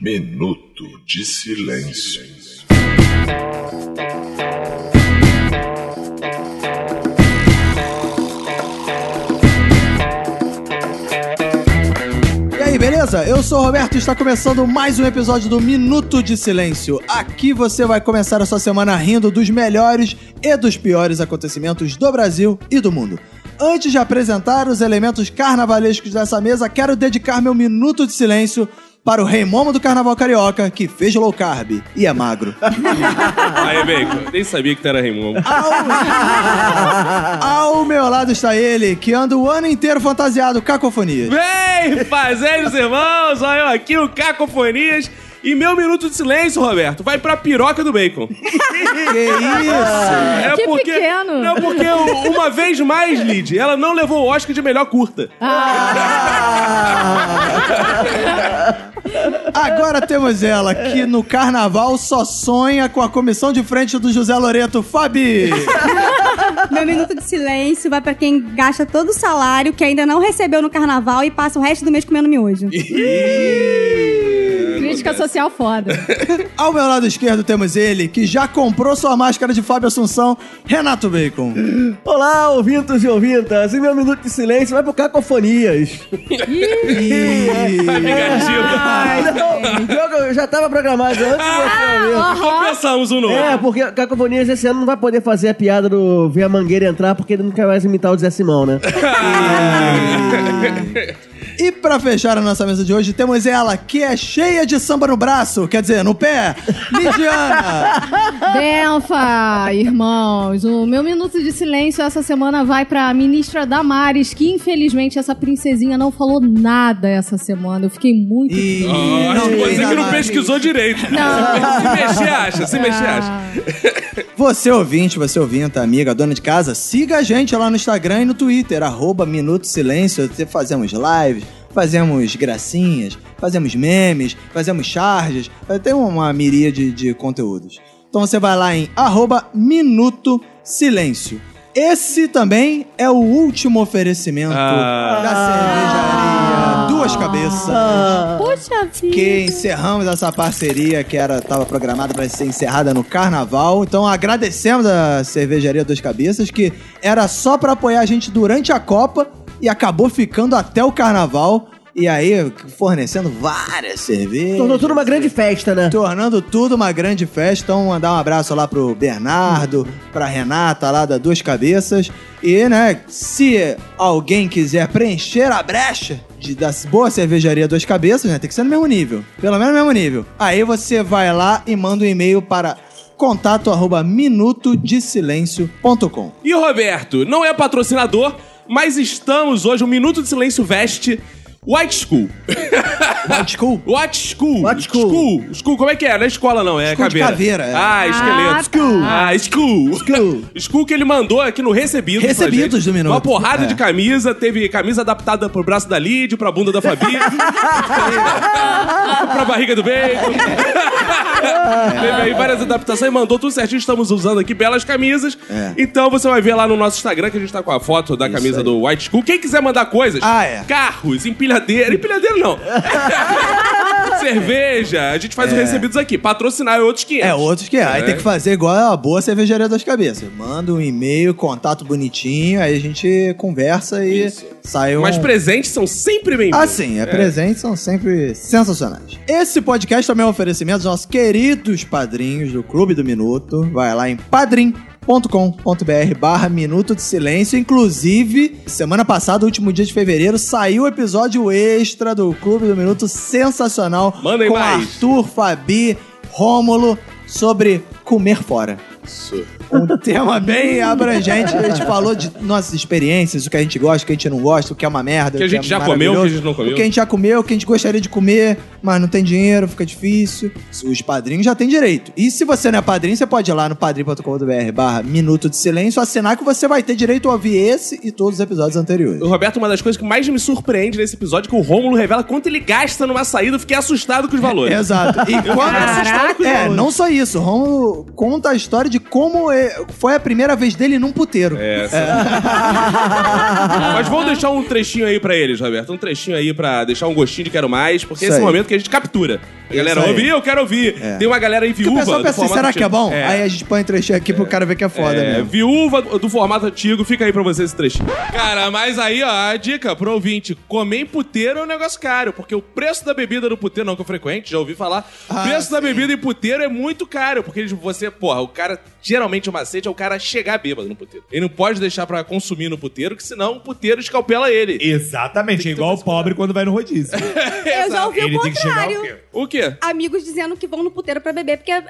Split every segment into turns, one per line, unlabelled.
Minuto de Silêncio.
E aí, beleza? Eu sou o Roberto e está começando mais um episódio do Minuto de Silêncio. Aqui você vai começar a sua semana rindo dos melhores e dos piores acontecimentos do Brasil e do mundo. Antes de apresentar os elementos carnavalescos dessa mesa, quero dedicar meu minuto de silêncio para o rei momo do carnaval carioca, que fez low carb e é magro.
Aí, Bacon, nem sabia que tu era Raimundo.
Ao meu lado está ele, que anda o ano inteiro fantasiado, cacofonias.
Vem, fazendo os irmãos, olha eu aqui, o Cacofonias. E meu minuto de silêncio, Roberto, vai pra piroca do Bacon.
Que isso?
É
que pequeno.
Não, porque eu- uma vez mais, Lid, ela não levou o Oscar de melhor curta.
Ah.
Agora temos ela, que no carnaval só sonha com a comissão de frente do José Loreto, Fabi.
Meu minuto de silêncio vai pra quem gasta todo o salário que ainda não recebeu no carnaval e passa o resto do mês comendo miojo.
Crítica social foda.
Ao meu lado esquerdo temos ele, que já comprou sua máscara de Fábio Assunção, Renato Bacon.
Olá, ouvintos e ouvintas, e meu minuto de silêncio vai pro Cacofonias.
Tá
E...
Ah.
Engadinho.
Não, Então, eu já tava programado antes de
Ah,
você mesmo.
Compensamos um no
É,
outro.
porque Cacofonias esse ano não vai poder fazer a piada do ver a mangueira entrar porque ele não quer mais imitar o Zé Simão, né?
e pra fechar a nossa mesa de hoje, temos ela, que é cheia de samba no braço, quer dizer, no pé, Lidiana.
Delfa, irmãos, o meu minuto de silêncio essa semana vai pra ministra Damares, que infelizmente essa princesinha não falou nada essa semana. Eu fiquei muito.
E...
Ah, acho que
tem
você que não
nada.
pesquisou direito.
Não.
Se mexer, acha. Se mexer, acha.
Ah,
Você ouvinte, você ouvinta, amiga, dona de casa, siga a gente lá no Instagram e no Twitter, arroba Minuto Silêncio. Fazemos lives, fazemos gracinhas, fazemos memes, fazemos charges, tem uma miríade de conteúdos. Então você vai lá em arroba Minuto Silêncio. Esse também é o último oferecimento
Ah.
da cervejaria Duas Cabeças
Ah,
Puxa vida.
que encerramos essa parceria que era estava programada para ser encerrada no carnaval. Então agradecemos a cervejaria Dois Cabeças que era só para apoiar a gente durante a Copa e acabou ficando até o carnaval e aí fornecendo várias cervejas.
Tornou tudo uma grande festa, né?
Tornando tudo uma grande festa. Então, mandar um abraço lá pro Bernardo, pra Renata lá da Duas Cabeças. E, né, se alguém quiser preencher a brecha de, da boa cervejaria Duas Cabeças, né, tem que ser no mesmo nível. Pelo menos no mesmo nível. Aí você vai lá e manda um e-mail para contato arroba minutodesilencio.com.
E o Roberto não é patrocinador, mas estamos hoje, o Minuto de Silêncio veste White School. Ah,
Cool.
What school?
What school?
School, School, como é que é? Não é escola, não, é
School de
caveira.
caveira, é.
Ah, esqueleto.
Ah,
school. Ah, school.
School.
School que ele mandou aqui no Recebidos. pra
Recebidos
gente.
do Minuto.
Uma porrada
É.
de camisa. Teve camisa adaptada pro braço da Lid, pra bunda da Fabi. pra barriga do bacon. Teve aí várias adaptações, mandou tudo certinho. Estamos usando aqui belas camisas.
É.
Então você vai ver lá no nosso Instagram que a gente tá com a foto da camisa do White School. Quem quiser mandar coisas,
Ah, é.
carros, empilhadeira. Empilhadeira não. Cerveja, a gente faz os recebidos aqui. Patrocinar é outros 500.
É, outros que é. Aí
É.
tem que fazer igual a boa cervejaria das cabeças. Manda um e-mail, contato bonitinho, aí a gente conversa e
Isso.
sai um...
Mas presentes são sempre bem-vindos.
Ah, sim, é, presente, são sempre sensacionais. Esse podcast também é um oferecimento dos nossos queridos padrinhos do Clube do Minuto. Vai lá em padrim.com.br barra Minuto de Silêncio. Inclusive, semana passada, último dia de fevereiro, saiu o episódio extra do Clube do Minuto, sensacional.
Mandem
com
mais.
Arthur, Fabi, Rômulo, sobre comer fora um tema bem abrangente. A gente falou de nossas experiências, o que a gente gosta, o que a gente não gosta, o que é uma merda.
O que a gente
é
já comeu,
maravilhoso,
o que a gente não comeu.
O que a gente já comeu, o que a gente gostaria de comer, mas não tem dinheiro, fica difícil. Os padrinhos já têm direito. E se você não é padrinho, você pode ir lá no padrim.com.br barra Minuto de Silêncio, assinar que você vai ter direito a ouvir esse e todos os episódios anteriores.
O Roberto, uma das coisas que mais me surpreende nesse episódio é que o Rômulo revela quanto ele gasta numa saída. Eu fiquei assustado com os valores.
Exato. E quando
Caraca,
É, não só isso. O Romulo conta a história de como foi, foi a primeira vez dele num puteiro.
É, essa- Mas vamos deixar um trechinho aí pra eles, Roberto. Um trechinho aí pra deixar um gostinho de quero mais, porque
Isso
esse
aí.
é o momento que a gente captura. A galera,
Isso aí.
ouvi, eu quero ouvir. Tem uma galera aí
Porque o
viúva.
pessoal
do
pensa assim,
formato
será que é
antigo.
bom? Aí a gente põe um trechinho aqui pro cara ver que é foda
É,
mesmo.
viúva do do formato antigo, fica aí pra vocês esse trechinho. Cara, mas aí, ó, a dica pro ouvinte: comer em puteiro é um negócio caro, porque o preço da bebida no puteiro, não que eu frequente, já ouvi falar, o preço da bebida em puteiro é muito caro, porque eles- você, porra, o cara, geralmente o macete é o cara chegar bêbado no puteiro. Ele não pode deixar pra consumir no puteiro, que senão o puteiro escalpela ele.
Exatamente, é igual o pobre quando vai no rodízio.
Eu já ouvi
Ele
o
tem que chegar
contrário.
o quê?
O quê?
Amigos dizendo que vão no puteiro pra beber porque a,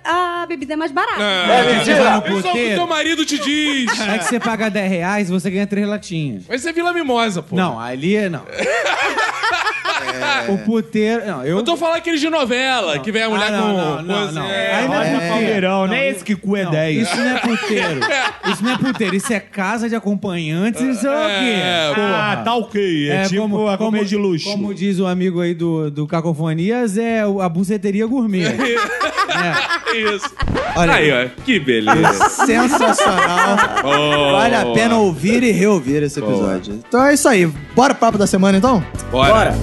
a bebida é mais barata.
Ah.
mentira!
Isso é o que teu marido te diz!
É que você paga 10 reais e você ganha 3 latinhas.
Mas isso é Vila Mimosa, pô.
Não, ali é não. O puteiro. Não, eu.
É. Eu tô falando aqueles de novela, que vem a mulher
Ah, não,
com.
não, não,
coisa-
não.
É,
Aí não
olha,
é puteirão,
não,
né?
isso-
Esse que cu é
não,
10.
Isso não é puteiro. Isso não é puteiro. Isso é casa de acompanhantes. Isso é o quê?
É,
Porra.
Ah, tá ok. É, tipo a comer de luxo.
Como diz o amigo aí do, do Cacofonias, é o- a buceteria gourmet.
É Isso.
Olha
aí, ó. Que beleza.
Sensacional.
Boa.
Vale a pena ouvir e reouvir esse episódio. Então é isso aí. Bora pro papo da semana, então?
Bora.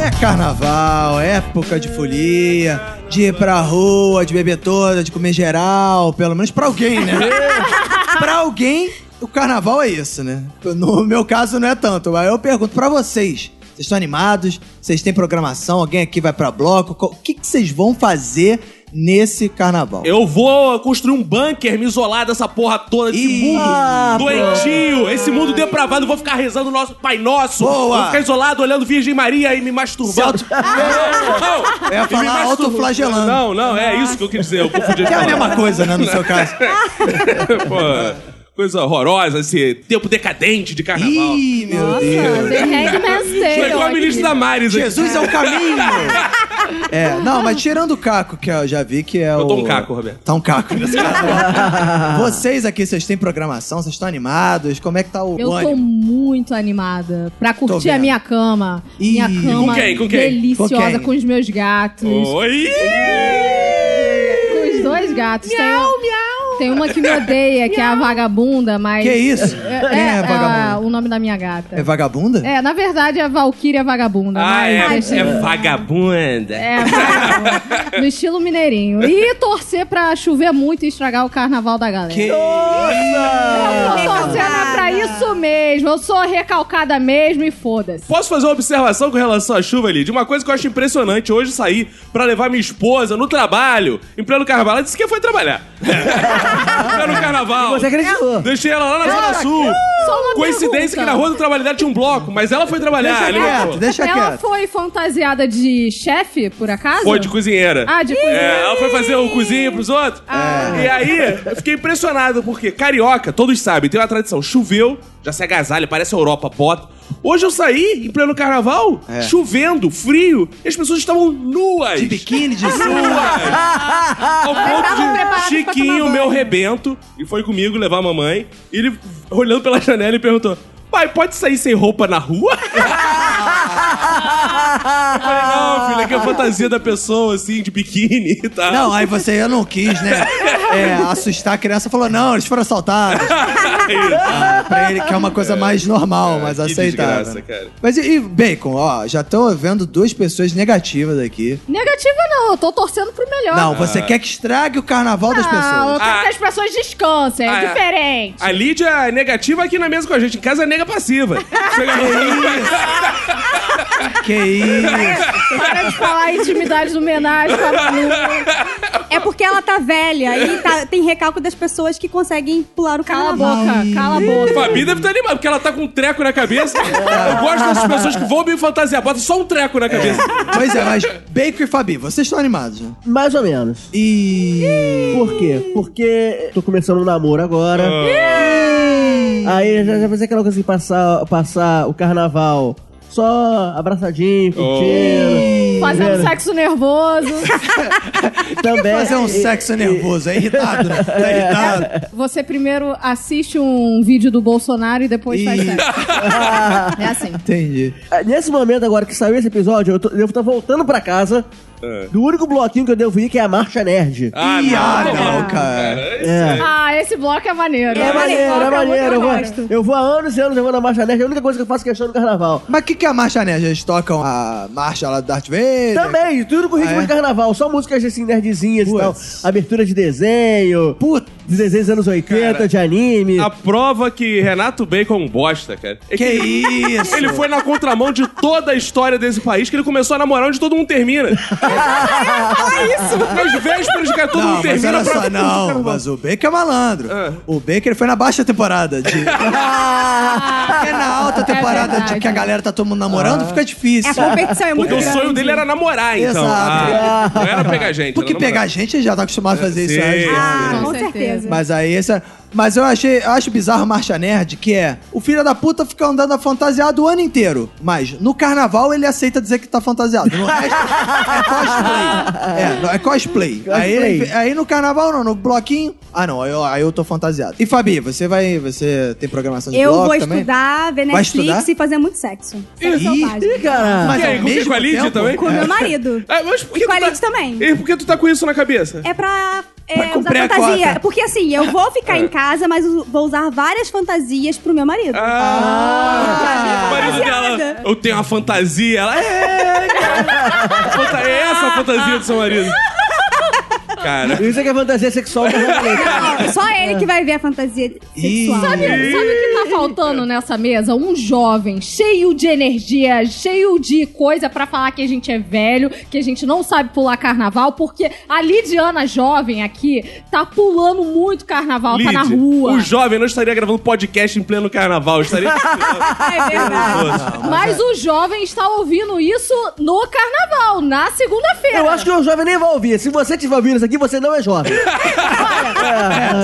É carnaval, é época de folia, de ir pra rua, de beber toda, de comer geral, pelo menos pra alguém, né? pra alguém, o carnaval é isso, né? No meu caso não é tanto, mas eu pergunto pra vocês. Vocês estão animados? Vocês têm programação? Alguém aqui vai pra bloco? Qual- O que que vocês vão fazer nesse carnaval?
Eu vou construir um bunker, me isolar dessa porra toda, desse
Ih,
mundo
ah,
doentio, esse mundo depravado. Eu Vou ficar rezando o nosso Pai Nosso.
Boa.
Vou ficar isolado olhando Virgem Maria e me masturbando. É, Não,
Eu ia
e me
falar
mastur-
autoflagelando.
Não, não, é isso que eu quis dizer. Eu confundi
Que é a mesma
palavras.
coisa, né, no seu caso.
Pô, Coisa horrorosa, esse tempo decadente de carnaval.
Ih, meu
Nossa,
Deus.
The Hangman's
Chegou a
Tale.
ministra da Maris aqui.
Jesus é o caminho! É, não, mas tirando o Caco, que eu já vi que é o.
Eu tô um caco, Roberto. Ah.
Tá um caco. nesse caso. Vocês aqui, vocês têm programação, vocês estão animados? Como é que tá o
Eu tô
ânimo?
muito animada pra curtir a
vendo.
minha cama.
Ih,
minha
com
cama
quem? Com quem? Oh.
Com
deliciosa
quem?
com, os meus gatos.
Oi!
Com os dois gatos. Miau, tem, miau! Tem uma que me odeia, que é a vagabunda, mas.
Que isso?
É,
Quem é,
é, é a-
vagabunda?
o nome da minha gata.
É vagabunda?
É, na verdade é Valkyria Vagabunda.
Ah, é,
mas,
é vagabunda.
É, vagabunda. no estilo mineirinho. E torcer pra chover muito e estragar o carnaval da galera.
Que
Ah, Eu tô torcendo pra isso mesmo. Eu sou recalcada mesmo e foda-se.
Posso fazer uma observação com relação à chuva ali? De uma coisa que eu acho impressionante. Hoje eu saí pra levar minha esposa no trabalho, em pleno carnaval. Ela disse que foi trabalhar. pleno carnaval.
Você
É.
acreditou?
Deixei ela lá na Zona Sul.
Só uma
Coincidência que
pergunta.
na rua do trabalho dela tinha um bloco, mas ela foi trabalhar.
Deixa
ali
quieto, deixa
Ela
quieto.
foi fantasiada de chefe, por acaso?
Foi de cozinheira.
Ah, de cozinheira. Ah.
É, ela foi fazer o cozinho pros outros. É. E aí, eu fiquei impressionado, porque carioca, todos sabem, tem uma tradição. Choveu, já se agasalha, parece a Europa, bota. Hoje eu saí, em pleno carnaval,
É.
chovendo, frio, e as pessoas estavam nuas.
De biquíni, de sunga.
Nuas! Ao ponto
Ah, estavam
de
preparadas pra
Chiquinho,
tomar
meu
banho.
rebento, e foi comigo levar a mamãe, e ele olhando pela janela e perguntou, pai, pode sair sem roupa na rua? Eu falei, não, filho, é que é a fantasia da pessoa, assim, de biquíni e tal.
Não, aí você eu não quis, né? É, assustar a criança falou: não, eles foram assaltados.
É
Ah, pra ele que é uma coisa mais normal, mais
Ah, que
aceitável.
desgraça,
né?
cara.
Mas e, e Bacon, ó, já tô vendo duas pessoas negativas aqui.
Negativa não, eu tô torcendo pro melhor.
Não, você quer que estrague o carnaval das
Não, eu
pessoas.
quero
Ah.
que as pessoas descansem,
Ah, é.
é diferente.
A Lídia é negativa aqui na mesa com a gente. Em casa é nega passiva. Chega
Que isso?
Para de falar intimidade do homenagem com a Manu.
É porque ela tá velha e tá- tem recalque das pessoas que conseguem pular o
Cala a
carnaval.
boca, cala a
A
boca.
Fabi deve estar animada, porque ela tá com um treco na cabeça. Eu gosto dessas pessoas que vão me fantasiar. Bota só um treco na cabeça.
Pois é, mas Bacon e Fabi, vocês estão animados, né?
Mais ou menos.
E.
Por quê? Porque tô começando um namoro agora.
Ah.
Aí já, já vai ser aquela coisa assim, passar, passar o carnaval só abraçadinho, curtindo.
Fazendo
Vendo.
sexo nervoso.
Também.
Fazer um
E-
sexo nervoso, é irritado, né? Tá irritado.
Você primeiro assiste um vídeo do Bolsonaro e depois faz
Ih.
sexo. É assim.
Entendi.
Ah, Nesse momento agora que saiu esse episódio, eu tô- eu devo estar voltando pra casa do único bloquinho que eu devo ir, que é a Marcha Nerd.
Ah,
Ih, ah,
não,
não,
não,
cara.
É.
Ah, esse bloco é maneiro.
É maneiro, é
bloco é muito
maneiro. Eu vou,
honesto.
eu vou há anos e anos eu vou na Marcha Nerd, é a única coisa que eu faço questão do carnaval.
Mas o que, que é a marcha, né? Eles tocam a marcha lá do Darth Vader?
Também, tudo com ritmo
Ah, é?
de carnaval, só músicas assim, nerdzinhas e tal.
Putz.
Abertura de desenho,
Puta.
de desenhos dos anos 80,
Cara,
de anime.
A prova que Renato Bacon bosta, cara. É
Que
ele-
isso?
Ele foi na contramão de toda a história desse país, que ele começou a namorar onde todo mundo termina.
É
isso! Nas vésperas de que todo
Não,
mundo
mas
termina
olha
pra...
só, não. Mas o Baker é malandro.
Ah.
O Baker ele foi na baixa temporada. De... é na alta
É
temporada de
verdade.
que a galera tá todo mundo
Ah.
namorando, fica difícil.
A competição é muito
Porque o
grande.
sonho dele era namorar, então.
Exato.
Ah, não era pegar gente.
Porque
era
pegar
namorar.
a gente ele já tá acostumado a fazer isso.
Sim.
aí.
Ah,
Com
com
certeza.
certeza.
Mas aí, essa. Mas eu achei, eu acho bizarro Marcha Nerd, que é o filho da puta fica andando fantasiado o ano inteiro. Mas no carnaval ele aceita dizer que tá fantasiado. No resto, é cosplay. É, não, é cosplay. Aí, ele- aí no carnaval não, no bloquinho. Ah, não, aí eu, aí eu tô fantasiado. E Fabi, você vai. Você tem programação de
Eu
bloco
vou
também?
estudar, ver
Vai
Netflix
estudar?
e fazer muito sexo. Sexo
Ih.
selvagem.
Ih, cara.
Mas
E aí,
ao
com-
mesmo
com a Lidia
tempo- É.
também?
Com o meu marido.
Ah, mas por que
E com
tu
a
tá-
Lid também.
E por que tu tá com isso na cabeça?
É pra. É,
Pra
usar
cumprir a
fantasia.
cota.
Porque assim, eu vou ficar
É.
em casa, mas eu vou usar várias fantasias pro meu marido.
Ah, o marido dela.
fantasiada.
Eu tenho uma fantasia. Ela é. cara. Fanta- É essa a fantasia do seu marido. Cara.
Isso é que é fantasia sexual do
Não, só ele que vai ver a fantasia sexual.
Sabe, sabe o que tá faltando nessa mesa? Um jovem cheio de energia, cheio de coisa pra falar que a gente é velho, que a gente não sabe pular carnaval, porque a Lidiana jovem aqui tá pulando muito carnaval, tá na
Lídia,
rua.
O jovem não estaria gravando podcast em pleno carnaval. Estaria.
É verdade.
Mas o jovem está ouvindo isso no carnaval, na segunda-feira.
Eu acho que o jovem nem vai ouvir. Se você estiver ouvindo isso aqui, você não é jovem.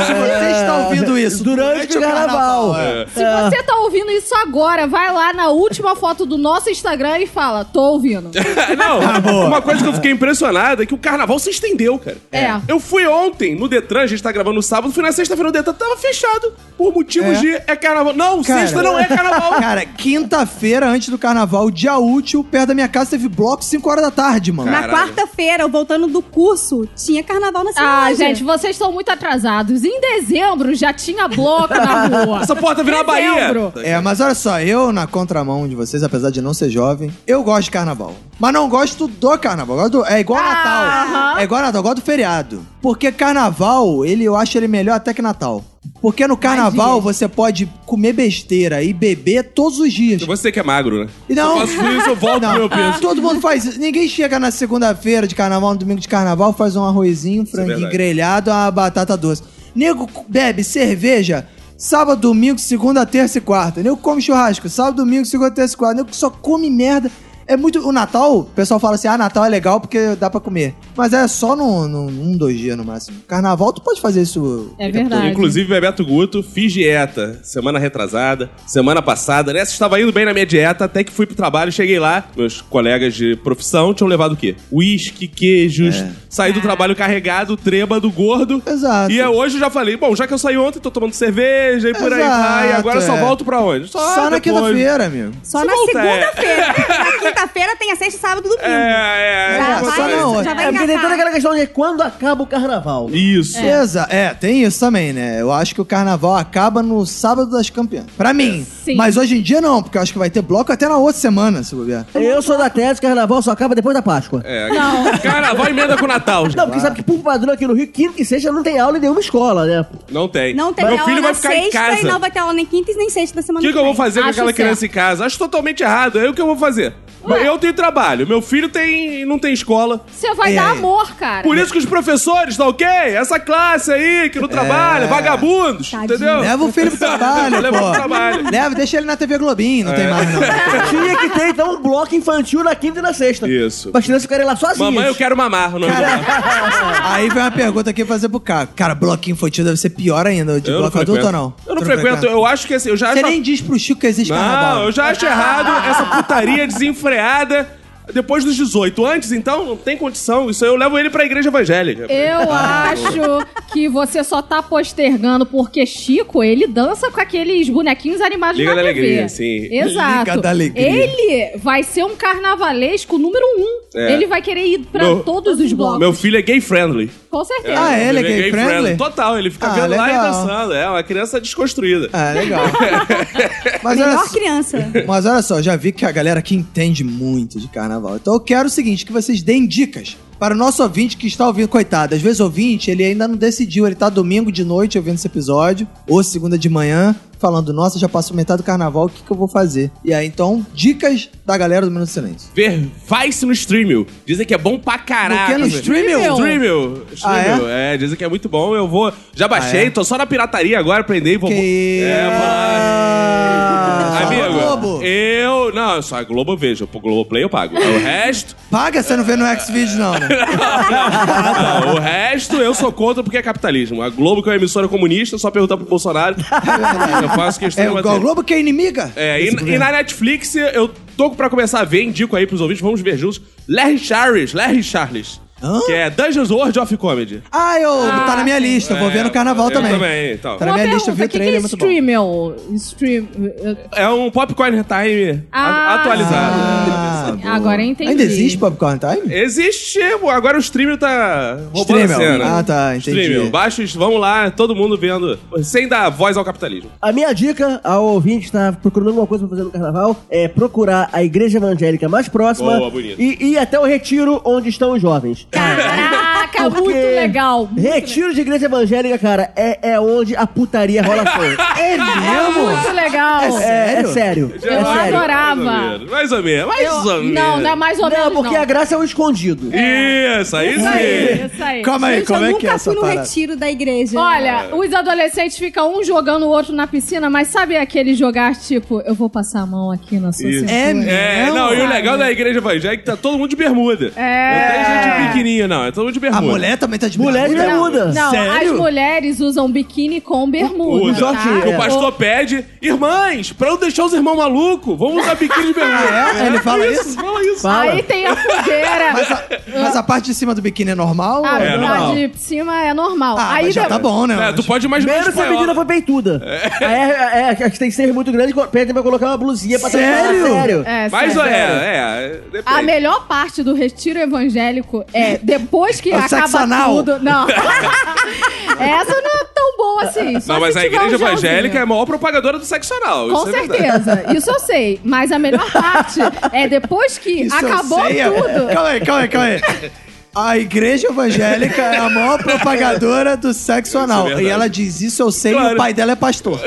Se você está ouvindo isso
Durante o carnaval.
é.
Se você tá ouvindo isso agora, vai lá na última foto do nosso Instagram e fala: tô ouvindo.
Não,
boa.
uma coisa que eu fiquei impressionado é que o carnaval se estendeu, cara.
É.
Eu fui ontem no Detran, a gente tá gravando no sábado, fui na sexta-feira no Detran, tava fechado. Por motivos
É.
de é carnaval. Não,
Cara.
sexta não é carnaval.
Cara, quinta-feira, antes do carnaval, dia útil, perto da minha casa teve bloco 5 horas da tarde, mano.
Na quarta-feira, eu voltando do curso, tinha carnaval na
Ah,
cidade.
gente, vocês estão muito atrasados. Em dezembro já tinha bloco na rua.
Essa porta virou a Bahia.
Dezembro.
É, mas olha só, eu na contramão de vocês, apesar de não ser jovem, eu gosto de carnaval. Mas não gosto do carnaval. gosto do- é igual Natal.
aham.
É igual Natal, eu gosto do feriado. Porque carnaval, ele, eu acho ele melhor até que Natal. Porque no carnaval você pode comer besteira e beber todos os dias.
Você que é magro, né?
E não-
Se eu faço tudo isso, eu volto
Não,
pro meu peso.
Todo mundo faz isso. Ninguém chega na segunda-feira de carnaval, no domingo de carnaval, faz um arrozinho, um franguinho
é verdade.
grelhado, uma batata doce. Nego bebe cerveja sábado, domingo, segunda, terça e quarta. Nego come churrasco sábado, domingo, segunda, terça e quarta. Nego só come merda. É muito. O Natal, o pessoal fala assim: ah, Natal é legal porque dá pra comer. Mas é só num, num, um, dois dias no máximo. Carnaval, tu pode fazer isso.
É verdade.
Inclusive, Bebeto Guto, fiz dieta semana retrasada, semana passada. Nessa estava indo bem na minha dieta, até que fui pro trabalho, cheguei lá. Meus colegas de profissão tinham levado o quê? Uísque, queijos. Saí do trabalho carregado, trêbado, gordo.
É. Exato.
E é eu hoje já falei, bom, já que eu saí ontem, tô tomando cerveja e por aí
Exato,
vai. Agora eu só
é.
volto pra onde?
Só, na
depois.
quinta-feira, amigo.
Só
Se
na
voltar, é.
segunda-feira. Na quinta-feira tem a sexta, sábado e domingo.
É, é, é.
Já
É, só
vai,
na outra.
já vai
É porque tem toda
engatar.
aquela questão de quando acaba o carnaval.
Isso.
Exa- É. tem isso também, né? Eu acho que o carnaval acaba no sábado das campeãs. Pra mim.
Sim.
Mas hoje em dia não, porque eu acho que vai ter bloco até na outra semana, se bobear.
Eu sou da tese, que carnaval só acaba depois da Páscoa.
É. Carnaval emenda com o Natal. gente.
Não, porque sabe que por padrão aqui no Rio, quinta e sexta não tem aula em nenhuma escola, né?
Não tem.
Não tem
Meu
aula
filho
na
vai ficar
sexta
em casa.
e não vai ter aula nem quinta e nem sexta da
O
semana
que, que eu vou
vem.
fazer com
Acho
aquela criança
certo.
em casa? Acho totalmente errado. Aí É o que eu vou fazer? Mas Eu tenho trabalho, meu filho tem, não tem escola.
Você vai
É.
dar amor, cara.
né?
Por isso que os professores, tá ok? Essa classe aí que não trabalha, vagabundos,
Tadinho.
entendeu?
É. Leva o filho pro trabalho,
Leva pro
pô.
trabalho.
Leva, deixa ele na TV Globinho, não
É.
tem mais não.
Tinha que ter, então, um bloco infantil na quinta e na sexta.
Isso.
Pra as crianças ficarem lá sozinhas.
Mamãe, eu quero mamar. o nome do bloco.
Aí vem uma pergunta aqui fazer pro Caco. Cara, bloquinho infantil deve ser pior ainda de
Eu não
bloco tipo, adulto
frequento.
ou não?
Eu não
Tu
frequento, eu acho que assim, eu já
Você
acho.
nem diz pro Chico que existe carnaval.
Não, eu já acho errado essa putaria desenfreada depois dos 18. Antes, então, não tem condição. Isso aí eu levo ele pra igreja evangélica.
Eu acho que você só tá postergando porque Chico, ele dança com aqueles bonequinhos animados
Liga
na
da
TV.
Alegria, sim.
Exato.
Liga da Alegria.
Ele vai ser um carnavalesco número um.
É.
Ele vai querer ir pra
Meu-
todos os blocos.
Meu filho é gay friendly.
Com certeza.
Ah, é? Ele
Ele
gay friendly?
Total, ele fica
Ah,
vendo lá e
legal.
dançando. É uma criança desconstruída.
Ah, legal. Mas olha,
Melhor
só-
criança.
mas olha só, já vi que a galera aqui entende muito de carnaval. Então eu quero o seguinte, que vocês deem dicas para o nosso ouvinte que está ouvindo. Coitado, às vezes o ouvinte, ele ainda não decidiu. Ele tá domingo de noite ouvindo esse episódio, ou segunda de manhã, falando, nossa, já passou metade do carnaval, o que, que eu vou fazer? E aí, então, dicas da galera do Minuto do Silêncio.
Ver Vice no Streamio. Dizem que é bom pra caralho.
Porque no Ah, Streamio?
Streamio. Streamio. é? dizem que é muito bom. Eu vou... Já baixei, tô só na pirataria agora, prendei. Vou...
Ah, é? Que...
É, vou lá.
Ah,
Amigo,
Globo.
eu... Não, só a Globo eu vejo. O Globoplay eu pago. O resto...
Paga, você não vê no Xvideos, não, né?
Não, Ah, tá. o resto eu sou contra porque é capitalismo. A Globo, que é uma emissora comunista, é só perguntar pro Bolsonaro. eu faço questão
É
de
o
bater.
Globo que é inimiga.
É,
desse
e, e
governo.
na Netflix eu tô pra começar a ver, indico aí pros ouvintes, vamos ver juntos. Larry Charles, Larry Charles.
Hã?
Que é Dungeons World of Comedy.
Ah, eu, tá na minha lista. eu vou ver no carnaval
é, eu
também.
também, então.
Tá na
Uma
minha lista,
pergunta,
eu vi o
que, que
trailer,
é
é muito bom.
stream, meu? Stream... eh, eu-
É um popcorn time a-
Ah.
atualizado.
Ah, boa.
Agora entendi.
Ainda existe Popcorn Time?
Existe, agora o streamer tá roubando
Streamel.
a cena.
Ah, tá, entendi.
Streamel, baixa, vamos lá, todo mundo vendo, sem dar voz ao capitalismo.
A minha dica ao ouvinte que tá procurando alguma coisa pra fazer no carnaval é procurar a igreja evangélica mais próxima
Boa, bonito.
e ir até o retiro onde estão os jovens.
Caraca,
Porque
é muito legal. muito
Retiro de igreja evangélica, cara, é, é onde a putaria rola feio. É
legal. Muito legal.
É, é sério.
Eu
é sério.
adorava.
Mais ou menos, mais
Eu-
ou menos.
Não, não é mais ou menos,
Não, porque
não.
a graça é o escondido.
Isso, aí
Isso aí,
sim.
isso aí.
Calma aí,
Gente,
como
eu
é
nunca
que é
fui
essa
no
parada?
retiro da igreja.
Olha, os adolescentes ficam um jogando o outro na piscina, mas sabe aquele jogar tipo, eu vou passar a mão aqui na sua
Isso.
cintura?
É,
É, não, e o legal da igreja evangélica é que tá todo mundo de bermuda.
É.
Não tem É. gente pequenininha, não. É todo mundo de
A
bermuda.
mulher também tá de
Mulher
bermuda?
Não,
bermuda.
não,
Sério?
as mulheres usam biquíni com bermuda.
Muda.
short,
tá?
Que o
é.
pastor pede, irmãs, pra não deixar os irmãos malucos, vamos usar biquíni de bermuda.
Ah, é? Ele fala isso?
Fala isso.
Fala.
Aí tem a fogueira.
Mas a, mas a parte de cima do biquíni é normal?
A
ou-
a de cima é normal.
Ah,
Ah, Aí
mas já
de-
tá bom, né?
É, tu pode imaginar
Menos se a
espanhol.
menina foi peituda. Aí é, é, é, que tem que ser muito grande, pedem pra colocar uma blusinha pra
Sério?
sério.
É,
Mas
sério.
é, é, é, depende.
A melhor parte do retiro evangélico é depois que
É o sexo
acaba
anal.
tudo. Não. Essa não é tão boa assim. só
Não, mas
se
a
tiver
igreja
um gelzinho.
evangélica é a maior propagadora do sexo anal.
Com
isso é verdade.
certeza, isso eu sei. Mas a melhor parte é depois que
Isso eu
acabou
sei, é-
tudo.
Calma aí, calma aí, calma aí. A igreja evangélica é a maior propagadora do sexo anal.
verdade.
e ela diz isso, eu sei, e
Claro.
o pai dela é pastor.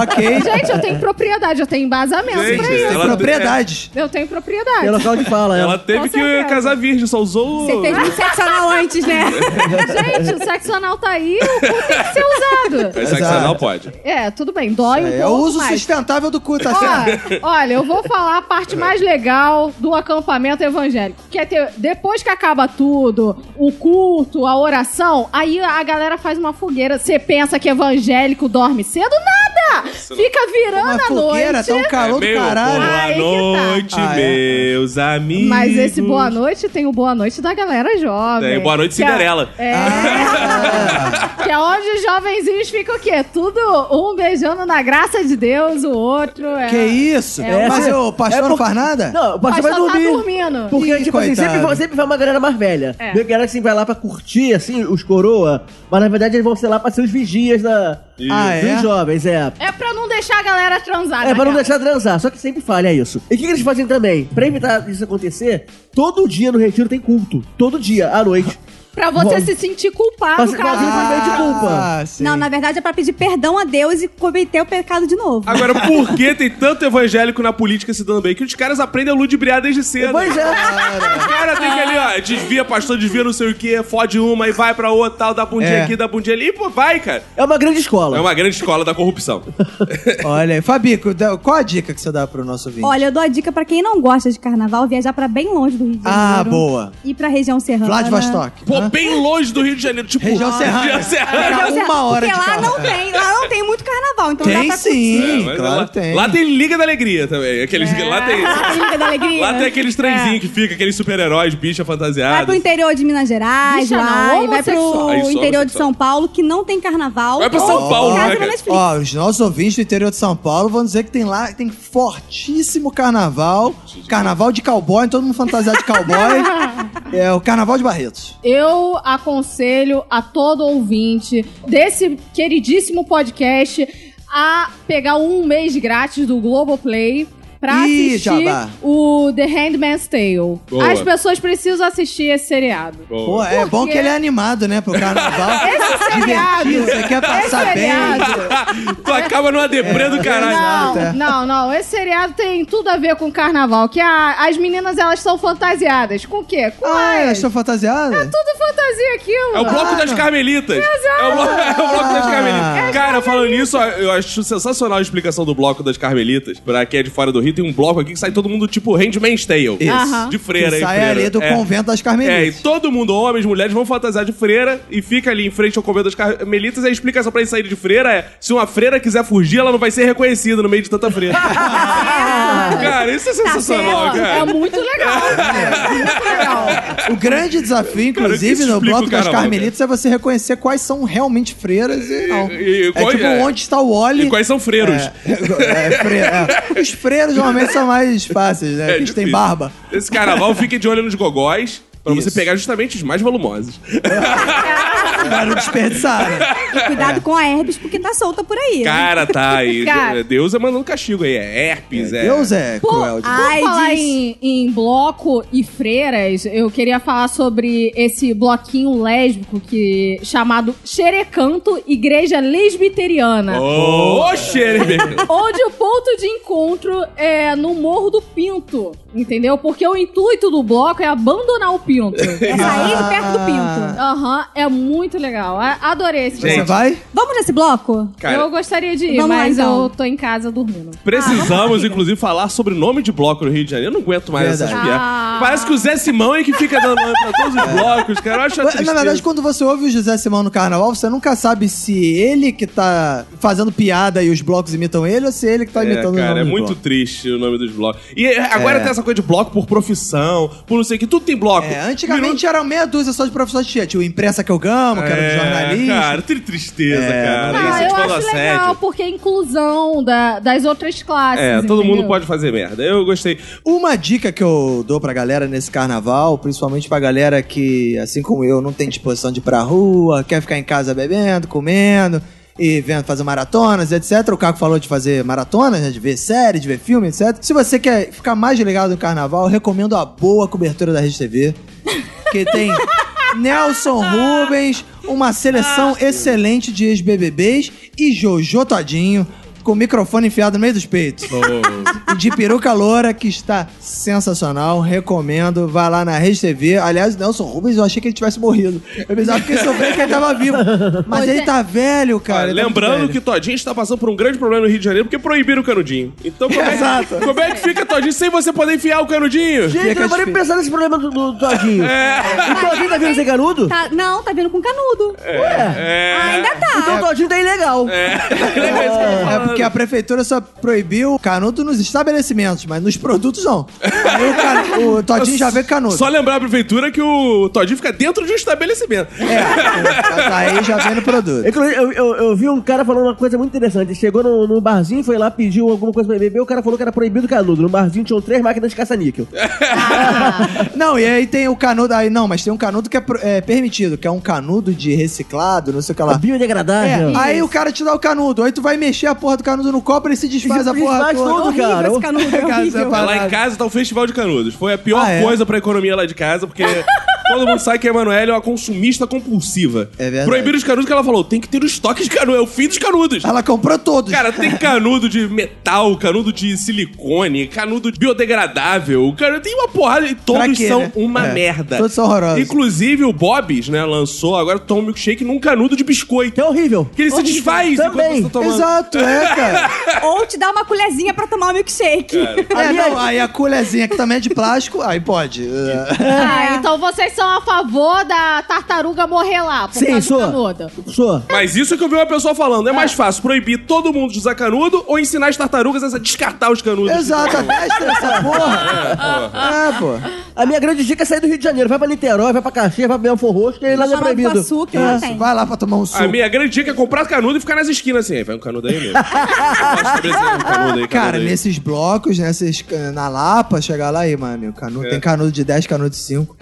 ok.
Gente, eu tenho propriedade, eu tenho embasamento
Gente,
pra isso.
Tem
ela-
propriedade.
Eu tenho propriedade.
É local de fala.
Ela
Ela...
teve que
certeza.
casar virgem, só usou...
Você fez muito sexo anal antes, né?
Gente, o sexo anal tá aí, o cu tem que ser usado.
Mas sexo
Exato.
anal pode.
É, tudo bem, dói um pouco.
É o uso
mas...
sustentável do cu, tá certo?
Ó, olha, eu vou falar a parte mais legal do acampamento evangélico. Que é ter, depois que acaba tudo, o culto, a oração, aí a galera faz uma fogueira. Você pensa que evangélico dorme cedo? Nada! Fica
Uma
virando a
fogueira,
noite.
tá um calor do
É Meu,
caralho.
Aí
Boa
que tá.
noite,
Ah, é.
meus amigos.
Mas esse boa noite tem o boa noite da galera jovem.
Tem o boa noite
Que é-
Cinderela.
É.
Ah.
que é onde os jovenzinhos ficam o quê? Tudo um beijando na graça de Deus, o outro. É...
Que isso?
É,
Mas
é-
o pastor
é
não
por-
faz nada?
Não, o pastor vai
Pastor tá
dormir.
dormindo.
Porque,
Ih,
tipo assim,
coitado.
sempre, vai- sempre vai uma galera mais velha.
É.
Meio que galera que assim, vai lá pra curtir, assim, os coroa. Mas na verdade eles vão ser lá pra ser os vigias da...
Ah,
dos
é?
jovens, é.
É pra não deixar a galera transar.
É, pra não deixar
naquela.
transar, só que sempre falha isso. E o que, que eles fazem também? Pra evitar isso acontecer, todo dia no retiro tem culto. Todo dia, à noite.
Pra você se sentir culpado,
Você
cara.
quase foi de culpa.
Ah, sim.
Não, na verdade é pra pedir perdão a Deus e cometer o pecado de novo.
Agora, por que tem tanto evangélico na política se dando bem? Que os caras aprendem a ludibriar desde cedo.
Pois é.
Os caras tem que ali, ó, desvia, pastor, desvia não sei o quê, fode uma e vai pra outra, tal, dá bundinha
É.
aqui, dá bundinha ali, e pô, vai, cara.
É uma grande
É
escola.
uma grande escola da corrupção.
Olha aí. Fabico, dá- qual a dica que você dá pro nosso ouvinte?
Olha, eu dou a dica pra quem não gosta de carnaval viajar pra bem longe do Rio de Janeiro.
Ah, boa.
E pra região serrana.
Vladivostok.
Pô,
Hã?
bem longe do Rio de Janeiro, tipo...
Região Serrana.
Região Serrana.
Região
Uma
serrana,
hora de
Porque lá
carro.
não tem, lá não tem muito carnaval, então dá
Tem
pra
É,
sim,
mas
claro
lá,
tem.
Lá tem Liga da Alegria também. Aqueles,
É.
Lá tem...
Liga da alegria.
Lá tem aqueles trenzinhos que fica, aqueles super-heróis, bicha
Vai pro
fantasiada.
interior de Minas Gerais,
Bicha,
vai,
não,
vai pro
homossexual.
Aí, só
interior de
homossexual.
São Paulo, que não tem carnaval.
Vai pra São
Ou
Paulo,
casa
né,
na
é
cara?
Netflix.
Ó, os nossos ouvintes do interior de São Paulo vão dizer que tem lá tem fortíssimo carnaval. Carnaval de cowboy, todo mundo fantasiado de cowboy. é o carnaval de Barretos.
Eu aconselho a todo ouvinte desse queridíssimo podcast a pegar um mês grátis do Globoplay pra
Ih,
assistir
jabá.
o The Handmaid's Tale.
Boa.
As pessoas precisam assistir esse seriado.
Pô, é
Por
bom
quê?
que ele é animado, né? Pro carnaval.
Esse é seriado,
Divertido, você quer passar
esse é
bem.
seriado.
tu acaba numa deprê do caralho.
Exato, é.
Não, não, não. Esse seriado tem tudo a ver com carnaval. Que a- as meninas, elas são fantasiadas. Com o quê? Com
Ah, eu
as.
estou fantasiada?
É Tudo fantasia aquilo.
É o bloco das Carmelitas. É o, blo- é o bloco das
É
Carmelitas. Cara, falando nisso, ó, eu acho sensacional a explicação do bloco das Carmelitas. Pra quem é de fora do Rio, tem um bloco aqui que sai todo mundo tipo Handmaid's Tale.
Isso.
Aham.
De freira,
Que
hein,
sai
freira.
ali do
É.
convento das
É, e
Carmelitas.
todo mundo, homens, mulheres, vão fantasiar de freira e fica ali em frente ao convento das carmelitas. E a explicação pra eles saírem de freira é: se uma freira quiser fugir, ela não vai ser reconhecida no meio de tanta freira. cara, isso é
Tá
sensacional,
Pô, É
um
cara.
muito legal. É muito legal.
O grande desafio,
Cara,
inclusive,
isso
no
explica
bloco
o
das
carnaval,
Carmelitas é você reconhecer quais são realmente freiras e não.
e- e
é
qual-
tipo
é.
onde está o Wally.
E quais são freiros?
É, fre- é. Os freiros normalmente são mais fáceis, né?
É
Porque eles têm
difícil.
barba.
Esse carnaval, fique de olho nos gogóis. Pra você
Isso.
pegar justamente os mais volumosos.
Pra não desperdiçar. né?
Cuidado com a herpes, porque tá solta por aí. né?
Cara, tá aí.
Cara.
Deus é mandando castigo aí. É herpes, é.
Deus é
Por,
cruel.
por
demais.
Ai,
falar
diz.
em, em bloco e freiras, eu queria falar sobre esse bloquinho lésbico que chamado Xerecanto Igreja
é.
Lesbiteriana.
Ô, xerebe!
Onde o ponto de encontro é no Morro do Pinto, entendeu? Porque o intuito do bloco é abandonar o Pinto.
É sair perto do pinto.
Aham, é muito legal. A- Adorei esse
Você
bloco.
vai?
Vamos nesse bloco?
Cara,
eu gostaria de ir,
Vamos lá,
mas
então.
eu tô em casa dormindo.
precisamos,
Ah.
inclusive, falar sobre nome de bloco no Rio de Janeiro. Eu não aguento mais
Verdade. É.
essas piadas.
Ah.
Parece que o Zé Simão é que fica dando nome pra todos os blocos, cara. Eu acho uma
Na
tá tristeza.
verdade, quando você ouve o José Simão no carnaval, você nunca sabe se ele que tá fazendo piada e os blocos imitam ele ou se ele que tá
É,
imitando
cara,
o
é
nome do
muito
bloco.
triste o nome dos blocos. E agora
É.
tem essa coisa de bloco por profissão, por não sei o que. Tudo tem bloco.
É, antigamente era meia dúzia só de profissões de Tinha o imprensa que eu gamo, que era de jornalista.
É, Cara, tem tristeza,
É,
cara.
Ah,
Esse
eu
tipo de
acho
assédio.
legal, porque é inclusão da- das outras classes.
É,
Assim,
todo
entendeu?
mundo pode fazer merda. Eu gostei.
Uma dica que eu dou pra galera nesse carnaval, principalmente pra galera que, assim como eu, não tem disposição de ir pra rua, quer ficar em casa bebendo, comendo e vendo fazer maratonas, etc. O Caco falou de fazer maratonas, né, de ver série, de ver filme, etc. Se você quer ficar mais ligado no carnaval, eu recomendo a boa cobertura da Rede TV, que tem Nelson Rubens, uma seleção excelente de ex-BBBs e Jojo Todinho com o microfone enfiado no meio dos peitos de peruca loura, que está sensacional. Recomendo. Vai lá na Rede TV. Aliás, o Nelson Rubens, eu achei que ele tivesse morrido. Eu pensava que eu bem que ele tava vivo. Mas ele tá velho, cara.
Olha,
ele tá muito
lembrando
velho.
que Todinho está passando por um grande problema no Rio de Janeiro porque proibiram o canudinho. Então, como,
Exato.
É, como é que fica Todinho sem você poder enfiar o canudinho?
Gente, eu não vou nem
difícil.
pensar nesse problema do, do Todinho.
É.
O Todinho tá vindo sem canudo?
Tá- não, tá vindo com canudo.
Ué.
É.
Ainda tá.
Então o Todinho tá ilegal.
É porque a prefeitura só proibiu canudo nos estabelecimentos, mas nos produtos não. Aí o, ca- o Todinho já vê canudo.
Só lembrar a prefeitura que o Todinho fica dentro de um estabelecimento.
É, aí já vê no produto.
Inclusive, É Eu, eu, eu vi um cara falando uma coisa muito interessante. Ele chegou no, no barzinho, foi lá, pediu alguma coisa pra beber. O cara falou que era proibido canudo. No barzinho tinham três máquinas de caça-níquel.
É.
Não, e aí tem o canudo. Aí não, mas tem um canudo que é, pro- é permitido, que é um canudo de reciclado, não sei o que lá.
Biodegradável.
É, aí o cara te dá o canudo, aí tu vai mexer a porra do canudo no copo, ele se desfaz a porra
Desfaz
toda.
todo,
Horrível
cara.
esse canudo, é
Cara,
horrível.
você fala-
Lá em casa tá o Festival de um Canudos. Foi a pior
Ah, é?
coisa pra economia lá de casa, porque Todo mundo sabe que a Emanuele é uma consumista compulsiva.
É verdade.
Proibiram os canudos que ela falou: tem que ter o estoque de canudo, é o fim dos canudos.
Ela comprou todos.
Cara, tem canudo de metal, canudo de silicone, canudo biodegradável, canudo, tem uma porrada e
Pra
todos
quê,
são
né?
uma
É.
merda.
Todos são horrorosos.
Inclusive o Bob's, né, lançou agora toma um milkshake num canudo de biscoito.
Que é horrível.
Que ele se
Horrível.
desfaz enquanto você
Também.
tá tomando.
Exato, é, cara.
Ou te dá uma colherzinha pra tomar o milkshake.
É, não, aí a colherzinha que também é de plástico, aí pode. É.
Ah, então vocês são a favor da tartaruga morrer lá, por
Sim,
causa
sou.
do canudo.
Sou.
Mas isso que eu vi uma pessoa falando. É mais fácil proibir todo mundo de usar canudo ou ensinar as tartarugas a descartar os canudos.
Exato, adestra essa porra. É, pô.
A minha grande dica é sair do Rio de Janeiro. Vai pra Niterói, vai pra Caxias, vai pra Belfor Roxo, que lá não é
Chamado
proibido.
Guaçu, que lá
É.
tem.
Vai lá pra tomar um
A
suco.
minha grande dica é comprar canudo e ficar nas esquinas assim. Aí vai um canudo aí mesmo. Nossa, cabeça, um canudo aí,
Cara,
canudo aí.
nesses blocos, nesses, na Lapa, chegar lá aí, mano.
É.
Canudo, Tem canudo de 10, canudo de 5.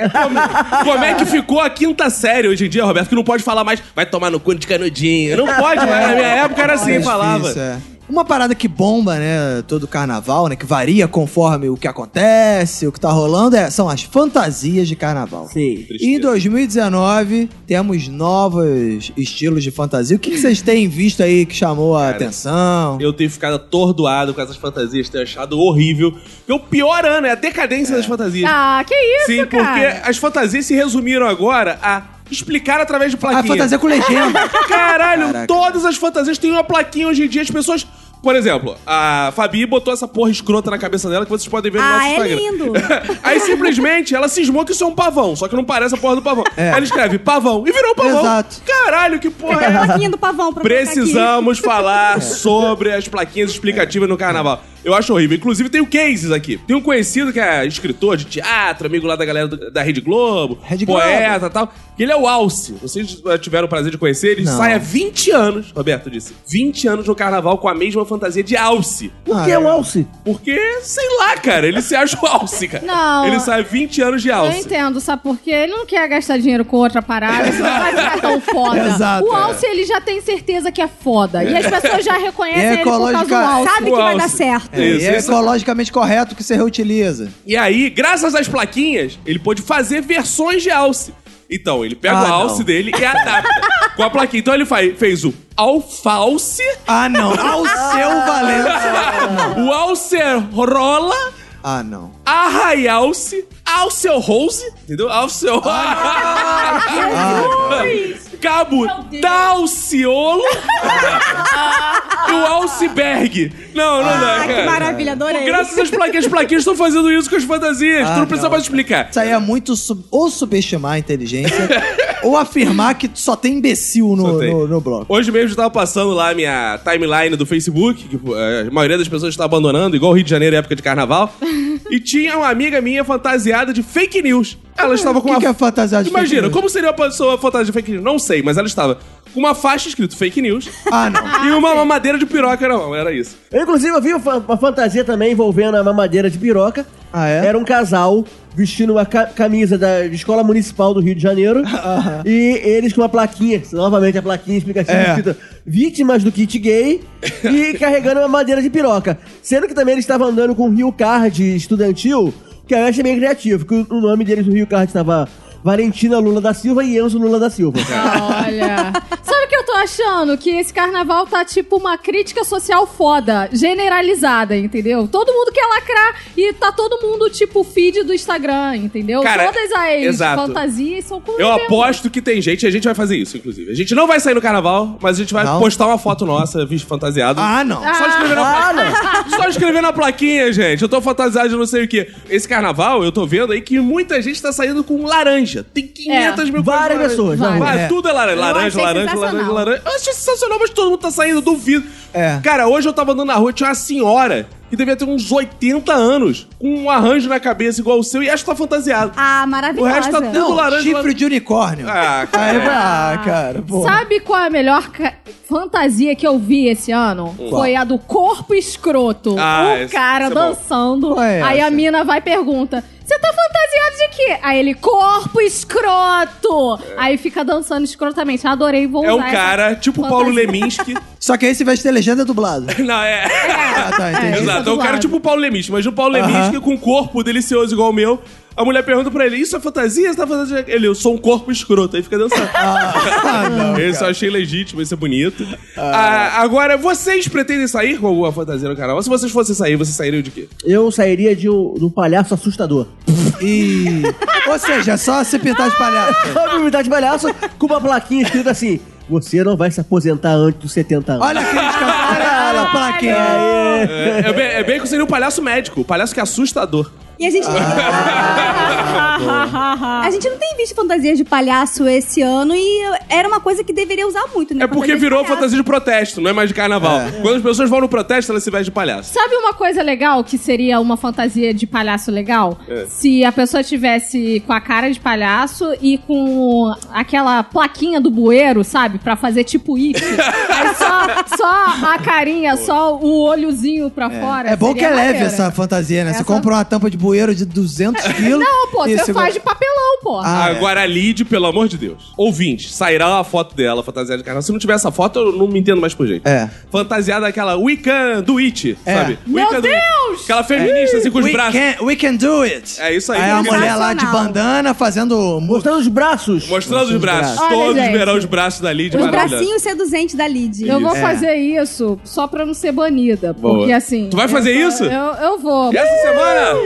Como é que ficou a quinta série hoje em dia, Roberto? Que não pode falar mais, vai tomar no cu de canudinho. Não pode, mas na minha época era assim, falava.
é. Uma parada que bomba, né, todo carnaval, né, que varia conforme o que acontece, o que tá rolando, é- são as fantasias de carnaval.
Sim.
Em 2019, temos novos estilos de fantasia. O que que vocês têm visto aí que chamou a atenção?
Eu tenho ficado atordoado com essas fantasias, tenho achado horrível. Porque o pior ano é a decadência das fantasias.
Ah, que isso,
Sim, porque
cara.
as fantasias se resumiram agora a explicar através de
A
plaquinha.
fantasia com legenda.
Caralho,
Caraca.
todas as fantasias têm uma plaquinha hoje em dia. As pessoas. Por exemplo, a Fabi botou essa porra escrota na cabeça dela que vocês podem ver no
Ah,
nosso
é
Instagram.
lindo.
Aí simplesmente ela cismou que isso é um pavão, só que não parece a porra do pavão. Ela escreve pavão e virou um pavão.
É. Exato.
Caralho, que porra é
A
essa?
plaquinha do pavão pra colocar aqui.
Precisamos falar sobre as plaquinhas explicativas no carnaval. Eu acho horrível. Inclusive, tenho cases aqui. Tem um conhecido que é escritor de teatro, amigo lá da galera do- da Rede Globo,
Rede Globo.
poeta e tal. E Ele é o Alce. Vocês eh, tiveram o prazer de conhecer. Ele
Não.
sai há 20 anos, Roberto disse, 20 anos no carnaval com a mesma fantasia de Alce.
Que é um alce.
Porque, sei lá, cara, ele se acha o Alce, cara.
Não.
Ele sai há 20 anos de
Eu
Alce.
entendo, sabe por quê? Ele não quer gastar dinheiro com outra parada, senão vai ficar tão foda.
Exato,
o
é.
Alce, ele já tem certeza que é foda. E as pessoas já reconhecem
É
ele por causa do
ecológica-
Alce.
Sabe
O
que vai
Alce.
dar certo.
É,
Isso,
e é
isso.
ecologicamente correto que você reutiliza.
E aí, graças às plaquinhas, ele pôde fazer versões de alce. Então, ele pega
Ah,
o alce
não.
dele e adapta com a plaquinha. Então, ele faz, fez o alfalce,
Ah, não. Ao seu Valença.
o alcerola,
Ah, não.
arraialce, alceu rose, entendeu? Alceu... Cabo Dalciolo e o Alceberg. Não, não dá,
Ah,
cara.
que maravilha, adorei.
Graças às plaquinhas, as plaquinas estão fazendo isso com as fantasias.
Ah,
tu não precisa
não.
mais explicar.
Isso aí é muito sub- ou subestimar a inteligência ou afirmar que só tem imbecil no,
Só tem.
no, no bloco.
Hoje mesmo eu tava passando lá a minha timeline do Facebook, que eh, a maioria das pessoas está abandonando, igual o Rio de Janeiro, é época de carnaval. e tinha uma amiga minha fantasiada de fake news. Ela estava com
O que,
uma.
que é fantasia de
Imagina,
fake news?
como seria uma pessoa fantasiada de fake news? Não sei, mas ela estava com uma faixa escrito fake news
Ah, não.
e uma mamadeira de piroca na mão. Era isso.
Eu, inclusive, eu vi uma, uma fantasia também envolvendo a mamadeira de piroca.
Ah, é?
Era um casal vestindo uma ca- camisa da Escola Municipal do Rio de Janeiro. E eles com uma plaquinha, novamente a plaquinha explicativa
É.
escrita vítimas do kit gay e carregando uma madeira de piroca. Sendo que também eles estavam andando com um Rio Card estudantil, que eu achei bem criativo, que o o nome deles no Rio Card estava Valentina Lula da Silva e Enzo Lula da Silva.
Olha. Sabe o que eu tô achando? Que esse carnaval tá tipo uma crítica social foda, generalizada, entendeu? Todo mundo quer lacrar e tá todo mundo tipo feed do Instagram, entendeu?
Cara,
Todas as
exato.
fantasias são com
Eu aposto que tem gente, e a gente vai fazer isso, inclusive. A gente não vai sair no carnaval, mas a gente vai
Não?
postar uma foto nossa, visto fantasiado.
Ah, não.
Só escrever, na
Ah, não.
pla- Só escrever na plaquinha, gente. Eu tô fantasiado de não sei o quê. Esse carnaval, eu tô vendo aí que muita gente tá saindo com laranja. Tem 500 mil coisas
Várias
de laranja.
pessoas,
Várias.
Vai,
É.
Tudo é laranja. Laranja,
achei
laranja, laranja,
sensacional.
laranja. Eu achei sensacional, mas todo mundo tá saindo, duvido.
É.
Cara, hoje eu tava andando na rua, tinha uma senhora que devia ter uns 80 anos, com um arranjo na cabeça igual o seu, e acho que tá fantasiado.
Ah,
o
maravilhosa.
resto tá tudo
Não,
laranja.
chifre
laranja.
de unicórnio.
Ah,
Aí,
cara.
ah, cara, pô.
Sabe qual é a melhor ca- fantasia que eu vi esse ano? Foi a do corpo escroto.
Ah,
o
esse-
cara
esse é bom.
dançando.
Qual é
aí a
essa?
mina vai e pergunta: Você tá fantasiado de aqui. Aí ele, corpo escroto! Aí fica dançando escrotamente. Adorei, vou
É um
usar essa
cara, tipo o Paulo
fantasia.
Leminski.
Só que aí se vai ter legenda dublado.
Não, é.
Ah, tá, entendi.
Exato, é um
dublado.
cara tipo o Paulo Leminski. Mas o Paulo Leminski com um corpo delicioso igual o meu. A mulher pergunta pra ele, isso é fantasia? Você tá fantasia? Ele, eu sou um corpo escroto. Aí fica dançando. eu só achei legítimo, isso é bonito. Ah, agora, vocês pretendem sair com alguma fantasia no canal? Se vocês fossem sair, vocês sairiam de quê?
Eu sairia de um, de um palhaço assustador.
E... Ou seja, é só se pintar de palhaço.
Uma habilidade de palhaço com uma plaquinha escrita assim: Você não vai se aposentar antes dos 70 anos.
Olha aquele olha, olha a plaquinha.
Aê.
É, é bem, é bem que seria um palhaço médico, um palhaço que é assustador.
E a gente.
Ah,
Ah.
a gente não tem visto fantasias de palhaço esse ano e era uma coisa que deveria usar muito, né?
É porque
Fantasia de
virou
palhaço.
fantasia de protesto, não é mais de carnaval. Quando as pessoas vão no protesto, elas se vestem de palhaço.
Sabe uma coisa legal que seria uma fantasia de palhaço legal?
É.
Se a pessoa tivesse com a cara de palhaço e com aquela plaquinha do bueiro, sabe? Pra fazer tipo it. Aí só, só a carinha, só o olhozinho pra fora.
É bom que
seria
é leve
maneiro.
essa fantasia, né? Você
Essa-
compra uma tampa de bueiro de 200
É,
quilos.
Não, pô,
e
você faz de papelão, pô.
Ah, é.
Agora, a Lid, pelo amor de Deus. Ouvinte, sairá a foto dela, fantasiada de carnaval. Se não tiver essa foto, eu não me entendo mais por jeito.
É.
Fantasiada daquela Wiccan do It,
É.
sabe?
Meu
Wiccan do It.
Deus!
Aquela feminista, assim, com os
We
braços.
can, we can do it.
É isso aí.
Aí a
Sensacional.
mulher lá de bandana fazendo... mu-
Mostrando os braços.
Mostrando os braços.
braços.
Todos
Olha, gente.
verão os braços da Lid,
Os
maravilhosa.
bracinhos seduzentes da Lid.
Eu vou
É.
fazer isso só pra não ser banida.
Boa.
Porque assim.
Tu vai fazer
eu-
isso?
Eu, eu vou.
E essa semana?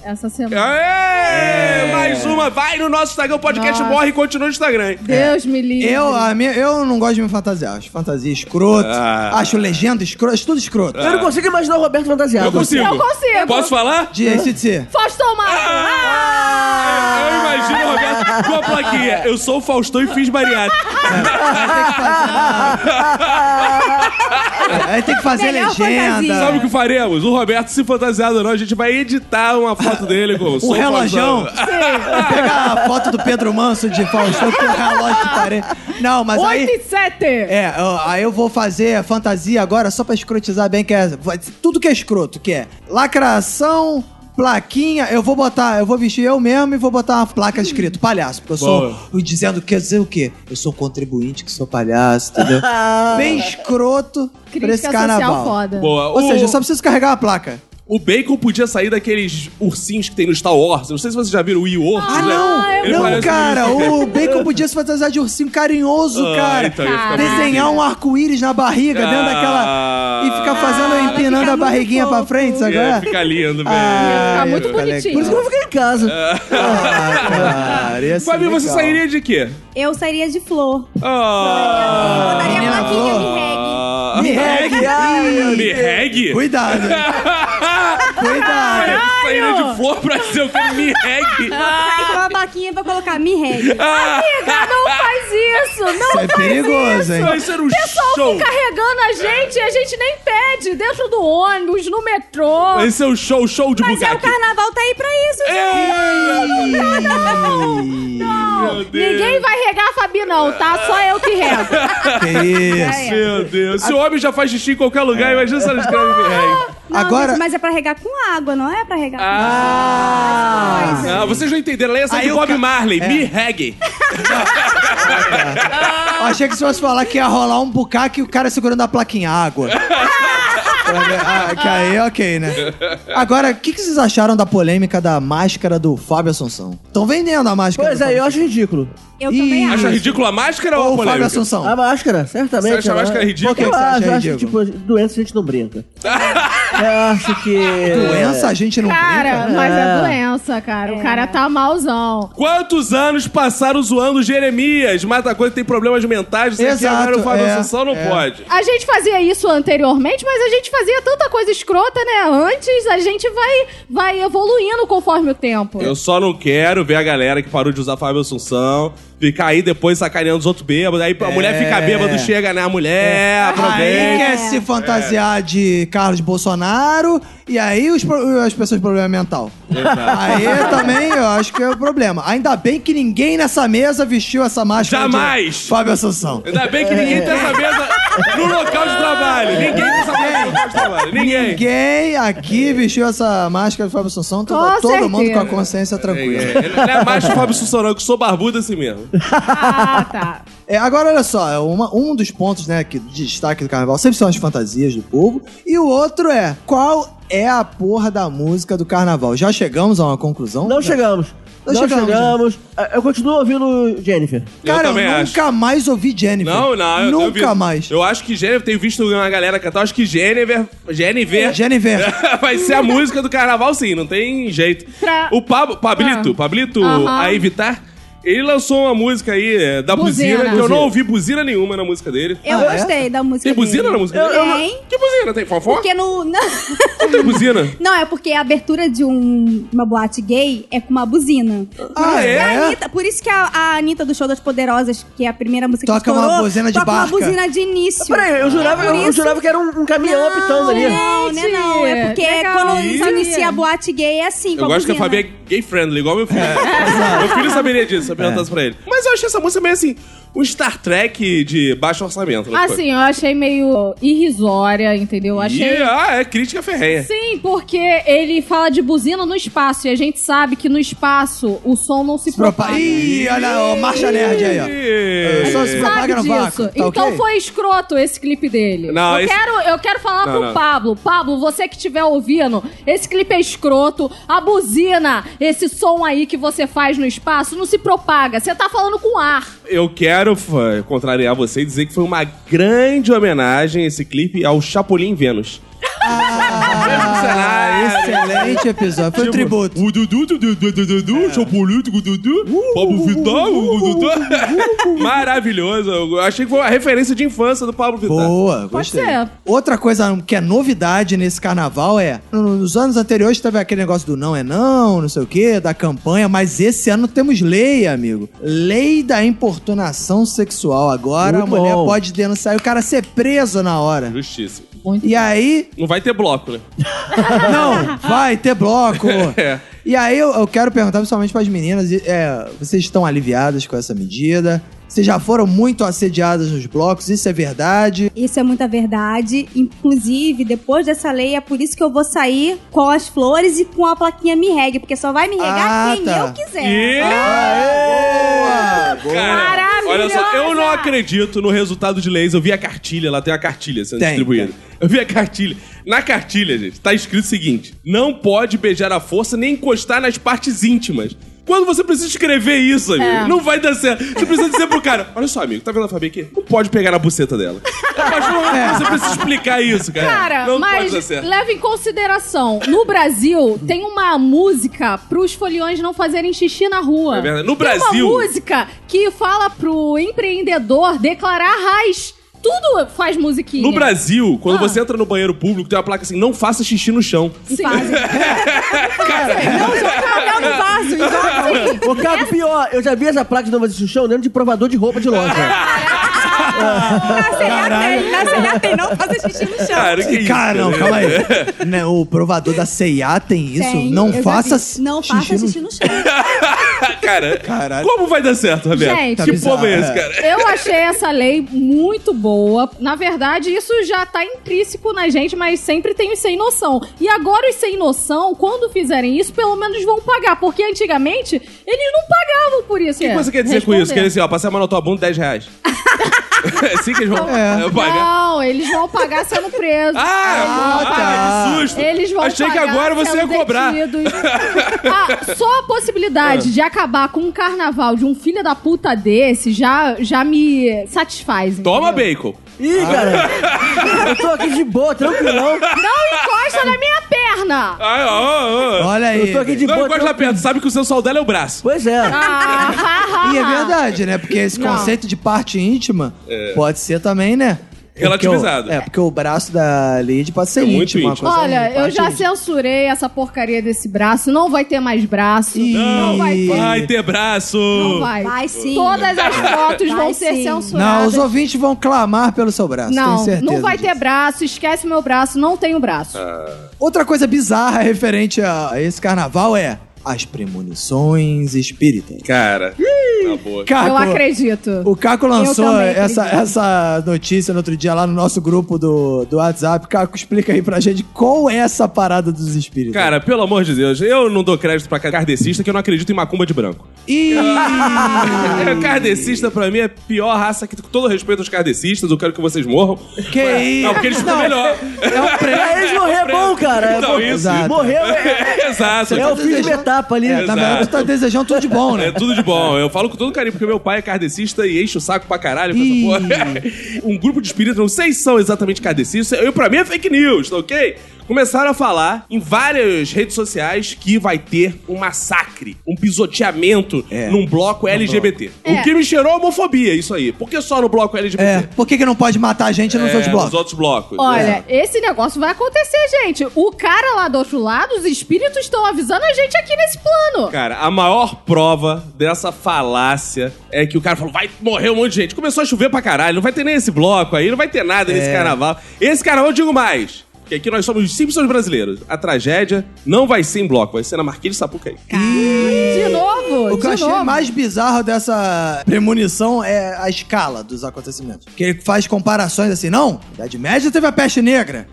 Essa semana.
Aê! Mais
É.
uma. Vai no nosso Instagram, podcast
Nossa.
morre e continua no Instagram. hein?
Deus me livre.
Eu, a minha, eu não gosto de me fantasiar. Acho fantasia escroto.
Ah.
Acho legenda escroto. Acho tudo escroto.
Eu não consigo imaginar o Roberto fantasiado.
Eu consigo.
Eu consigo.
Posso falar?
De ACDC.
Faustão Ah, Matos!
Ah!
Ah!
Eu imagino o Roberto com a plaquinha. Eu sou o Faustão e fiz bariátrica.
Aí tem que fazer
Melhor
legenda.
fantasia.
Sabe o que faremos? O Roberto, se fantasiado ou não, a gente vai editar uma foto dele com
O
sou
relojão.
Faustão.
Um Pegar a foto do Pedro Manso de Faustão com o relógio de parede. Não, mas
8
aí.
e 7!
É, ó, aí eu vou fazer fantasia agora só pra escrotizar bem que é. vai- Tudo que é escroto, que é lacração, plaquinha. Eu vou botar, eu vou vestir eu mesmo e vou botar uma placa escrito palhaço. Porque eu sou. o Dizendo, quer dizer o quê? Eu sou um contribuinte que sou palhaço, entendeu?
Ah,
bem escroto pra esse
Crítica social
carnaval.
foda.
Boa.
Ou
o,
seja, eu só preciso carregar a placa.
o Bacon podia sair daqueles ursinhos que tem no Star Wars. Não sei se vocês já viram o Eeyore.
Ah, não!
Ah,
Ele
não,
parece
cara!
um-
O Bacon podia se fantasiar de ursinho carinhoso,
Ah,
cara.
então ia ficar
Desenhar um arco-íris na barriga, dentro daquela...
Ah,
E ficar fazendo,
vai
empinando
ficar
a barriguinha
muito
pra frente, sabe?
é,
qual é?
Fica lindo, velho.
Ah,
É,
Tá muito
fica legal.
Por isso que eu
bonitinho.
vou ficar em casa.
Ah, cara, ia ser
Fabi, você
legal.
sairia de quê?
Eu sairia de flor.
Ah.
Botaria
menina
plaquinha
flor.
de reggae.
Me regue! Ih,
Me regue?
Cuidado! Cuidado!
Sairia de flor pra ser o que me regue.
Aí com
Ah.
uma plaquinha pra colocar me reggae.
Amiga, não faz isso! Não
Isso é perigoso, hein?
Vai ser um show.
carregando a gente e a gente nem pede. Dentro do ônibus, no metrô.
Vai ser um show, show de
Mas é, o
bugatti.
carnaval tá aí pra
É,
isso,
Ih,
Não,
Deus.
ninguém vai regar a Fabi, não, tá? Só eu que rego.
Que isso!
É, é.
Meu Deus. Se o homem já faz xixi em qualquer lugar, imagina se ela escreve me regue.
Não,
Agora-
mas, mas é pra regar com água, não é pra regar com
Ah,
é.
ah vocês não entenderam. Ela ia sair
Aí
de
o
Bob
ca- É.
Marley. Me regue.
Eu achei que se fosse falar que ia rolar um bucaque e o cara segurando a plaquinha água. ah, que aí, ok, né? Agora, o que, que vocês acharam da polêmica da máscara do Fábio Assunção? Estão vendendo a máscara
Pois
do
é,
Fábio
eu acho ridículo.
Eu
Ih,
também acho.
Acha ridícula a máscara ou a
Ou o Fábio
polêmica?
Assunção?
A máscara, certamente.
Você acha a
né?
máscara ridícula?
Eu
Por que você acha
acho, eu acho que,
ridículo?
tipo, doença a gente não brinca. eu acho que...
Doença a gente não brinca.
Cara, mas é
É.
doença, cara. O cara tá malzão.
Quantos anos passaram zoando Jeremias? Mata coisa tem problemas mentais. Você
Exato,
agora o Fábio
é,
Assunção não
é.
pode.
A gente fazia isso anteriormente, mas a gente fazia tanta coisa escrota, né? Antes, a gente vai, vai evoluindo conforme o tempo.
Eu só não quero ver a galera que parou de usar Fábio Assunção ficar aí depois sacaneando os outros bêbados. Aí a mulher fica bêbado, chega na mulher,
É. Aí é
aproveita.
quer se fantasiar de Carlos Bolsonaro E aí os pro- as pessoas têm problema mental. Aí também eu acho que é o problema. Ainda bem que ninguém nessa mesa vestiu essa máscara. de
Jamais!
Fábio Assunção.
Ainda bem que ninguém tem essa mesa no local de trabalho.
É.
Ninguém tem essa mesa no local de trabalho. Ninguém.
Ninguém
É.
aqui vestiu essa máscara do Fábio Assunção. Todo,
Com
todo mundo com
certeza.
a consciência tranquila.
É, ele não é mais o Fábio Sussorão, que eu sou barbudo assim mesmo.
Ah, tá.
É, agora, olha só, uma- um dos pontos né, que, de destaque do carnaval sempre são as fantasias do povo. E o outro é qual é a porra da música do carnaval? Já chegamos a uma conclusão?
Não chegamos.
Não
Não,
chegamos,
chegamos. Ah, Eu continuo ouvindo Jennifer.
Cara,
eu
eu,
também acho.
nunca mais ouvi Jennifer.
Não, não. eu- eu
Nunca
vi-
mais.
Eu acho que Jennifer, tenho visto uma galera cantar, eu acho que Jennifer...
É,
Jennifer...
Jennifer.
Vai ser a música do carnaval, sim, não tem jeito.
Pra-
O Pablo, Pablito,
Ah.
Pablito,
Aham.
a evitar, ele lançou uma música aí é, da buzina,
Buzina.
que eu não ouvi buzina nenhuma na música dele.
Eu
Ah, é?
gostei da música
Tem buzina
dele.
na música dele? Ah,
Tem.
Que buzina? Tem fofó?
Porque no... Não,
Não tem buzina.
não, é porque a abertura de um- uma boate gay é com uma buzina.
Ah,
E a
é?
Anitta- por isso que a, a Anitta do Show das Poderosas, que é a primeira música que
Toca uma
estourou,
buzina de
toca
barca.
uma buzina de início.
Peraí, eu jurava, eu, eu jurava que era um, um caminhão apitando ali.
Não, né, não. É porque
Legal.
quando
Ih.
se inicia a boate gay é assim,
um
com
Eu
a
gosto que a
buzina.
Fabi é
né?
gay friendly, igual meu filho.
É.
meu filho saberia disso, se eu perguntasse pra ele. Mas eu achei essa música meio assim, um Star Trek de baixo orçamento. não foi?
Assim, eu achei meio irrisória, entendeu? Eu
E,
Achei.
ah, é crítica ferrenha.
Sim, porque ele fala de buzina no espaço e a gente sabe que no espaço o som não se propaga.
Propa- Ih, olha, ó, marcha nerd aí, ó. É.
E-
Só se propaga
Sabe
no
disso.
vácuo. Tá
então
ok?
foi escroto esse clipe dele.
Não,
eu,
esse-
quero, eu quero falar
Não,
pro
não.
Pablo. Pablo, você que estiver ouvindo, esse clipe é escroto. A buzina, esse som aí que você faz no espaço, não se propaga. Você tá falando com ar.
Eu quero f- contrariar você e dizer que foi uma grande homenagem esse clipe ao Chapolin Vênus. é
Ah, excelente episódio.
Tipo,
Foi um tributo.
O Dudu, Dudu, Dudu, Dudu, Chapolin, Dudu, Dudu, Pablo Vittar, o Dudu. Maravilhoso. Eu achei que foi uma referência de infância do Pablo Vittar.
Boa,
Pode
gostei.
ser.
Outra coisa que é novidade nesse carnaval é, no- nos anos anteriores teve aquele negócio do não é não, não sei o quê, da campanha, mas esse ano temos lei, amigo. Lei da importunação sexual. Agora
Muito
a mulher
bom.
pode denunciar e o cara ser preso na hora.
Justiça.
E aí,
Não vai ter bloco, né?
não, vai ter bloco.
É.
E aí eu, eu quero perguntar principalmente para as meninas, e, é, vocês estão aliviadas com essa medida? Vocês já foram muito assediadas nos blocos? Isso é verdade?
Isso é muita verdade. Inclusive, depois dessa lei, é por isso que eu vou sair com as flores e com a plaquinha Me Regue, porque só vai me regar
Ah,
quem
tá.
eu quiser.
E...
Ah, Boa!
Cara,
Maravilhosa!
olha só, eu não acredito no resultado de leis. Eu vi a cartilha, lá tem a cartilha sendo
Tem,
distribuída. Eu vi a cartilha. Na cartilha, gente, tá escrito o seguinte: não pode beijar à força nem encostar nas partes íntimas. Quando você precisa escrever isso, amigo,
É.
não vai dar certo. Você precisa dizer pro cara: olha só, amigo, tá vendo a Fabi aqui? Não pode pegar na buceta dela. É, Mas não, Você precisa explicar isso, cara.
Cara,
não pode dar
mas
certo.
leva em consideração, no Brasil tem uma música pros foliões não fazerem xixi na rua.
É verdade. No
tem
Brasil-
uma música que fala pro empreendedor declarar raiz. Tudo faz musiquinha.
No Brasil, quando
Ah.
você entra no banheiro público, tem uma placa assim: não faça xixi no chão.
Sim. Não, joga papel no vaso, joga assim.
Ô, cara, pior, eu já vi essa placa de Nova de Xuxão dentro de provador de roupa de loja.
Na CNA tem, na CNA tem, não faça xixi no chão.
Cara, que isso?
Cara, não,
cara?
calma aí. Né, o provador da CIA tem isso?
Tem,
não
eu já
faça
vi. Não faça
no-
tipo
xixi no chão.
Cara,
Caralho. Tá
como vai dar certo, Roberto?
Gente,
que povo é esse,
bizarro.
cara?
Eu achei essa lei muito boa. Na verdade, isso já tá intrínseco na gente, mas sempre tem os sem noção. E agora os sem noção, quando fizerem isso, pelo menos vão pagar. Porque antigamente, eles não pagavam por isso.
O que você quer dizer com isso? Quer dizer, ó, passar a mão na tua bunda, 10 reais. É assim que eles vão
É.
é. pagar.
Não, eles vão pagar sendo presos.
Ah,
Ah,
ah,
tá.
que susto!
Eles vão
Achei que
pagar
agora você ia
sendo
cobrar. Ah.
detidos. Ah, só a possibilidade de acabar com um carnaval de um filho da puta desse já, já me satisfaz.
Toma,
entendeu?
bacon.
Ih,
Ah.
cara, eu tô aqui de boa, tranquilão.
Não encosta na minha perna!
Ai, ó, ó, ó.
Olha aí.
Eu tô aqui de
Não
boa.
encosta lá
tranquilo.
perto, sabe que o sensual dela é o braço.
Pois é.
Ah,
E é verdade, né? Porque esse
Não.
conceito de parte íntima pode ser também, né?
É. Relativizado.
Porque o- é, porque o braço da Lid pode ser
É muito
íntimo. uma
íntimo.
coisa- uma
Olha, eu
parte
já
íntima.
censurei essa porcaria desse braço. Não vai ter mais braço.
Ih.
Não vai ter.
Vai ter braço!
Não vai.
Vai sim.
Todas as fotos
Vai
vão ser
sim.
Não,
censuradas.
os ouvintes vão clamar pelo seu braço, tenho
Não,
certeza.
não vai ter
disso.
braço, esquece meu braço, não tenho braço.
Outra coisa bizarra referente a a esse carnaval é as premonições espíritas.
Cara, tá boa.
Caco,
eu acredito.
Ah, O Caco
Eu
lançou
também
essa,
acredito.
essa notícia no outro dia lá no nosso grupo do, do WhatsApp. Caco, explica aí pra gente qual é essa parada dos espíritos.
Cara, pelo amor de Deus, eu não dou crédito pra kardecista que eu não acredito em macumba de branco.
Ih,
É, Kardecista, pra mim, é a pior raça que. Com todo respeito aos kardecistas, eu quero que vocês morram.
que isso?
Não, porque eles ficam melhor.
É um prêmio.
Pra eles morrer é bom, cara. É
Então,
bom.
isso.
Exato.
Morreu é,
Exato.
é o fim de uma
Desejando-
etapa ali.
É, na verdade, tu tá desejando tudo de bom,
É
né?
tudo de bom. Eu falo com todo carinho, porque meu pai é kardecista e enche o saco pra caralho com
Ih.
essa porra. Um grupo de espíritas, não sei se são exatamente kardecistas, eu, pra mim é fake news, tá ok? Começaram a falar em várias redes sociais que vai ter um massacre, um pisoteamento
É.
num bloco LGBT.
É.
O que me cheirou a homofobia, isso aí. Por que só no bloco
É.
LGBT?
Por que, que não pode matar a gente nos
É,
outros
Nos
blocos?
outros blocos. né?
Olha,
é.
esse negócio vai acontecer, gente. O cara lá do outro lado, os espíritos estão avisando a gente aqui nesse plano.
Cara, a maior prova dessa falácia é que o cara falou: vai morrer um monte de gente. Começou a chover pra caralho, não vai ter nem esse bloco aí, não vai ter nada
É.
nesse carnaval. Esse carnaval eu digo mais. Que aqui nós somos os Simpsons brasileiros. A tragédia não vai ser em bloco, vai ser na Marquês de Sapucaí.
De novo,
O que eu
de
achei
novo.
mais bizarro dessa premonição é a escala dos acontecimentos. Que ele faz comparações assim, não, na Idade Média teve a peste negra.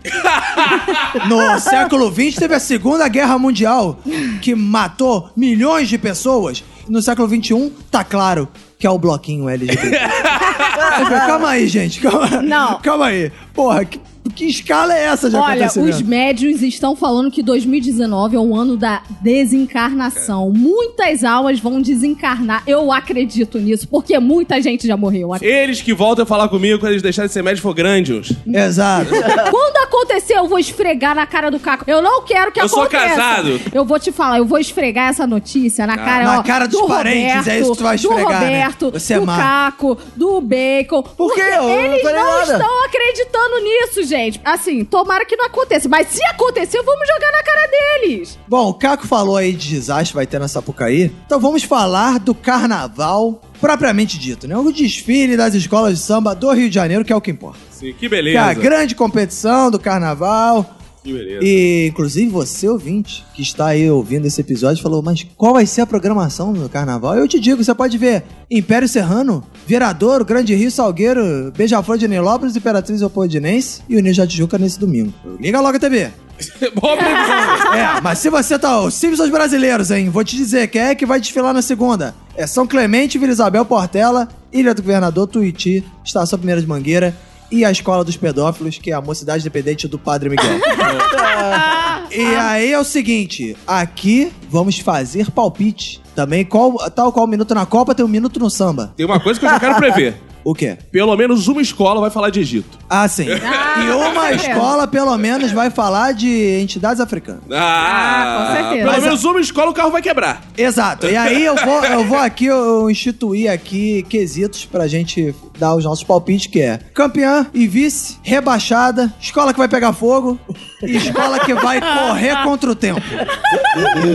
no século XX teve a Segunda Guerra Mundial, que matou milhões de pessoas. No século XXI, tá claro que é o bloquinho LGBT. calma aí, gente, calma.
Não.
Calma aí. Porra, que, que escala é essa de
Olha, os
acontecimento?
médios estão falando que 2019 é o ano da desencarnação.
É.
Muitas almas vão desencarnar. Eu acredito nisso, porque muita gente já morreu.
Eles que voltam a falar comigo quando eles deixarem de ser médicos for grandes.
Exato.
Quando acontecer, eu vou esfregar na cara do Caco. Eu não quero que
Eu sou
aconteça.
casado. Ah,
Eu vou te falar, eu vou esfregar essa notícia na cara,
na
ó,
cara dos
do
parentes,
Roberto,
é isso que tu vai esfregar,
Do
né?
Roberto,
Você é
do
má.
Caco, do Bacon. porque
quê? Eu não
eles
falei
não
nada.
estão acreditando nisso, gente. Assim, tomara que não aconteça. Mas se acontecer, vamos jogar na cara deles.
Bom, o Caco falou aí de desastre vai ter na Sapucaí. Então vamos falar do carnaval propriamente dito, né? O desfile das escolas de samba do Rio de Janeiro, que é o que importa.
Sim, que
Que é a
beleza.
grande competição do carnaval.
Que beleza.
E, inclusive, você, ouvinte, que está aí ouvindo esse episódio, falou: Mas qual vai ser a programação do carnaval? Eu te digo: você pode ver Império Serrano, Viradouro, Grande Rio, Salgueiro, Beija-Flor de Nilópolis, Imperatriz Opodinense e União de Tijuca nesse domingo. Liga logo a TV.
Boa previsão.
É, mas se você tá. Os Simpsons brasileiros, hein? Vou te dizer quem é que vai desfilar na segunda. É São Clemente, Vila Isabel, Portela, Ilha do Governador, Tuiuti, Estação Primeira de Mangueira e a Escola dos Pedófilos, que é a mocidade dependente do Padre Miguel. e aí é o seguinte: aqui vamos fazer palpite. Também, qual- tal qual o minuto na Copa, tem um minuto no samba.
Tem uma coisa que eu já quero prever.
O quê?
Pelo menos uma escola vai falar de Egito.
Ah, sim. e uma escola, pelo menos, vai falar de entidades africanas.
Ah, com certeza.
Pelo
Mas
menos uma escola o carro vai quebrar.
Exato. E aí eu vou, eu vou aqui, eu instituir aqui quesitos pra gente dar os nossos palpites, que é campeã e vice, rebaixada, escola que vai pegar fogo e escola que vai correr contra o tempo. Ok?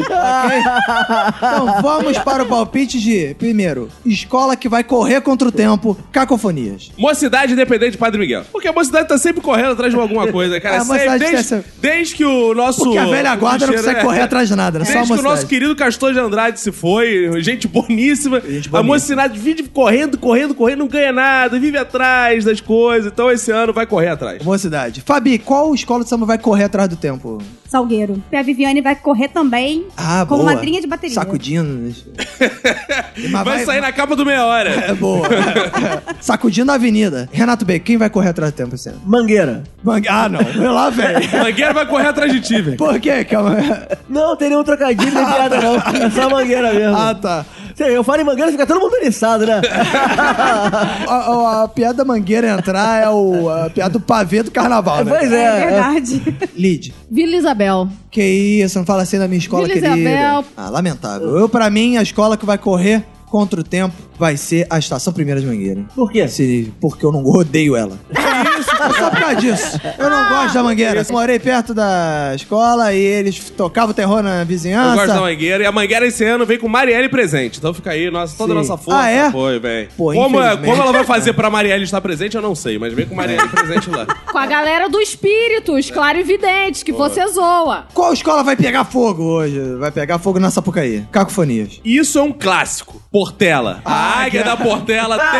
Então vamos para o palpite de, primeiro, escola que vai correr contra o tempo, cacofonias.
Mocidade independente de Padre Miguel. Porque a mocidade tá sempre correndo atrás de alguma coisa, cara.
É, a mocidade
Sempre, desde,
tá sempre-
desde que o nosso.
Porque a velha guarda não consegue
é,
correr atrás de nada, né? Só a
Desde que o nosso
mocidade.
querido Castor de Andrade se foi, gente boníssima, a mocidade vive correndo, correndo, correndo, não ganha nada, vive atrás das coisas. Então esse ano vai correr atrás.
Mocidade. Fabi, qual escola de samba vai correr atrás do tempo?
Salgueiro. E a Viviane vai correr também
Ah,
como
boa.
madrinha de bateria.
Sacudindo. né? Mas
Vai sair na capa do meia hora.
É boa. Sacudindo a avenida. Renato Bacon, quem vai correr atrás do tempo esse ano?
Mangueira.
Bang- Ah, não. Vê lá, velho.
Mangueira vai correr atrás de ti, velho.
Por quê? é Calma.
Não, tem nenhum trocadilho, nem piada, não. É só mangueira mesmo.
Ah, tá.
Sério, eu falo em mangueira, fica todo mundo eriçado, né?
A, a- a piada da mangueira entrar é o, a piada do pavê do carnaval, né?
pois
É
é.
verdade.
Lid.
Vila Isabel.
Que isso, não fala assim na minha escola,
Vila
querida.
Isabel.
Ah, lamentável. Eu, pra mim, a escola que vai correr contra o tempo vai ser a Estação Primeira de Mangueira.
Por quê?
Se- porque eu não odeio ela. É só por causa disso. Eu não gosto da Mangueira. Eu morei perto da escola e eles tocavam terror na
Eu gosto da
vizinhança.
Mangueira. E a Mangueira esse ano vem com Marielle presente. Então fica aí nossa, toda a
Sim.
nossa força.
Ah, é?
Foi, velho.
Pô,
Como, é-
infelizmente. É.
como ela vai fazer pra Marielle estar presente, eu não sei. Mas vem com Marielle presente lá.
Com a galera do Espíritos, claro e vidente, que você zoa.
Qual escola vai pegar fogo hoje? Vai pegar fogo na Sapucaí. Cacofonias.
Isso é um clássico. Portela.
Ah,
A águia da Portela tem que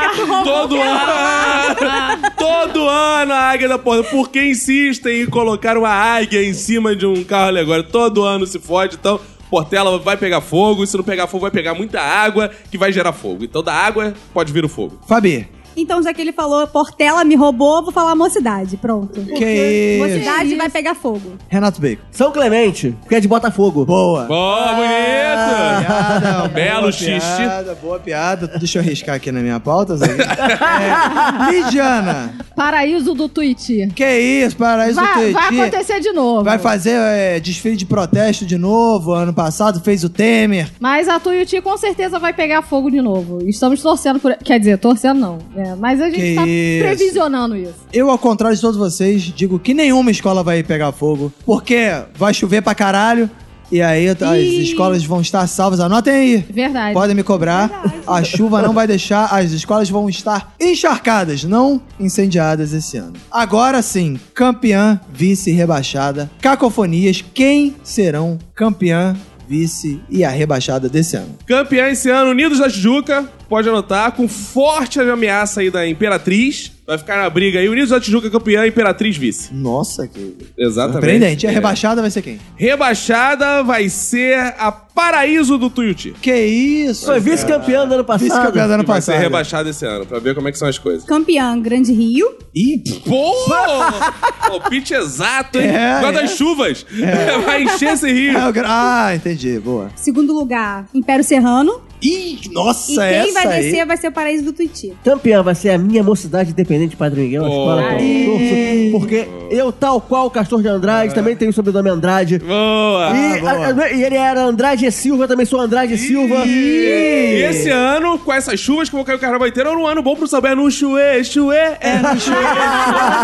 ser destruída. assim. Todo ano. Todo ano a águia da Portela. Por que insistem em colocar uma águia em cima de um carro alegórico? Todo ano se fode, então. Portela vai pegar fogo, e se não pegar fogo, vai pegar muita água que vai gerar fogo. Então, da água pode vir o fogo.
Fabi,
Então, já que ele falou Portela me roubou, vou falar mocidade. Pronto.
Que
Mocidade
isso.
vai pegar fogo.
Renato Bacon.
São Clemente, porque é de Botafogo.
Boa.
Bom,
Ah,
bonito!
piada, uma
Belo
boa
xiste.
Piada, boa piada. Deixa eu riscar aqui na minha pauta. Zé. É, Lidiana,
Paraíso do Tuiti.
que isso, paraíso do
Vai,
Tuiuti.
vai acontecer de novo.
Vai fazer é, desfile de protesto de novo. Ano passado fez o Temer.
Mas a Tuiuti com certeza vai pegar fogo de novo. Estamos torcendo por. Quer dizer, torcendo não. né? mas a gente
Que
tá
isso.
previsionando isso.
Eu, ao contrário de todos vocês, digo que nenhuma escola vai pegar fogo, porque vai chover pra caralho. E aí as
Ih.
escolas vão estar salvas. Anotem aí.
Verdade.
Podem me cobrar. A chuva não vai deixar, as escolas vão estar encharcadas, não incendiadas esse ano. Agora sim, campeã, vice, rebaixada, cacofonias, quem serão campeã, vice e a rebaixada desse ano?
Campeã esse ano, Unidos da Tijuca, pode anotar, com forte ameaça aí da Imperatriz. Vai ficar na briga aí. Unidos da Tijuca campeã, Imperatriz vice.
Nossa, que
Exatamente.
surpreendente. E a
É.
rebaixada vai ser quem?
Rebaixada vai ser a Paraíso do Tuiuti.
Que isso?
Foi vice-campeão do ano passado.
Vice-campeão do ano
Que vai ser
passado.
rebaixada esse ano, pra ver como é que são as coisas.
Campeã, Grande Rio.
Ih,
Pô! o pitch exato, hein?
É,
Por causa
é.
das chuvas. Vai encher esse rio.
Ah, eu gra- Ah, entendi, boa.
Segundo lugar, Império Serrano.
Ih,
E
nossa,
quem
essa
vai
aí.
descer vai ser o Paraíso do Tuiti.
Campeã vai ser a minha mocidade independente Padre Miguel, a
Oh.
escola que eu torço, porque eu, tal qual o Castor de Andrade, também tenho o sobrenome Andrade.
Boa!
e,
É. Ah, boa.
a- a- e ele era Andrade Silva, eu também sou Andrade Silva.
E esse ano, com essas chuvas que vão cair o carnaval inteiro, era um ano bom pro saber no chuê, chuê, é no chuê,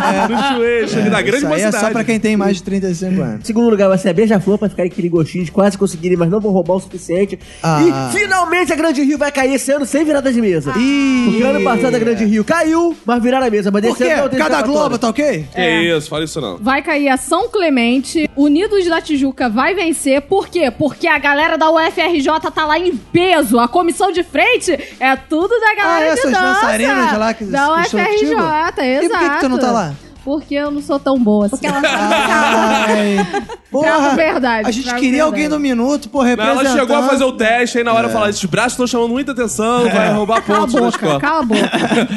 é no chuê, chuê, da grande
Isso aí é
mocidade.
só pra quem tem mais de 35 anos.
Segundo lugar vai ser a Beija-Flor pra ficar aquele gostinho de quase conseguirem, mas não vou roubar o suficiente.
Ah.
E finalmente a Grande Rio vai cair esse ano sem virada de mesa.
Ih.
Porque ano passado a Grande Rio caiu, mas viraram a mesa. Mas
Por quê?
desse ano não
Por
tem
causa da
escapatória.
Globo, tá ok?
Que É isso, fala isso não.
Vai cair a São Clemente, Unidos da Tijuca vai vencer. Por quê? Porque a galera da UFRJ tá lá em peso. A comissão de frente é tudo da
Ah,
galera
essas
de dança.
dançarinas lá que-
da
que estão
UFRJ,
contigo?
é, exato.
E por que que tu não tá lá?
Porque eu não sou tão boa assim.
Porque ela tá- não sabe
Ah, ai. Porra,
Trago verdade,
a gente
trago
queria
verdade.
alguém do minuto, pô,
Não,
representando.
ela chegou a
um
fazer o teste, aí na
É.
hora eu falar, esses braços estão chamando muita atenção, vai roubar
Cala a
pontos na
boca,
escola.
cala a boca.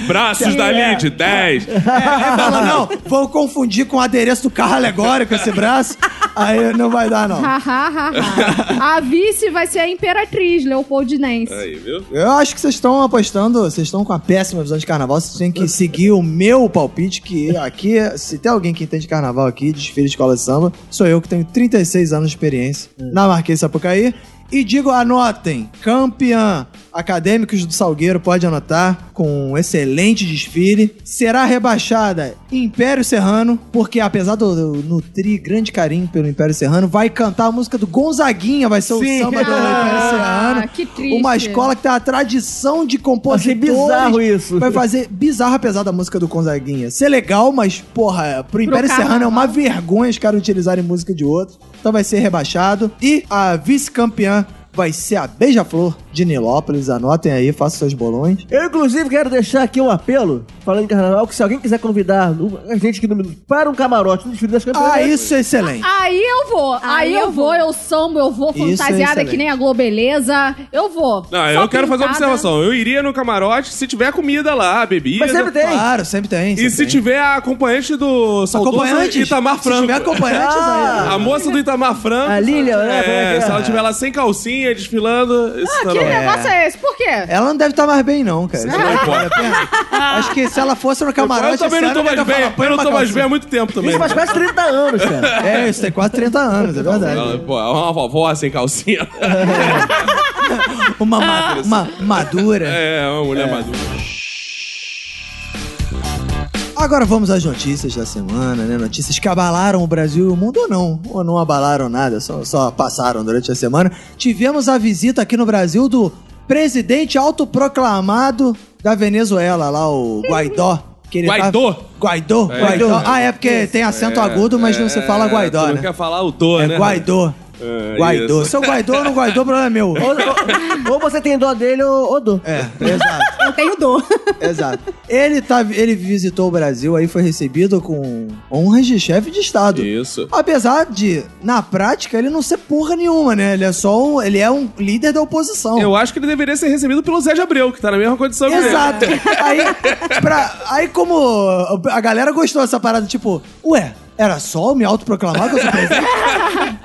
Braços da
é.
elite, 10.
Aí É, fala, não, vou confundir com o adereço do carro alegórico esse braço. Aí não vai dar, não.
Ha, ha, ha, ha. A vice vai ser a Imperatriz Leopoldinense.
Aí, viu?
Eu acho que vocês estão apostando, vocês estão com a péssima visão de carnaval, vocês têm que seguir o meu palpite, que aqui, se tem alguém que entende carnaval aqui, desfile de escola de samba, sou eu que tenho 36 anos de experiência
É.
na Marquês Sapucaí. E digo, anotem, campeã, acadêmicos do Salgueiro, pode anotar, com um excelente desfile. Será rebaixada Império Serrano, porque apesar do, do nutrir grande carinho pelo Império Serrano, vai cantar a música do Gonzaguinha, vai ser
Sim.
o samba do Império Serrano.
Ah, que triste.
Uma escola que tem a tradição de compositores.
Achei bizarro isso.
Vai fazer bizarro, apesar da música do Gonzaguinha ser legal, mas, porra, pro Império
carnaval.
Serrano é uma vergonha os caras utilizarem música de outro. Então vai ser rebaixado. E a vice-campeã vai ser a Beija-Flor de Nilópolis. Anotem aí, façam seus bolões.
Eu, inclusive, quero deixar aqui um apelo, falando em carnaval, que se alguém quiser convidar um- a gente aqui no Minuto para um camarote no desfile das campeãs...
Ah, isso é excelente.
Aí eu vou, aí, eu vou, eu sambo, eu vou
Isso é
fantasiada
excelente.
que nem a Globeleza. Eu vou.
Não,
Só
eu quero fazer uma
pintada.
observação. Eu iria no camarote se tiver comida lá, bebida.
Mas sempre tem.
Claro, sempre tem.
E se tiver a acompanhante do saudoso
acompanhante?
Itamar
Se
Franco.
tiver acompanhantes aí.
A moça do Itamar Franco.
A Lilia, né? Como
É,
é que é?
se ela tiver lá sem calcinha, desfilando. Isso tá
Que
bom.
negócio é esse? Por quê?
né? Ela não deve estar mais bem, não, cara.
Não importa.
Acho que se ela fosse no camarote...
é Eu também
esse
não tô
ano,
mais
ela ia
bem.
falar, põe
Eu não
uma
tô mais
calcinha.
bem há muito tempo também.
Isso faz quase 30 anos, cara.
É, isso tem quase 30 anos, é verdade.
Ela- Pô, é uma vovó sem calcinha.
Uma, ma- uma madura.
É, uma mulher madura.
Agora vamos às notícias da semana, né? Notícias que abalaram o Brasil e o mundo ou não. Ou não abalaram nada, só, só passaram durante a semana. Tivemos a visita aqui no Brasil do presidente autoproclamado da Venezuela, lá o Guaidó. que ele
Guaidó?
tava- Guaidó,
É,
Guaidó.
é.
Ah, é porque tem acento
É,
agudo, mas não
é,
se fala Guaidó,
tu não
né?
quer falar o Tô,
É
né?
Guaidó.
É,
Guaidó.
isso.
Se eu Guaidó ou não Guaidó, o problema é meu.
Ou, ou- ou você tem dó dele ou, ou dor.
É, exato.
Eu tenho dor.
Exato. Ele, tá, ele visitou o Brasil, aí foi recebido com honras de chefe de Estado.
Isso.
Apesar de, na prática, ele não ser porra nenhuma, né? Ele é só um, ele é um líder da oposição.
Eu acho que ele deveria ser recebido pelo Zé de Abreu, que tá na mesma condição que ele.
Exato. aí, pra- aí, como a galera gostou dessa parada, tipo, ué, era só eu me autoproclamar que eu sou presidente?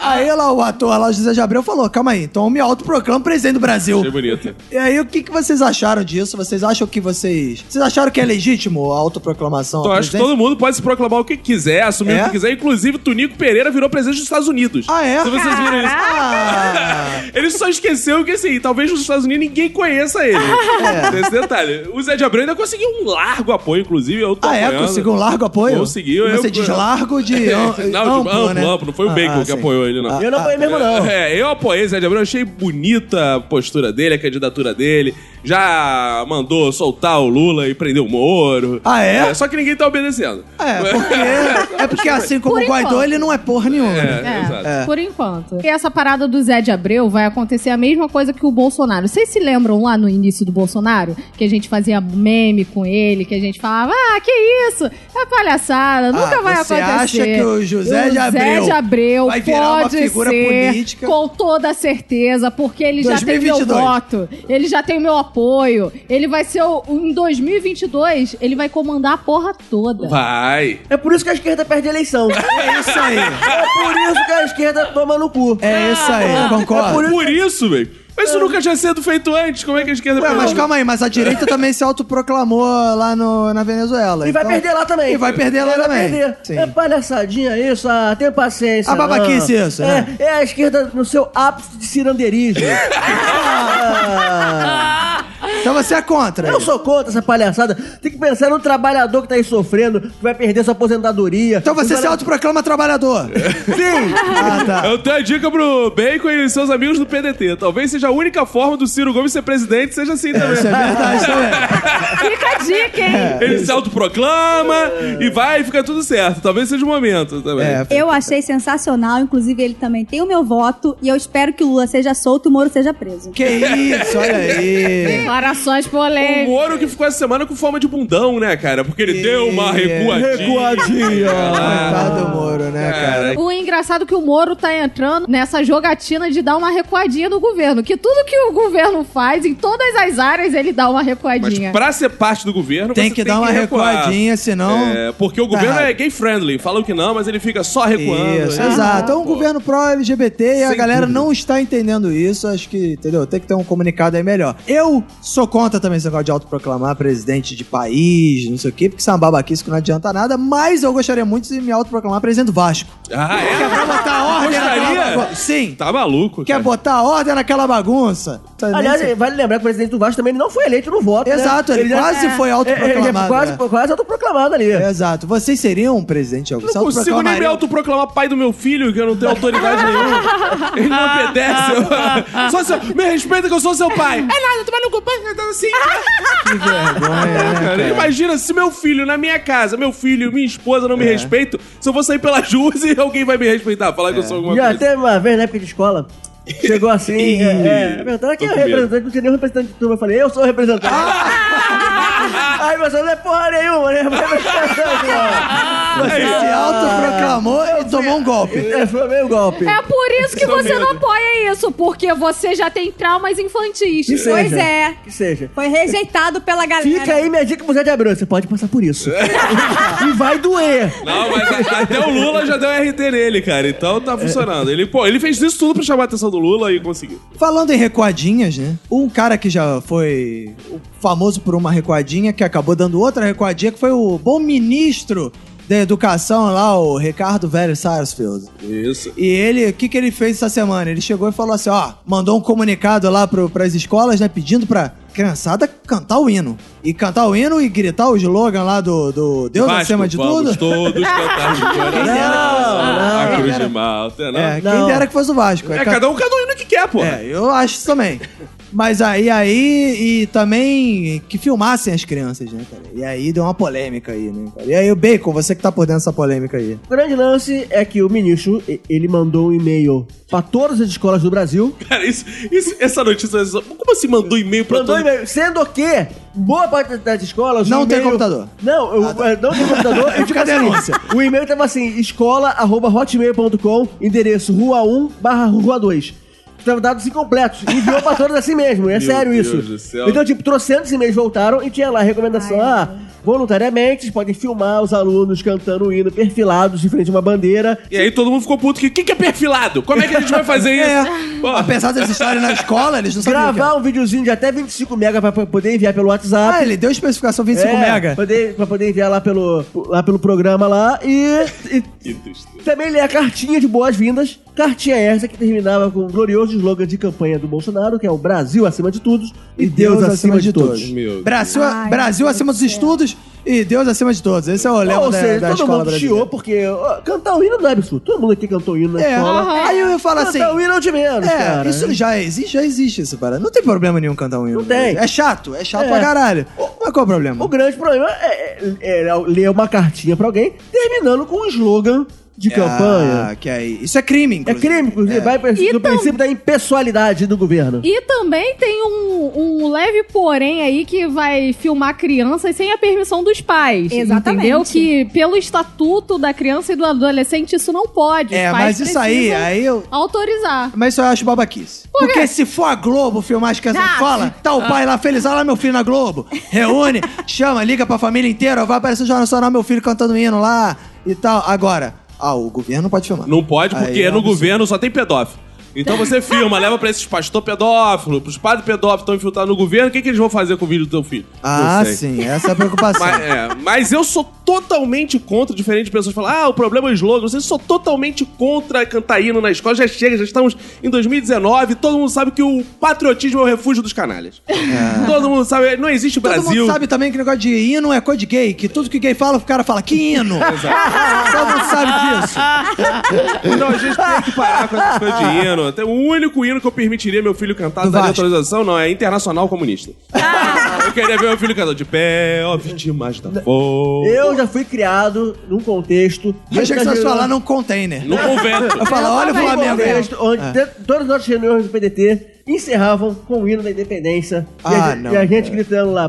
aí lá o ator lá, o José de Abreu, falou: calma aí, então eu me autoproclamo presidente do Brasil.
Achei bonito. Então,
E aí, o que, que vocês acharam disso? Vocês acham que vocês. Vocês acharam que é legítimo a autoproclamação?
Então,
à
eu acho que
presidência?
todo mundo pode se proclamar o que quiser, assumir
É?
o que quiser. Inclusive, Tunico Pereira virou presidente dos Estados Unidos.
Ah, é?
Se vocês viram isso.
Ah,
Ele só esqueceu que, assim, talvez nos Estados Unidos ninguém conheça ele.
É.
Tem esse detalhe. O Zé de Abreu ainda conseguiu um largo apoio, inclusive. Eu tô
ah é?
apoiando.
Conseguiu um largo apoio?
Conseguiu,
Você
eu-
diz largo de. am-
Não, tipo, amplo,
né?
amplo. Não foi o
Ah,
Bacon
ah,
que
sim.
apoiou ele, não.
Eu não apanhei mesmo, não.
É, eu apoiei Zé de Abreu, achei bonita a postura dele, a candidatura dele. Já mandou soltar o Lula e prender o Moro.
Ah, é?
só que ninguém tá obedecendo.
É, porque, é porque assim como
Por
o Guaidó,
enquanto.
ele não é porra nenhuma. né?
É, exato.
Por enquanto. E essa parada do Zé de Abreu vai acontecer a mesma coisa que o Bolsonaro. Vocês se lembram lá no início do Bolsonaro? Que a gente fazia meme com ele, que a gente falava, ah, que isso? É palhaçada, nunca
Ah,
vai
você
acontecer.
acha que o José de Abreu
de Abreu
vai virar uma
pode
figura
ser,
política?
Com toda certeza, porque ele já tem
2022.
meu voto, ele já tem meu apoio, ele vai ser o... Em 2022, ele vai comandar a porra toda.
Vai.
É por isso que a esquerda perde a eleição.
É isso aí.
É por isso que a esquerda toma no cu. Ah,
É isso aí, concordo.
Por isso, velho. Mas isso nunca tinha sido feito antes. Como é que a esquerda...
Ué, mas calma aí, mas a direita também se autoproclamou lá no, na Venezuela.
E vai
então-
perder lá também.
E vai perder lá
vai
também.
perder.
Sim.
É palhaçadinha isso, ah, tem paciência.
A babaquice
não.
isso, né?
É, é a esquerda no seu ápice de cirandeirismo. Ah,
Então você é contra.
eu
aí.
sou contra essa palhaçada. Tem que pensar no trabalhador que tá aí sofrendo, que vai perder sua aposentadoria.
Então você
Os
se autoproclama trabalhador.
Sim!
Ah, tá.
Eu tenho a dica pro Bacon e seus amigos do PDT. Talvez seja a única forma do Ciro Gomes ser presidente, seja assim também.
Isso é verdade também.
Fica a dica, hein?
Ele se autoproclama e vai e fica tudo certo. Talvez seja o momento também.
É.
Eu achei sensacional, inclusive ele também tem o meu voto e eu espero que o Lula seja solto e o Moro seja preso.
Que isso, olha aí.
Declarações
O
polêmicas.
Moro que ficou essa semana com forma de bundão, né, cara? Porque ele deu uma recuadinha. Ah,
Coitado do Moro, né, cara?
O engraçado é que o Moro tá entrando nessa jogatina de dar uma recuadinha no governo. Que tudo que o governo faz, em todas as áreas, ele dá uma
Mas
recuadinha.
pra ser parte do governo,
Tem
você
que dar uma
recuar.
recuadinha, senão.
É, porque o
Tá
governo é
errado.
gay friendly. Falam que não, mas ele fica só recuando.
Isso,
né?
exato. É um governo pró-LGBT e a
Sem
galera
dúvida.
não está entendendo isso. Acho que, entendeu? Tem que ter um comunicado aí melhor. Eu sou contra também esse negócio de autoproclamar presidente de país, não sei o quê, porque isso é uma babaquice que não adianta nada, mas eu gostaria muito de me autoproclamar presidente do Vasco.
Ah, é?
Pra botar ordem naquela
Gostaria?
bagunça. Sim.
Tá maluco,
Quer
cara.
botar ordem naquela bagunça. Tá nem
Aliás,
se-
vale lembrar que o presidente do Vasco também ele não foi eleito no voto. né?
Exato, ele
já-
quase foi autoproclamado,
É, Ele é quase,
né? É,
quase autoproclamado ali.
Exato. Vocês seriam um presidente de algum?
Não consigo É nem me autoproclamar pai do meu filho, que eu não tenho autoridade nenhuma. Ele não obedece. Eu- Só seu... Me respeita que eu sou seu pai. É nada, tu vai no companheiro cantando assim.
Que vergonha, né,
Cara,
cara?
imagina se meu filho na minha casa, meu filho, minha esposa não me respeitam, se eu vou sair pelas ruas e alguém vai me respeitar, falar que eu sou alguma
E
coisa.
até uma vez na época de escola, chegou assim, é, é, perguntaram quem é o
medo.
representante, não tinha nenhum representante de turma. Eu falei, eu sou o representante.
Ah!
Aí você não é porra nenhuma, né?
É
Você se autoproclamou e tomou um golpe.
É, foi meio golpe.
É por isso que
Isso é
você
medo.
não apoia isso, porque você já tem traumas infantis.
Que seja.
Pois é.
Que seja.
Foi rejeitado pela galera.
Fica aí minha dica pro Zé de Abreu, você pode passar por isso. e vai doer.
Não, mas a- até o Lula já deu RT nele, cara. Então tá funcionando. Ele, pô, ele fez isso tudo pra chamar a atenção do Lula e conseguiu.
Falando em recuadinhas, né? Um cara que já foi famoso por uma recuadinha, que acabou dando outra recuadinha, que foi o bom ministro da educação lá, o Ricardo Velho Sarsfield.
Isso.
E ele, o que, que ele fez essa semana? Ele chegou e falou assim: ó, mandou um comunicado lá pro, pras escolas, né, pedindo pra criançada cantar o hino. E cantar o hino e gritar o slogan lá do, do Deus
Vasco,
acima de
vamos
tudo.
Todos cantar de
Quem dera que fosse-
não.
A cruz de malta, não.
É,
É,
quem
Não.
dera que fosse o Vasco. É,
cada um cada um que quer, pô.
É, eu acho isso também. Mas aí, aí, e também que filmassem as crianças, né, cara? E aí deu uma polêmica aí, né, cara? E aí, o Bacon, você que tá por dentro dessa polêmica aí.
O grande lance é que o ministro, e- ele mandou um e-mail pra todas as escolas do Brasil.
Cara, isso, isso- essa notícia. essa- Como assim mandou e-mail pra
Mandou
todo
e-mail, sendo que boa parte das escolas... o
Não tem
e-mail-
computador.
Não, eu, eu não tem computador. eu assim,
Fica a denúncia.
O e-mail tava assim, escola.hotmail.com, endereço rua 1 barra rua 2. Tava dados incompletos. Enviou pra todas assim mesmo. É
Meu
sério
Deus
isso.
do céu.
Então, tipo, trocentos e-mails voltaram e tinha lá a recomendação. ah, voluntariamente, vocês podem filmar os alunos cantando o hino perfilados em frente a uma bandeira.
E aí todo mundo ficou puto. O que, que é perfilado? Como é que a gente vai fazer isso?
É,
Pô,
apesar deles estarem na escola, eles não sabiam. o que era.
gravar um videozinho de até 25 mega pra poder enviar pelo WhatsApp.
Ah, ele deu especificação 25
É,
mega.
Poder, pra poder enviar lá pelo, lá pelo programa lá e, e
Que tristeza.
também ler a cartinha de boas-vindas. Cartinha essa que terminava com o glorioso slogan de campanha do Bolsonaro, que é o Brasil acima de todos e, Deus, acima, de, todos.
Meu
Brasil,
Ai,
Brasil acima dos estudos e Deus acima de todos. Esse é o lema
Ou
da,
seja,
da
todo
escola
mundo
brasileira.
chiou porque ó, cantar o hino não é absurdo. Todo mundo aqui cantou o hino na
É,
escola.
aí eu ia falar assim...
Cantar o hino é o de menos,
É,
cara.
isso já existe, já existe isso, para. Não tem problema nenhum cantar um hino.
Não tem.
É chato, é chato
É.
pra caralho. Mas qual é o problema?
O grande problema é, é- é ler uma cartinha pra alguém terminando com um slogan de campanha.
Ah, que aí. Isso é crime,
É
inclusive.
crime, inclusive, vai pro
E tam-
princípio da impessoalidade do governo.
E também tem um, um leve porém aí que vai filmar crianças sem a permissão dos pais.
Exatamente.
Entendeu? Que pelo estatuto da criança e do adolescente isso não pode. Os
É,
pais
mas isso aí,
precisam
aí eu.
Autorizar.
Mas isso eu acho babaquice. Porque se for a Globo filmar as crianças na
Ah,
escola, tá o pai lá feliz, olha lá meu filho na Globo. Reúne, chama, liga pra família inteira, ó, vai aparecer o Jornal Nacional, meu filho cantando hino lá e tal. Agora, ah, o governo não pode filmar.
Não pode,
Aí
porque
é um
no
absurdo.
governo só tem pedófilo. Então você filma, leva pra esses pastor pedófilo, pros padres pedófilos que estão infiltrados no governo, o que, que eles vão fazer com o vídeo do teu filho?
Ah,
Não sei.
sim, essa é a preocupação.
Mas, é, mas eu sou totalmente contra, diferente de pessoas que falam, ah, o problema é o slogan. Eu sou totalmente contra cantar hino na escola. Já chega, já estamos em 2019, todo mundo sabe que o patriotismo é o refúgio dos canalhas. Todo É. mundo sabe, não existe o
Todo
Brasil.
mundo sabe também que negócio de hino é coisa de gay, que tudo que gay fala, o cara fala, que hino! Todo mundo sabe disso.
Não, a gente tem que parar com essa coisa de hino. Tem o único hino que eu permitiria meu filho cantar
Do
da
Vasco.
autorização, não, é Internacional Comunista. Eu queria ver meu filho cantando de pé, ó, vítimas da fome.
Eu já fui criado num contexto.
Deixa que vocês
reunião-
falar num container.
No convento.
Eu falo, olha o
num
Flamengo. É. aí.
contexto onde te- todas as nossas reuniões do PDT encerravam com o hino da independência. e a,
Ah,
gente-
não, Ah,
e a gente
cara.
gritando lá,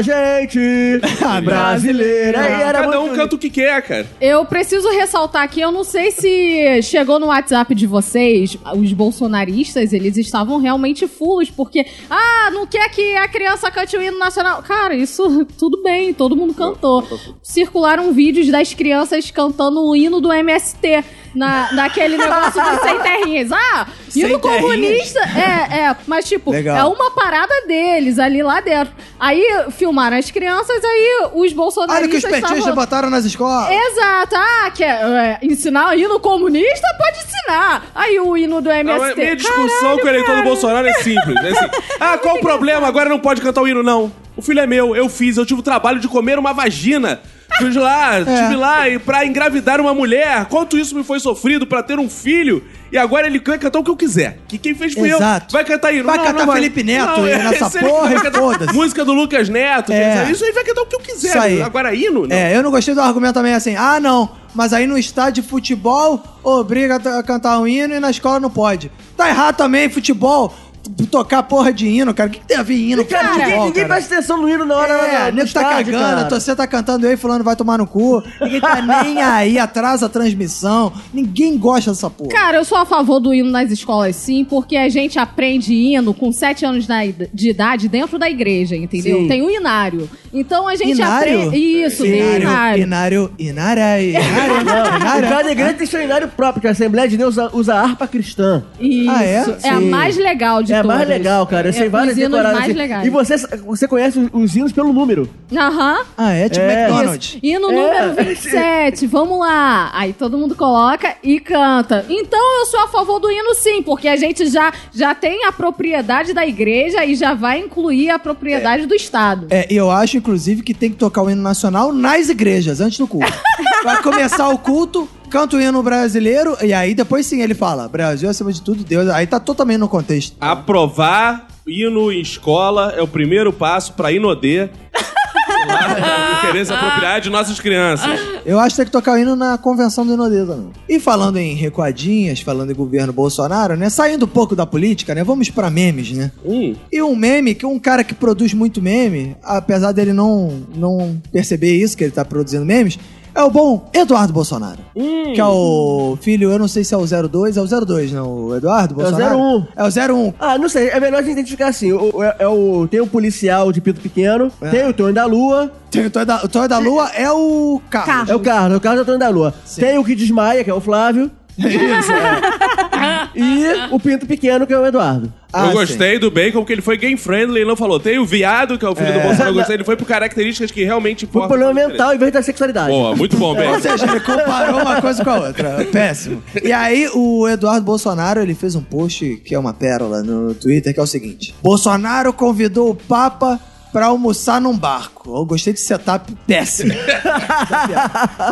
gente! brasileira! E era
Cada
muito
um canta o que quer, cara.
Eu preciso ressaltar aqui, eu não sei se chegou no WhatsApp de vocês, os bolsonaristas, eles estavam realmente fulos, porque, ah, não quer que a criança cante o hino nacional. Cara, isso tudo bem, todo mundo cantou. Circularam vídeos das crianças cantando o hino do MST. Na, naquele negócio dos sem terrinhas. Ah,
Sem
hino
terrinhas?
comunista. É, é. Mas, tipo,
Legal.
é uma parada deles ali lá dentro. Aí filmaram as crianças, aí os bolsonaristas.
Olha o que os petistas
estavam-
botaram nas escolas.
Exato. Ah, quer é, ensinar o hino comunista? Pode ensinar. Aí o hino do
Não, mas
MST.
minha discussão
Caralho,
com o eleitor do
cara.
Bolsonaro é simples. É assim, ah, qual o problema? Agora não pode cantar o hino, não. O filho é meu, eu fiz, eu tive o trabalho de comer uma vagina. Fui lá,
É.
tive lá e pra engravidar uma mulher. Quanto isso me foi sofrido pra ter um filho? E agora ele quer cantar o que eu quiser. Que quem fez foi
Exato.
eu. Vai cantar hino.
Vai
Não,
cantar
não
Felipe Neto e nessa
esse ele
porra
vai
e
cantar
foda-se.
Música do Lucas Neto.
É.
quer dizer, Isso aí vai cantar o que eu quiser.
Isso aí.
Agora hino? Não.
É, eu não gostei do argumento também assim, ah, não, mas aí no estádio de futebol obriga a t- a cantar um hino e na escola não pode. Tá errado também, futebol, t- tocar porra de hino, cara. O que, que tem a ver hino
E,
um
cara,
com
ninguém,
futebol,
ninguém
cara?
presta atenção no hino na hora.
É,
na-
o
no
nego tá
estádio,
cagando,
cara.
a torcida tá cantando eu e fulano vai tomar no cu. Ninguém tá nem aí, atrasa a transmissão. Ninguém gosta dessa porra.
Cara, eu sou a favor do hino nas escolas, sim, porque a gente aprende hino com sete anos da id- de idade dentro da igreja, entendeu?
Sim.
Tem o inário. Então a gente
Inário?
aprende. Isso, tem o
Inário,
inário.
Inário, Inária, Inário,
Não, é
Inário.
cada igreja tem seu hinário próprio, que a Assembleia de Deus usa, usa harpa cristã.
Isso.
Ah, é?
a
Sim.
mais legal de
É É
todas.
mais legal, cara. Eu
É,
sei várias
os hinos
decoradas.
mais
assim.
legais.
E você, você conhece os- os hinos pelo número.
Aham.
Ah, é tipo
É.
McDonald's.
E no
É.
número 27, vamos lá. Aí todo mundo coloca e canta. Então eu sou a favor do hino sim, porque a gente já, já tem a propriedade da igreja e já vai incluir a propriedade do Estado.
É, e eu acho, inclusive, que tem que tocar o hino nacional nas igrejas, antes do culto. Vai começar o culto, canta o hino brasileiro, e aí depois sim ele fala: Brasil acima de tudo, Deus. Aí tá totalmente no contexto.
Aprovar hino em escola é o primeiro passo pra inodê. Lá, querer se apropriar de nossas crianças.
Eu acho que tem que tocar o hino na convenção do Inodê também. E falando em recuadinhas, falando em governo Bolsonaro, né? Saindo um pouco da política, né? Vamos pra memes, né?
Hum,
E um meme, que um cara que produz muito meme, apesar dele não, não perceber isso, que ele tá produzindo memes, é o bom Eduardo Bolsonaro. Que é o filho, eu não sei se é o 02, é o 02, não? O Eduardo
É o
Bolsonaro?
01.
É o 01.
Ah, não sei, é melhor a gente identificar assim. O, o- é, é o, tem o policial de Pito Pequeno, tem o Tony da Lua,
Tem o Toy da, o Toy da Lua é o Carlos.
é o Carlos, é o Carlos é o Tony da Lua.
Sim.
Tem o que desmaia, que é o Flávio. Isso, é. E o Pinto Pequeno, que é o Eduardo.
Ah,
eu
sim.
gostei do Bacon porque ele foi game friendly e não falou. Tem o viado, que é o filho do Bolsonaro. Eu gostei. Ele foi por características que realmente
Foi um
importam.
problema mental em vez da sexualidade.
Boa, muito bom,
Ou
Bacon.
seja, ele comparou uma coisa com a outra. Péssimo. E aí, o Eduardo Bolsonaro, ele fez um post que é uma pérola no Twitter, que é o seguinte. Bolsonaro convidou o Papa pra almoçar num barco. Eu gostei desse setup péssimo.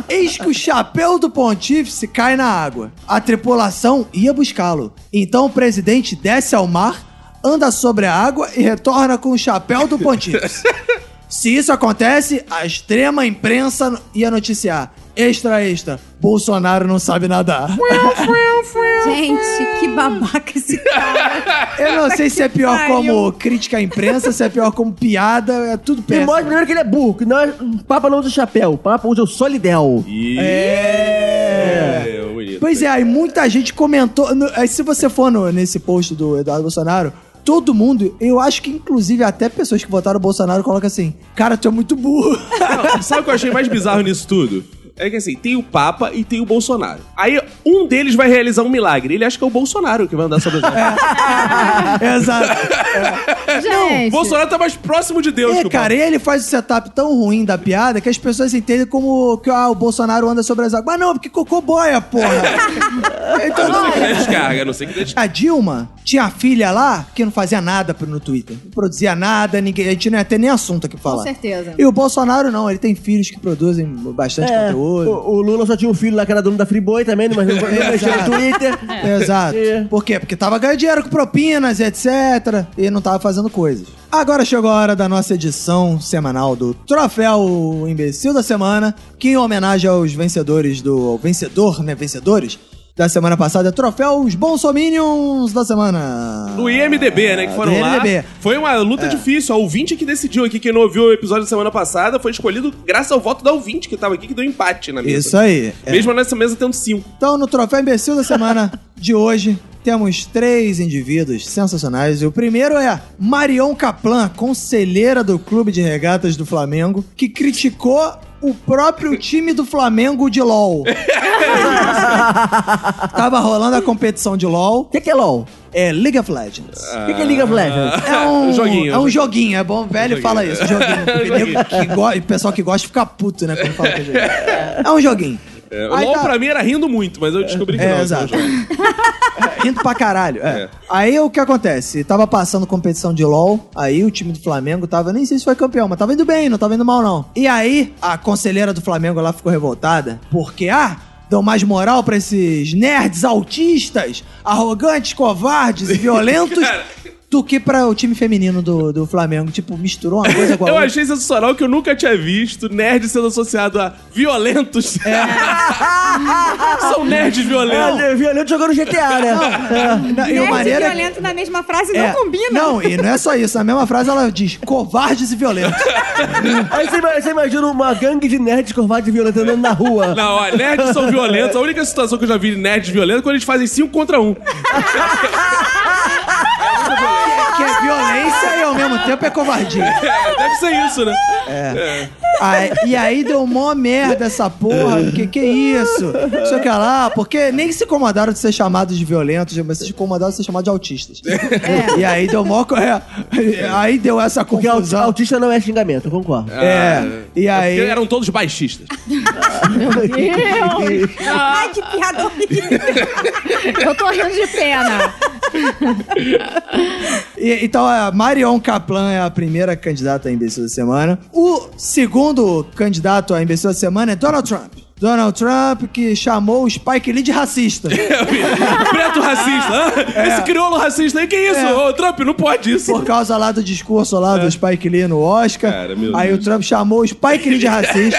Eis que o chapéu do pontífice cai na água. A tripulação ia buscá-lo. Então o presidente desce ao mar, anda sobre a água e retorna com o chapéu do pontífice. Se isso acontece, a extrema imprensa ia noticiar. Extra, extra. Bolsonaro não sabe nadar.
Gente, que babaca esse cara.
Eu não sei se é pior
pariu.
como crítica à imprensa, se é pior como piada, é tudo
E
péssimo.
mostra primeiro que ele é burro, que não é, o Papa não usa chapéu, o Papa usa o Solidel.
E... É, bonito.
Pois é, aí muita gente comentou. no- aí se você for no- nesse post do Eduardo Bolsonaro, todo mundo, eu acho que inclusive até pessoas que votaram no Bolsonaro colocam assim: Cara, tu é muito burro.
Não, sabe o que eu achei mais bizarro nisso tudo? É que assim, tem o Papa e tem o Bolsonaro. Aí um deles vai realizar um milagre. Ele acha que é o Bolsonaro que vai andar sobre
É.
as águas.
Exato.
O
É.
Gente,
Bolsonaro tá mais próximo de
Então,
Deus que
E,
o Papa.
É, cara, ele faz o setup tão ruim da piada que as pessoas entendem como que ah, o Bolsonaro anda sobre as águas. Mas não, porque cocô boia, porra. então,
A não ser que
não.
dê descarga, a não sei que dê descarga.
A Dilma tinha a filha lá que não fazia nada pro- no Twitter. Não produzia nada, ninguém, a gente não ia ter nem assunto aqui pra falar.
com certeza.
E o Bolsonaro não, ele tem filhos que produzem bastante
É,
conteúdo.
o, o Lula só tinha um filho lá que era dono da Friboi também, mas não não mexeu no
Exato.
Twitter.
Exato.
É.
Por quê? Porque tava ganhando dinheiro com propinas, etc. E não tava fazendo coisas. Agora chegou a hora da nossa edição semanal do Troféu Imbecil da Semana, que em homenagem aos vencedores do. ao vencedor, né? Vencedores da semana passada, é Troféu Os Bolsominions da Semana.
No IMDB, né, que foram
Do
lá.
IMDB.
Foi uma luta
É.
difícil. A ouvinte que decidiu aqui, quem não ouviu o episódio da semana passada, foi escolhido graças ao voto da ouvinte que tava aqui, que deu empate na mesa.
Isso aí. É.
Mesmo nessa mesa tendo cinco.
Então, no Troféu Imbecil da Semana de hoje, temos três indivíduos sensacionais. E o primeiro é Marion Caplan, conselheira do Clube de Regatas do Flamengo, que criticou o próprio time do Flamengo de LOL. Tava rolando a competição de LOL,
O que, que é LOL?
é League of Legends.
O que, que é League of Legends?
É um,
Um joguinho.
É um joguinho, é bom, velho fala isso. Joguinho. Porque
Joguinho.
nego que go- o pessoal que gosta fica puto, né? Quando fala que é joguinho. É um joguinho.
É,
Aí
LOL
tá-
pra mim era rindo muito, mas eu descobri que
É,
não. né, que
exato.
não joga.
Rindo pra caralho. é.
É.
Aí o que acontece? Tava passando competição de LOL, aí o time do Flamengo tava, nem sei se foi campeão, mas tava indo bem, não tava indo mal, não. E aí, a conselheira do Flamengo lá ficou revoltada, porque, ah, dão mais moral pra esses nerds autistas, arrogantes, covardes e violentos.
Cara.
Do que pra o time feminino do, do Flamengo. Tipo, misturou uma coisa com a
Eu
outra.
achei sensacional que eu nunca tinha visto nerd sendo associado a violentos.
É.
São nerds violentos.
É, violento jogando GTA, né?
Não, e o
Nerd
maneiro é-
violento na mesma frase
é,
não combina.
Não, e não é só isso. Na mesma frase ela diz covardes e violentos.
Aí você, ima- você imagina uma gangue de nerds corvados e violentos andando na rua.
Não, ó, nerds são violentos. A única situação que eu já vi de nerds violentos é quando eles fazem 5 contra 1. Um.
que é violência e ao mesmo tempo é covardia.
É, deve ser isso, né?
Aí- e aí deu mó merda essa porra. Que que é isso? Não sei o que lá. Porque nem se incomodaram de ser chamados de violentos, mas se incomodaram de ser chamados de autistas. E aí deu mó... co- é, aí deu essa
Porque aut-
confusão.
autista não é xingamento, eu concordo.
É, e aí-
porque eram todos baixistas. Ah.
Ai, que piada horrível.
Eu tô rindo de pena.
E- então a Marion Kaplan é a primeira candidata a imbecil da semana. O segundo candidato a imbecil da semana é Donald Trump. Donald Trump que chamou o Spike Lee de racista.
Preto racista.
É.
ah, Esse crioulo racista aí, que isso? Ô, Trump, não pode isso.
Por causa lá do discurso lá do Spike Lee no Oscar.
É. Cara, meu
aí
Deus.
o Trump chamou o Spike Lee de racista.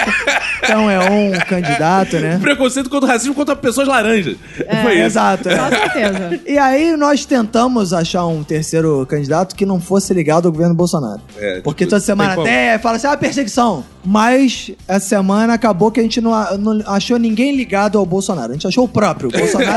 então é um candidato, né?
Preconceito contra o racismo contra pessoas laranjas. Foi isso.
Exato. é.
Com certeza.
E aí nós tentamos achar um terceiro candidato que não fosse ligado ao governo Bolsonaro.
É,
Porque
tipo,
toda
tem
semana
como.
até fala assim, ah, perseguição. Mas essa semana acabou que a gente não, a- não achou ninguém ligado ao Bolsonaro. A gente achou o próprio. O Bolsonaro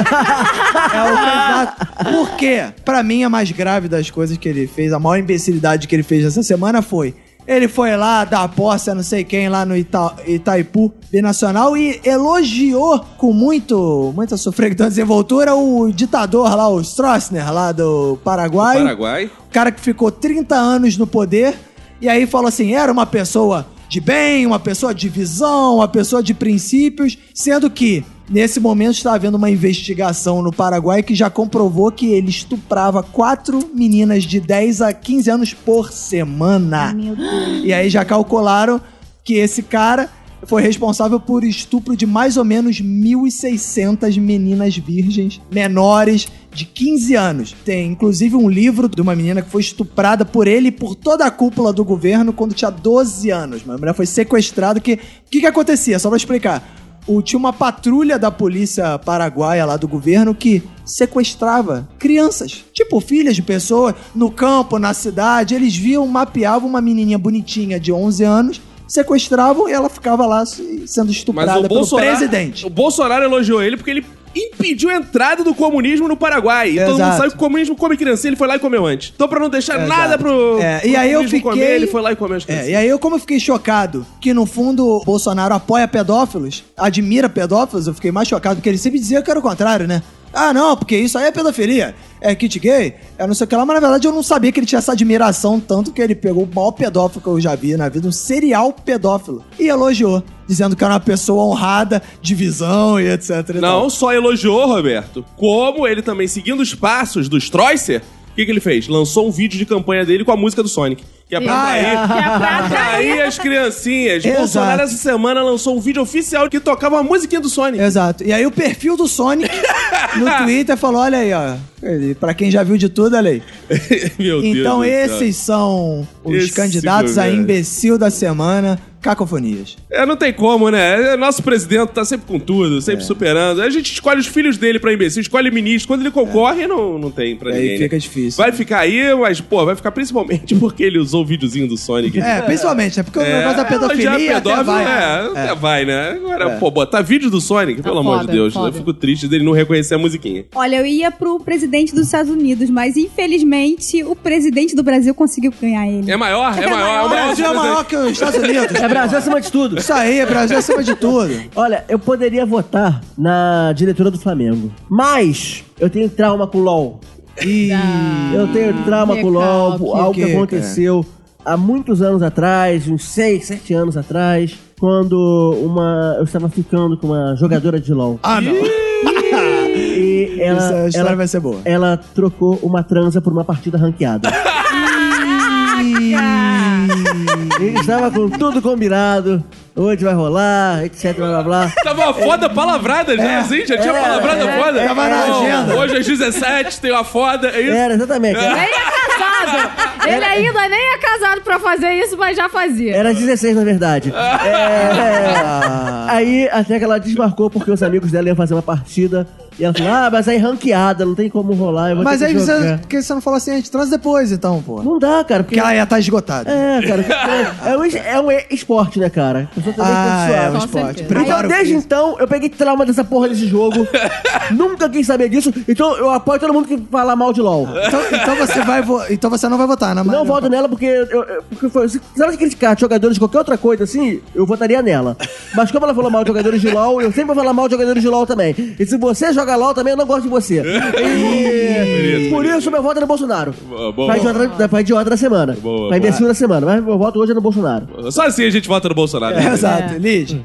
é o candidato. Por quê? Pra mim, a mais grave das coisas que ele fez, a maior imbecilidade que ele fez essa semana foi... Ele foi lá dar posse a não sei quem lá no Ita Itaipu Binacional e elogiou com muito, muita sofreguidão e desenvoltura o ditador lá, o Stroessner lá do Paraguai.
Paraguai.
O cara que ficou 30 anos no poder e aí falou assim: era uma pessoa de bem, uma pessoa de visão, uma pessoa de princípios, sendo que nesse momento está havendo uma investigação no Paraguai que já comprovou que ele estuprava quatro meninas de 10 a 15 anos por semana. E aí já calcularam que esse cara foi responsável por estupro de mais ou menos 1.600 meninas virgens menores de 15 anos. Tem inclusive um livro de uma menina que foi estuprada por ele e por toda a cúpula do governo quando tinha 12 anos. Uma mulher foi sequestrada que... O que, que acontecia? Só pra explicar. O, tinha uma patrulha da polícia paraguaia lá do governo que sequestrava crianças, tipo filhas de pessoas, no campo, na cidade. Eles viam, mapeavam uma menininha bonitinha de 11 anos, sequestravam e ela ficava lá se- sendo
Mas
estuprada
o
pelo
Bolsonaro.
presidente.
O Bolsonaro elogiou ele porque ele impediu a entrada do comunismo no Paraguai. E todo mundo
Exato.
sabe que o comunismo come criancinha, ele foi lá e comeu antes. Então, pra não deixar
Exato.
nada pro,
É, e
pro
aí eu
comunismo comer,
fiquei-
ele foi lá e comeu as
É,
criancinhas.
e aí eu como eu fiquei chocado que no fundo o Bolsonaro apoia pedófilos, admira pedófilos, eu fiquei mais chocado porque ele sempre dizia que era o contrário, né? Ah, não, porque isso aí é pedofilia, é kit gay, é não sei o que lá, mas na verdade eu não sabia que ele tinha essa admiração tanto que ele pegou o maior pedófilo que eu já vi na vida, um serial pedófilo, e elogiou, dizendo que era uma pessoa honrada, de visão e etc. e
Não
tal.
só elogiou, Roberto, como ele também, seguindo os passos do Stroessner, o que, que ele fez? Lançou um vídeo de campanha dele com a música do Sonic. Que é pra
Ah,
atrair,
é.
pra atrair as criancinhas.
Exato.
Bolsonaro, essa semana, lançou um vídeo oficial que tocava a musiquinha do Sonic.
Exato. E aí o perfil do Sonic no Twitter falou, olha aí, ó, ele- pra quem já viu de tudo, olha aí.
Meu Deus
Então
do céu.
esses são os
Esse
candidatos a
governo.
imbecil da semana, Cacofonias.
É, não tem como, né? É, Nosso presidente tá sempre com tudo,
É.
sempre superando. A gente escolhe os filhos dele pra imbecil, escolhe ministro. Quando ele concorre, não, não tem pra
Aí
ninguém. né?
fica difícil.
Vai ficar aí, mas, pô, vai ficar principalmente porque ele usou o videozinho do Sonic.
É, principalmente, né? Porque o negócio da
já
pedofilia
é
até
pedófilo,
vai.
é,
É.
até vai, né? Agora, pô, botar vídeo do Sonic, pelo amor de
foda,
Deus. né?
foda.
Eu fico triste dele não reconhecer a musiquinha.
Olha, eu ia pro presidente dos Estados Unidos, mas infelizmente o presidente do Brasil conseguiu ganhar ele.
É maior, é, maior, é
O
o maior.
Brasil é maior que os Estados Unidos.
É Brasil acima de tudo.
Isso aí, é Brasil acima de tudo.
Olha, eu poderia votar na diretora do Flamengo, mas eu tenho trauma com o LOL.
E...
Eu tenho trauma com o LOL,
Recalque.
algo que
Que,
aconteceu há muitos anos atrás, uns 6, 7 anos atrás, quando uma eu estava ficando com uma jogadora de LOL.
Ah, não.
E ela,
Essa história
ela, é
vai ser boa.
ela trocou uma transa por uma partida ranqueada. E estava com tudo combinado. Hoje vai rolar, etc, blá blá blá.
Tava uma foda palavrada já, assim? Já tinha palavrada foda?
Tava na
Não,
agenda.
Hoje às 17, tem uma foda, é isso?
Era, exatamente. Era,
Nem é casado. Ele ainda nem é casado pra fazer isso, mas já fazia.
era 16, na verdade. É, é. aí até que ela desmarcou porque os amigos dela iam fazer uma partida E ela falou, ah, mas aí ranqueada, não tem como rolar. Eu vou
Mas
ter que
aí você,
jogar.
porque você não falou assim antes, transa depois então, pô.
né? Não dá, cara, porque...
Porque ela ia estar esgotada.
É, cara, é um, es- é um e- esporte, né, cara? Eu sou também
Ah, é, o
condicionado.
Com
esporte.
certeza.
Então,
Prepara o
desde
físico.
então, eu peguei trauma dessa porra desse jogo. Nunca quis saber disso. Então, eu apoio todo mundo que fala mal de LOL.
Então, então você vai vo- então você não vai votar, né?
Não
Mário?
voto nela porque, eu, eu- porque foi, se se ela criticar jogadores de qualquer outra coisa assim, eu votaria nela. Mas como ela falou mal de jogadores de LOL, eu sempre vou falar mal de jogadores de LOL também. E se você joga LOL também, eu não gosto de você. E...
Bonito,
Por
bonito.
isso, meu voto é no Bolsonaro.
Boa, boa.
Pra idiota, da- pra idiota da semana.
Boa,
pra imbecil
boa.
da semana. Mas meu voto hoje é no Bolsonaro.
Só assim a gente vota no Bolsonaro.
É,
né?
exato. Liz,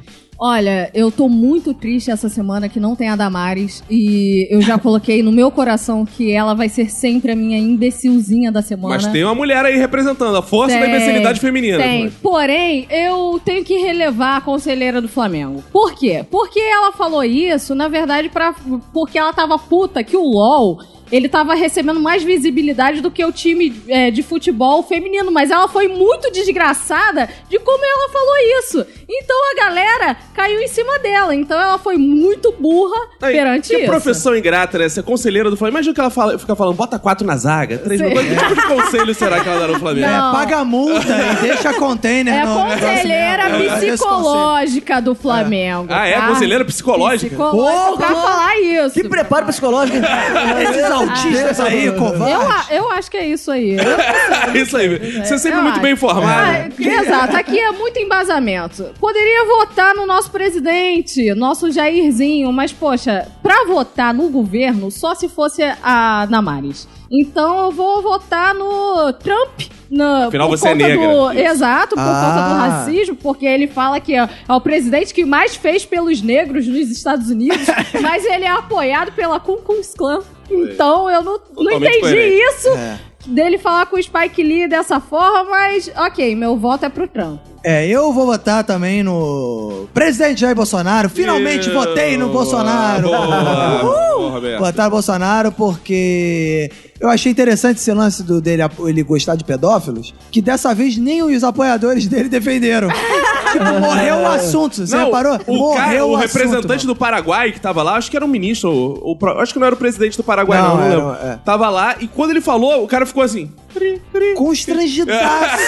Olha, eu tô muito triste essa semana que não tem a Damares e eu já coloquei no meu coração que ela vai ser sempre a minha imbecilzinha da semana.
Mas tem uma mulher aí representando a força da
Né? Tem,
imbecilidade feminina.
Tem. Porém, eu tenho que relevar a conselheira do Flamengo. Por quê? Porque ela falou isso, na verdade, pra, porque ela tava puta que o LOL. Ele tava recebendo mais visibilidade do que o time é, de futebol feminino, mas ela foi muito desgraçada de como ela falou isso. Então a galera caiu em cima dela. Então ela foi muito burra
Aí,
perante
que
isso.
profissão ingrata, né? Ser conselheira do Flamengo. Imagina que ela fala, fica falando, bota quatro na zaga, três no
Sim.
gol. Que tipo de conselho será que ela dá no Flamengo?
é,
Não.
paga a multa e deixa a container
É a
no negócio
conselheira
mesmo. Eu agradeço o conselho.
psicológica do Flamengo.
Ah, é?
tá?
Conselheira psicológica?
Psicológica pra
Porra!
falar isso.
Que preparo psicológico.
Esses
Ah,
autistas aí,
Eu,
covarde.
a- eu acho que é isso aí. Eu-
Isso aí. Você é sempre
eu
muito
acho.
bem informado.
Ah, exato, aqui é muito embasamento. Poderia votar no nosso presidente, nosso Jairzinho, mas, poxa, pra votar no governo, só se fosse a Damares. Então eu vou votar no Trump. Na,
Afinal,
por
você é
conta
negra.
do- exato, por
Ah.
conta do racismo, porque ele fala que é, é o presidente que mais fez pelos negros nos Estados Unidos, mas ele é apoiado pela Ku Klux Klan. Então eu não, não
Totalmente
entendi
coerente.
isso
É.
dele falar com o Spike Lee dessa forma, mas ok, meu voto é pro Trump.
É, eu vou votar também no presidente Jair Bolsonaro. Finalmente
Boa,
votei no Bolsonaro.
Boa, boa,
É.
Roberto.
Votaram Bolsonaro porque eu achei interessante esse lance do dele ap- ele gostar de pedófilos, que dessa vez nem os apoiadores dele defenderam. tipo, morreu o assunto, você
Não,
reparou?
O,
morreu
cara, o,
assunto,
representante
mano.
do Paraguai que tava lá, acho que era um ministro, ou- ou pro- acho que não era o presidente do Paraguai, não,
Não,
não,
era,
lembro.
é.
Tava lá e quando ele falou, o cara ficou assim. "Tri, tri".
Constrangidaço.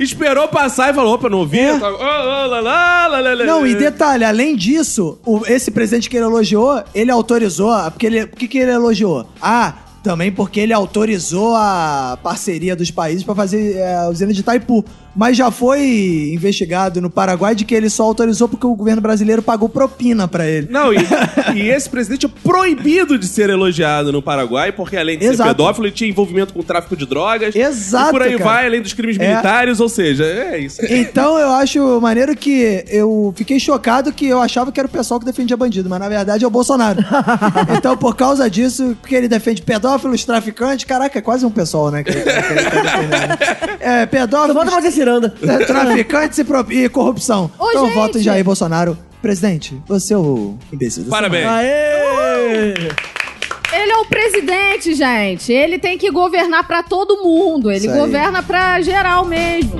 Esperou passar e falou: opa, não ouvi.
É.
tá- oh, oh, lá, lá, lá, lá, lá,
Não, e
lá.
detalhe, além disso, o- esse presidente que ele elogiou, ele autorizou. a- Porque ele, por que, que ele elogiou? Ah, também porque ele autorizou a parceria dos países pra fazer é, a usina de Itaipu. Mas já foi investigado no Paraguai de que ele só autorizou porque o governo brasileiro pagou propina pra ele.
Não, e, e esse presidente é proibido de ser elogiado no Paraguai, porque além de ser
Exato.
pedófilo, ele tinha envolvimento com tráfico de drogas.
Exato,
E por aí
cara.
vai, além dos crimes
É.
militares, ou seja, é isso.
Então eu acho maneiro que eu fiquei chocado que eu achava que era o pessoal que defendia bandido, mas na verdade é o Bolsonaro. então por causa disso, porque ele defende pedófilos, traficantes, caraca, é quase um pessoal, né? que- que ele tá defendendo, né? é,
Só falta
pedófilos,
fazer ciranda.
tra- traficantes e, pro- e corrupção.
Ô,
então
gente!
voto em Jair Bolsonaro. Presidente, você é o imbecil.
Parabéns.
Aê!
Ele é o presidente, gente. Ele tem que governar pra todo mundo. Ele
Isso aí.
governa pra geral mesmo.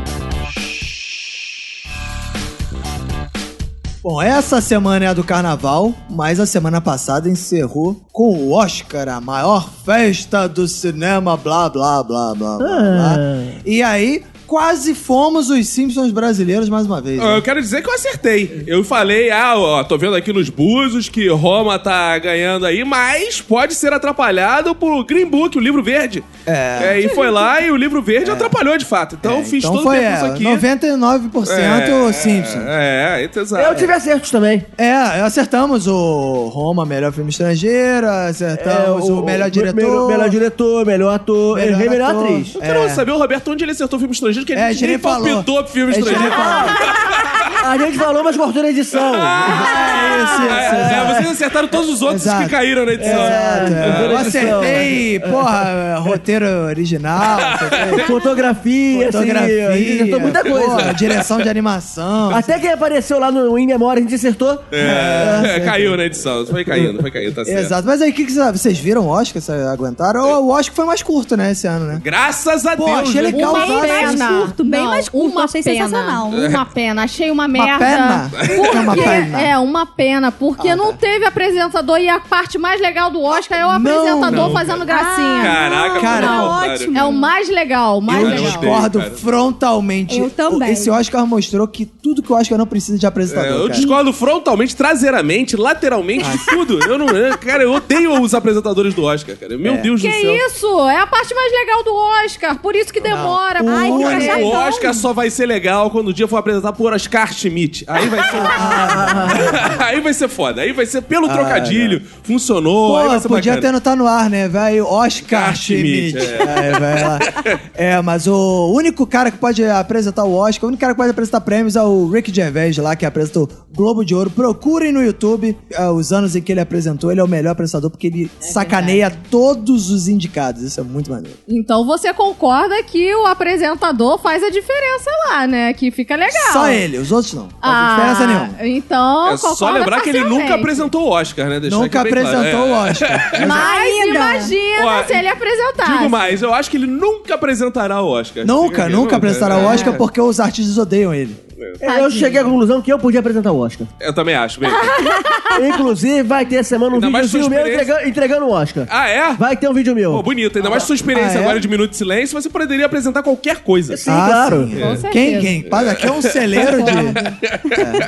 Bom, essa semana é a do carnaval, mas a semana passada encerrou com o Oscar, a maior festa do cinema, blá blá blá blá blá. blá. E aí, quase fomos os Simpsons brasileiros mais uma vez.
Eu
né?
quero dizer que eu acertei. Eu falei, ah, ó, tô vendo aqui nos búzios que Roma tá ganhando aí, mas pode ser atrapalhado por Green Book, o livro verde. É. e foi lá e o livro verde atrapalhou de fato. Então
É,
fiz
então
todo o
foi
percurso
é,
aqui.
99%
É,
os Simpsons.
É, é, exato.
Eu tive acertos também.
É, acertamos o Roma, melhor filme estrangeiro,
É,
acertamos Então, o, melhor diretor.
Melhor, melhor diretor, melhor ator.
Melhor
errei melhor
ator.
atriz.
Eu quero
É.
saber o Roberto onde ele acertou filme estrangeiro, que ele
É, a
nem
gente nem falou.
palpitou filme
É, a gente nem
estrangeiro.
falou.
A gente falou, mas cortou na edição.
É isso,
É,
isso, isso.
é, vocês acertaram todos os outros
Exato.
que caíram na edição.
Exato.
É.
Eu acertei, porra, roteiro original, acertei
Fotografia,
fotografia.
Assim, a gente acertou muita coisa.
porra, direção de animação.
Até quem apareceu lá no In Memória, a gente acertou.
É, caiu na edição. Foi caindo, foi caindo, tá certo.
Exato. Mas aí, o que, que cê- vocês viram o Oscar? Vocês aguentaram? Ou o Oscar foi mais curto, né, esse ano, né?
Graças a
Pô,
Deus.
achei
né?
legal.
Uma
Calma,
pena.
mais curto, bem mais curto,
Uma
achei
pena.
sensacional.
é Uma pena. Achei uma merda.
pena.
Porque,
É uma pena.
É, uma pena. Porque
Ah,
não
tá.
teve apresentador e a parte mais legal do Oscar é o apresentador
não,
fazendo
Ah,
gracinha.
um
Cara,
Caraca, pelo
tá
contrário. um
ótimo.
É o mais legal, o mais
Eu
Olha,
legal.
gostei.
discordo
cara.
frontalmente.
Eu também.
Esse Oscar mostrou que tudo que o Oscar não precisa de
É,
apresentador.
eu
cara.
discordo frontalmente, traseiramente, lateralmente, de tudo. Eu não. eu- Cara, eu odeio os apresentadores do Oscar, cara.
É.
Meu Deus
Que
do céu.
isso? É a parte mais legal do Oscar. Por isso que demora. tá. Ai,
O-
fica
O
chatão.
Oscar só vai ser legal quando o dia for apresentar por Oscar Schmidt. Aí vai ser. aí vai ser foda. Aí vai ser pelo trocadilho. Funcionou. aí vai
Pô,
ser
podia até
bacana.
anotar no ar, né? Vai Oscar
Oscar Schmidt,
Schmidt. É. vai lá. é, mas o único cara que pode apresentar o Oscar, o único cara que pode apresentar prêmios é o Rick Gervais lá, que apresenta o Globo de Ouro. Procurem no YouTube ah, os anos em que ele apresentou. Ele é o melhor apresentador porque ele
É
sacaneia todos os indicados. Isso é muito maneiro.
Então você concorda que o apresentador faz a diferença lá, né? Que fica legal.
Só ele, os outros não. Não faz
Ah,
diferença nenhuma.
Então,
É só
concorda
lembrar que ele
parcialmente.
nunca apresentou o Oscar, né? Deixar
Nunca
aqui bem claro.
apresentou
É.
o Oscar.
Mas
Ainda.
imagina
Ó,
se ele apresentasse.
Digo mais, eu acho que ele nunca apresentará o Oscar.
Nunca,
Fica-
nunca apresentará o Oscar
É.
porque os artistas odeiam ele.
Eu cheguei à conclusão que eu podia apresentar o Oscar.
é, Eu também acho, bem.
Inclusive, vai ter semana um
Ainda mais
vídeo
sua
meu
experiência.
entregando, entregando o Oscar.
Ah, é?
Vai ter um vídeo meu.
Pô, bonito. Ainda mais sua
Ah,
experiência
é?
agora de Minuto de Silêncio, você poderia apresentar qualquer coisa.
Sim, claro.
Ah, sim.
Com certeza.
Quem, quem? Paz, aqui é um celeiro de.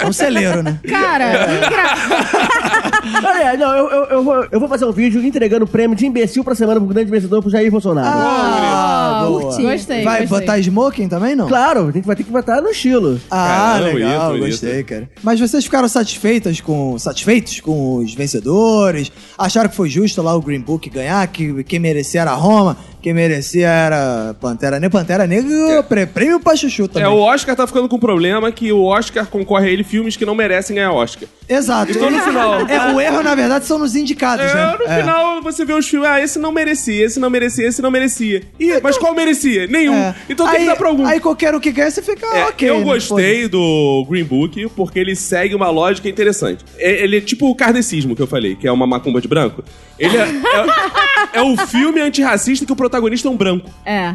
É, um celeiro, né?
Cara, engra...
Ah, é, não, eu, eu, eu vou, eu vou fazer um vídeo entregando o prêmio de imbecil pra semana pro grande vencedor pro Jair Bolsonaro.
Ah, boa.
curti.
gostei.
Vai
gostei.
botar smoking também, não?
Claro, tem que, vai ter que botar no estilo.
Ah,
Caramba,
legal,
bonito,
gostei, cara. Mas vocês ficaram satisfeitas com, satisfeitos com os vencedores? Acharam que foi justo lá o Green Book ganhar? Que quem merecia era a Roma, quem merecia era Pantera Negra. Pantera Negra, pre- prêmio pra Chuchu também.
É, o Oscar tá ficando com um problema que o Oscar concorre a ele filmes que não merecem ganhar Oscar.
Exato.
Então, no final-
É, o erro, na verdade, são nos indicados, né?
É, no
É.
final você vê os filmes, ah, esse não merecia, esse não merecia, esse não merecia. Ih, mas qual merecia? Nenhum.
É.
Então tem
Aí-
que dar pra algum.
Aí qualquer um que ganha, você fica
É,
ah, ok.
eu
né?
gostei do Green Book porque ele segue uma lógica interessante. É- Ele é tipo o kardecismo que eu falei, que é uma macumba de branco. Ele é, é- é o filme antirracista que o protagonista é um branco.
É.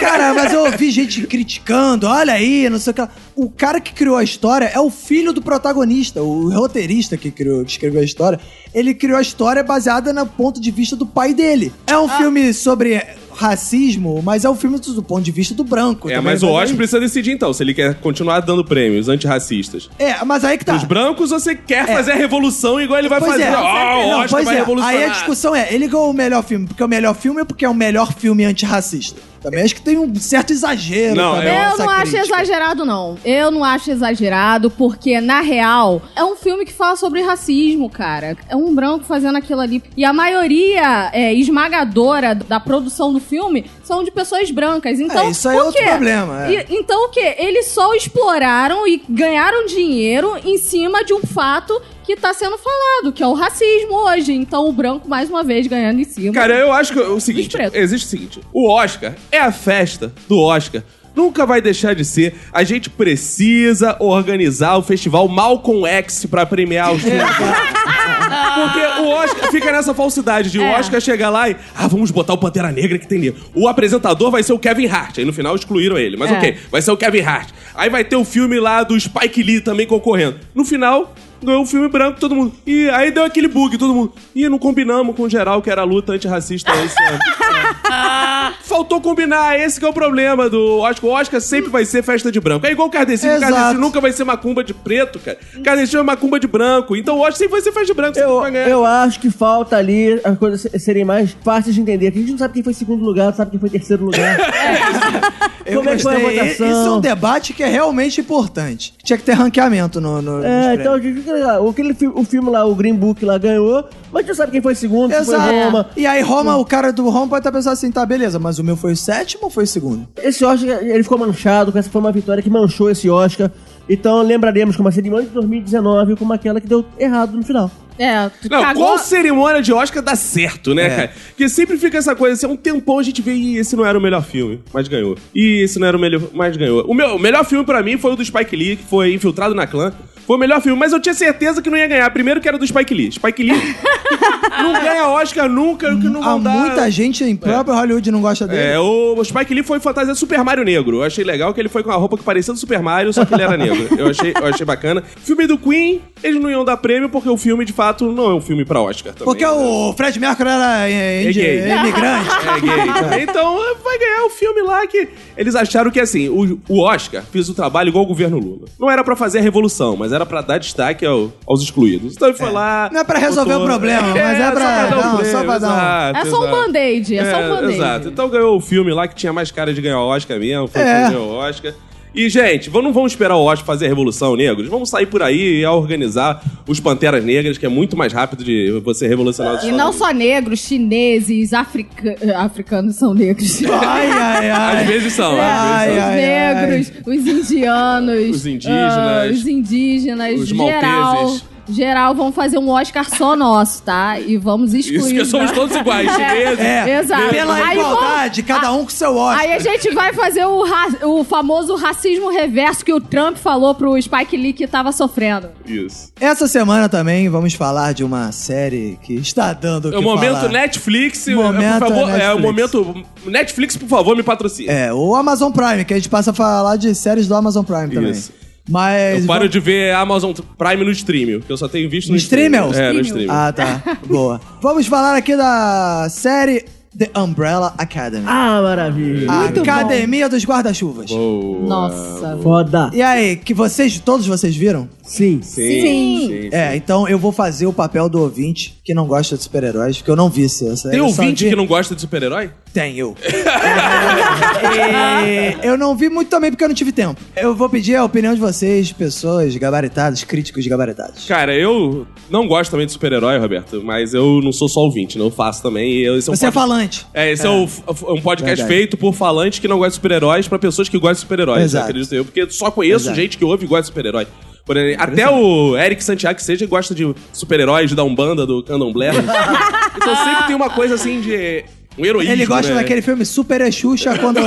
Cara, mas eu ouvi gente criticando, olha aí, não sei o que. lá. O cara que criou a história é o filho do protagonista, o roteirista que, criou, que escreveu a história. Ele criou a história baseada no ponto de vista do pai dele. É
Ah.
um filme sobre racismo, mas é um filme do ponto de vista do branco.
É,
também,
mas o
aí-
Oscar precisa decidir então se ele quer continuar dando prêmios antirracistas.
É, mas aí que tá. É.
Os brancos ou você quer fazer a revolução igual ele vai
Pois
fazer?
é.
Ah, o
Não,
Oscar
pois
vai
é.
revolucionar.
Aí a discussão é, ele ganhou o melhor filme, porque é o melhor filme é porque é o melhor filme antirracista. Também acho que tem um certo exagero.
Não,
também,
é
Eu
nessa
não acho
crítica.
exagerado, não. Eu não acho exagerado, porque, na real, é um filme que fala sobre racismo, cara. É um branco fazendo aquilo ali. E a maioria é, esmagadora da produção do filme são de pessoas brancas. Então,
É, isso aí é
o
outro
quê?
problema, é.
E- então o quê? Eles só exploraram e ganharam dinheiro em cima de um fato que tá sendo falado, que é o racismo hoje. Então o branco, mais uma vez, ganhando em cima.
Cara, eu acho que é o seguinte,
Desprezo.
existe o seguinte, o Oscar é a festa do Oscar. Nunca vai deixar de ser. A gente precisa organizar o festival Malcolm X pra premiar os filmes. Porque o Oscar fica nessa falsidade de o
É.
Oscar chegar lá e. Ah, vamos botar o Pantera Negra que tem negro. O apresentador vai ser o Kevin Hart. Aí no final excluíram ele, mas
É.
ok, vai ser o Kevin Hart. Aí vai ter o filme lá do Spike Lee também concorrendo. No final. Ganhou um filme branco, todo mundo. E aí deu aquele bug, todo mundo. Ih, não combinamos com o geral que era a luta antirracista esse ano. Faltou combinar, esse que é o problema do Oscar. O Oscar sempre vai ser festa de branco. É igual o Kardecismo, o
Exato.
Kardecismo nunca vai ser macumba de preto, cara. Kardecismo é macumba de branco. Então o Oscar sempre vai ser festa de branco, sempre
Eu,
vai ganhar.
eu acho que falta ali as coisas se- serem mais fáceis de entender. que A gente não sabe quem foi segundo lugar, não sabe quem foi terceiro lugar.
Eu
Como é que foi a
gostei.
votação?
Isso é um debate que é realmente importante. Tinha que ter ranqueamento no. no nos
É, então,
prêmios.
o, aquele, fi- o filme lá, o Green Book lá ganhou, mas a gente não sabe quem foi segundo, quem foi
Exato.
Roma.
E aí, Roma, o cara do Roma pode estar pensando assim, tá, beleza, mas o meu foi o sétimo ou foi o segundo?
Esse Oscar, ele ficou manchado, com essa foi uma vitória que manchou esse Oscar. Então lembraremos como a cerimônia de 2019, como aquela que deu errado no final.
É,
Não,
cagou-
qual cerimônia de Oscar dá certo, né, cara? Porque sempre fica essa coisa, assim, há um tempão a gente vê, e esse não era o melhor filme, mas ganhou. E esse não era o melhor, mas ganhou. O, meu, o melhor filme pra mim foi o do Spike Lee, que foi Infiltrado na Clã. Foi o melhor filme, mas eu tinha certeza que não ia ganhar. Primeiro que era do Spike Lee. Spike Lee não ganha Oscar nunca, o que não
Há
vão dar...
muita gente em próprio Hollywood não gosta dele.
É, o Spike Lee foi fantasia do Super Mario Negro. Eu achei legal que ele foi com a roupa que parecia do Super Mario, só que ele era negro. Eu achei, eu achei bacana. Filme do Queen, eles não iam dar prêmio porque o filme, de fato, não é um filme pra Oscar também.
Porque é o Fred Mercury era é,
É
indi-
gay.
imigrante.
É gay também. Então vai ganhar o filme lá que. Eles acharam que assim, o, o Oscar fez o trabalho igual o governo Lula. Não era pra fazer a revolução, mas era pra dar destaque ao- aos excluídos. Então ele foi lá.
Não é pra resolver o problema, mas é pra-
dar um
não, só pra dar um-
exato,
É só um
exato.
band-aid, é, só um band-aid.
Exato. Então ganhou o filme lá que tinha mais cara de ganhar o Oscar mesmo. Foi
É.
que ganhou o Oscar. E, gente, vamos- não vamos esperar o Oscar fazer a Revolução Negros. Vamos sair por aí a organizar os Panteras Negras, que é muito mais rápido de você revolucionar os
E
Estados
não
Unidos.
só negros, chineses, africa- eh, africanos são negros.
Ai, ai, ai.
Às vezes são, às
Ai,
vezes
Os
são.
ai,
negros, os indianos.
Os indígenas.
ah, os indígenas,
Os
geral.
malteses.
Geral, vamos fazer um Oscar só nosso, tá? E vamos excluir.
Isso que somos todos iguais, chineses.
É,
Exato.
Pela
Aí vamos-
igualdade, cada um com seu Oscar.
Aí a gente vai fazer o, ra- o famoso racismo reverso que o Trump falou pro Spike Lee que tava sofrendo.
Isso.
Essa semana também vamos falar de uma série que está dando o que
É o momento
falar.
Netflix,
Momento
por favor. É o
Netflix.
momento. Netflix, por favor, me patrocina.
É, o Amazon Prime, que a gente passa a falar de séries do Amazon Prime também.
Isso.
Mas...
Eu paro de ver Amazon Prime no stream, que eu só tenho visto no,
No streaming?
É, no
Streaming.
stream.
Ah, tá. Boa. Vamos falar aqui da série The Umbrella Academy.
Ah, maravilha.
Academia dos Guarda-Chuvas.
Nossa.
Foda.
E aí, que vocês, todos vocês viram?
Sim.
Sim,
Sim.
sim.
É, então eu vou fazer o papel do ouvinte que não gosta de super-heróis, porque eu não vi essa série.
Tem
eu só
ouvinte
vi-
que não gosta de super-herói?
Tem, eu. E eu não vi muito também porque eu não tive tempo. Eu vou pedir a opinião de vocês, pessoas gabaritadas, críticos gabaritados.
Cara, eu não gosto também de super-herói, Roberto, mas eu não sou só ouvinte, não faço também. e eu- esse é um
Você é
pod-
falante.
É, esse é, o f- f- um podcast
Verdade.
feito por falantes que não gostam de super-heróis pra pessoas que gostam de super-heróis,
Exato.
acredito eu. Porque só conheço
Exato.
gente que ouve e gosta de super-herói. Por exemplo, até o Eric Santiago que seja gosta de super-heróis, da Umbanda, do Candomblé. então sempre tem uma coisa assim de... Um heroísmo,
Ele gosta
né?
daquele filme Super Exuxa contra,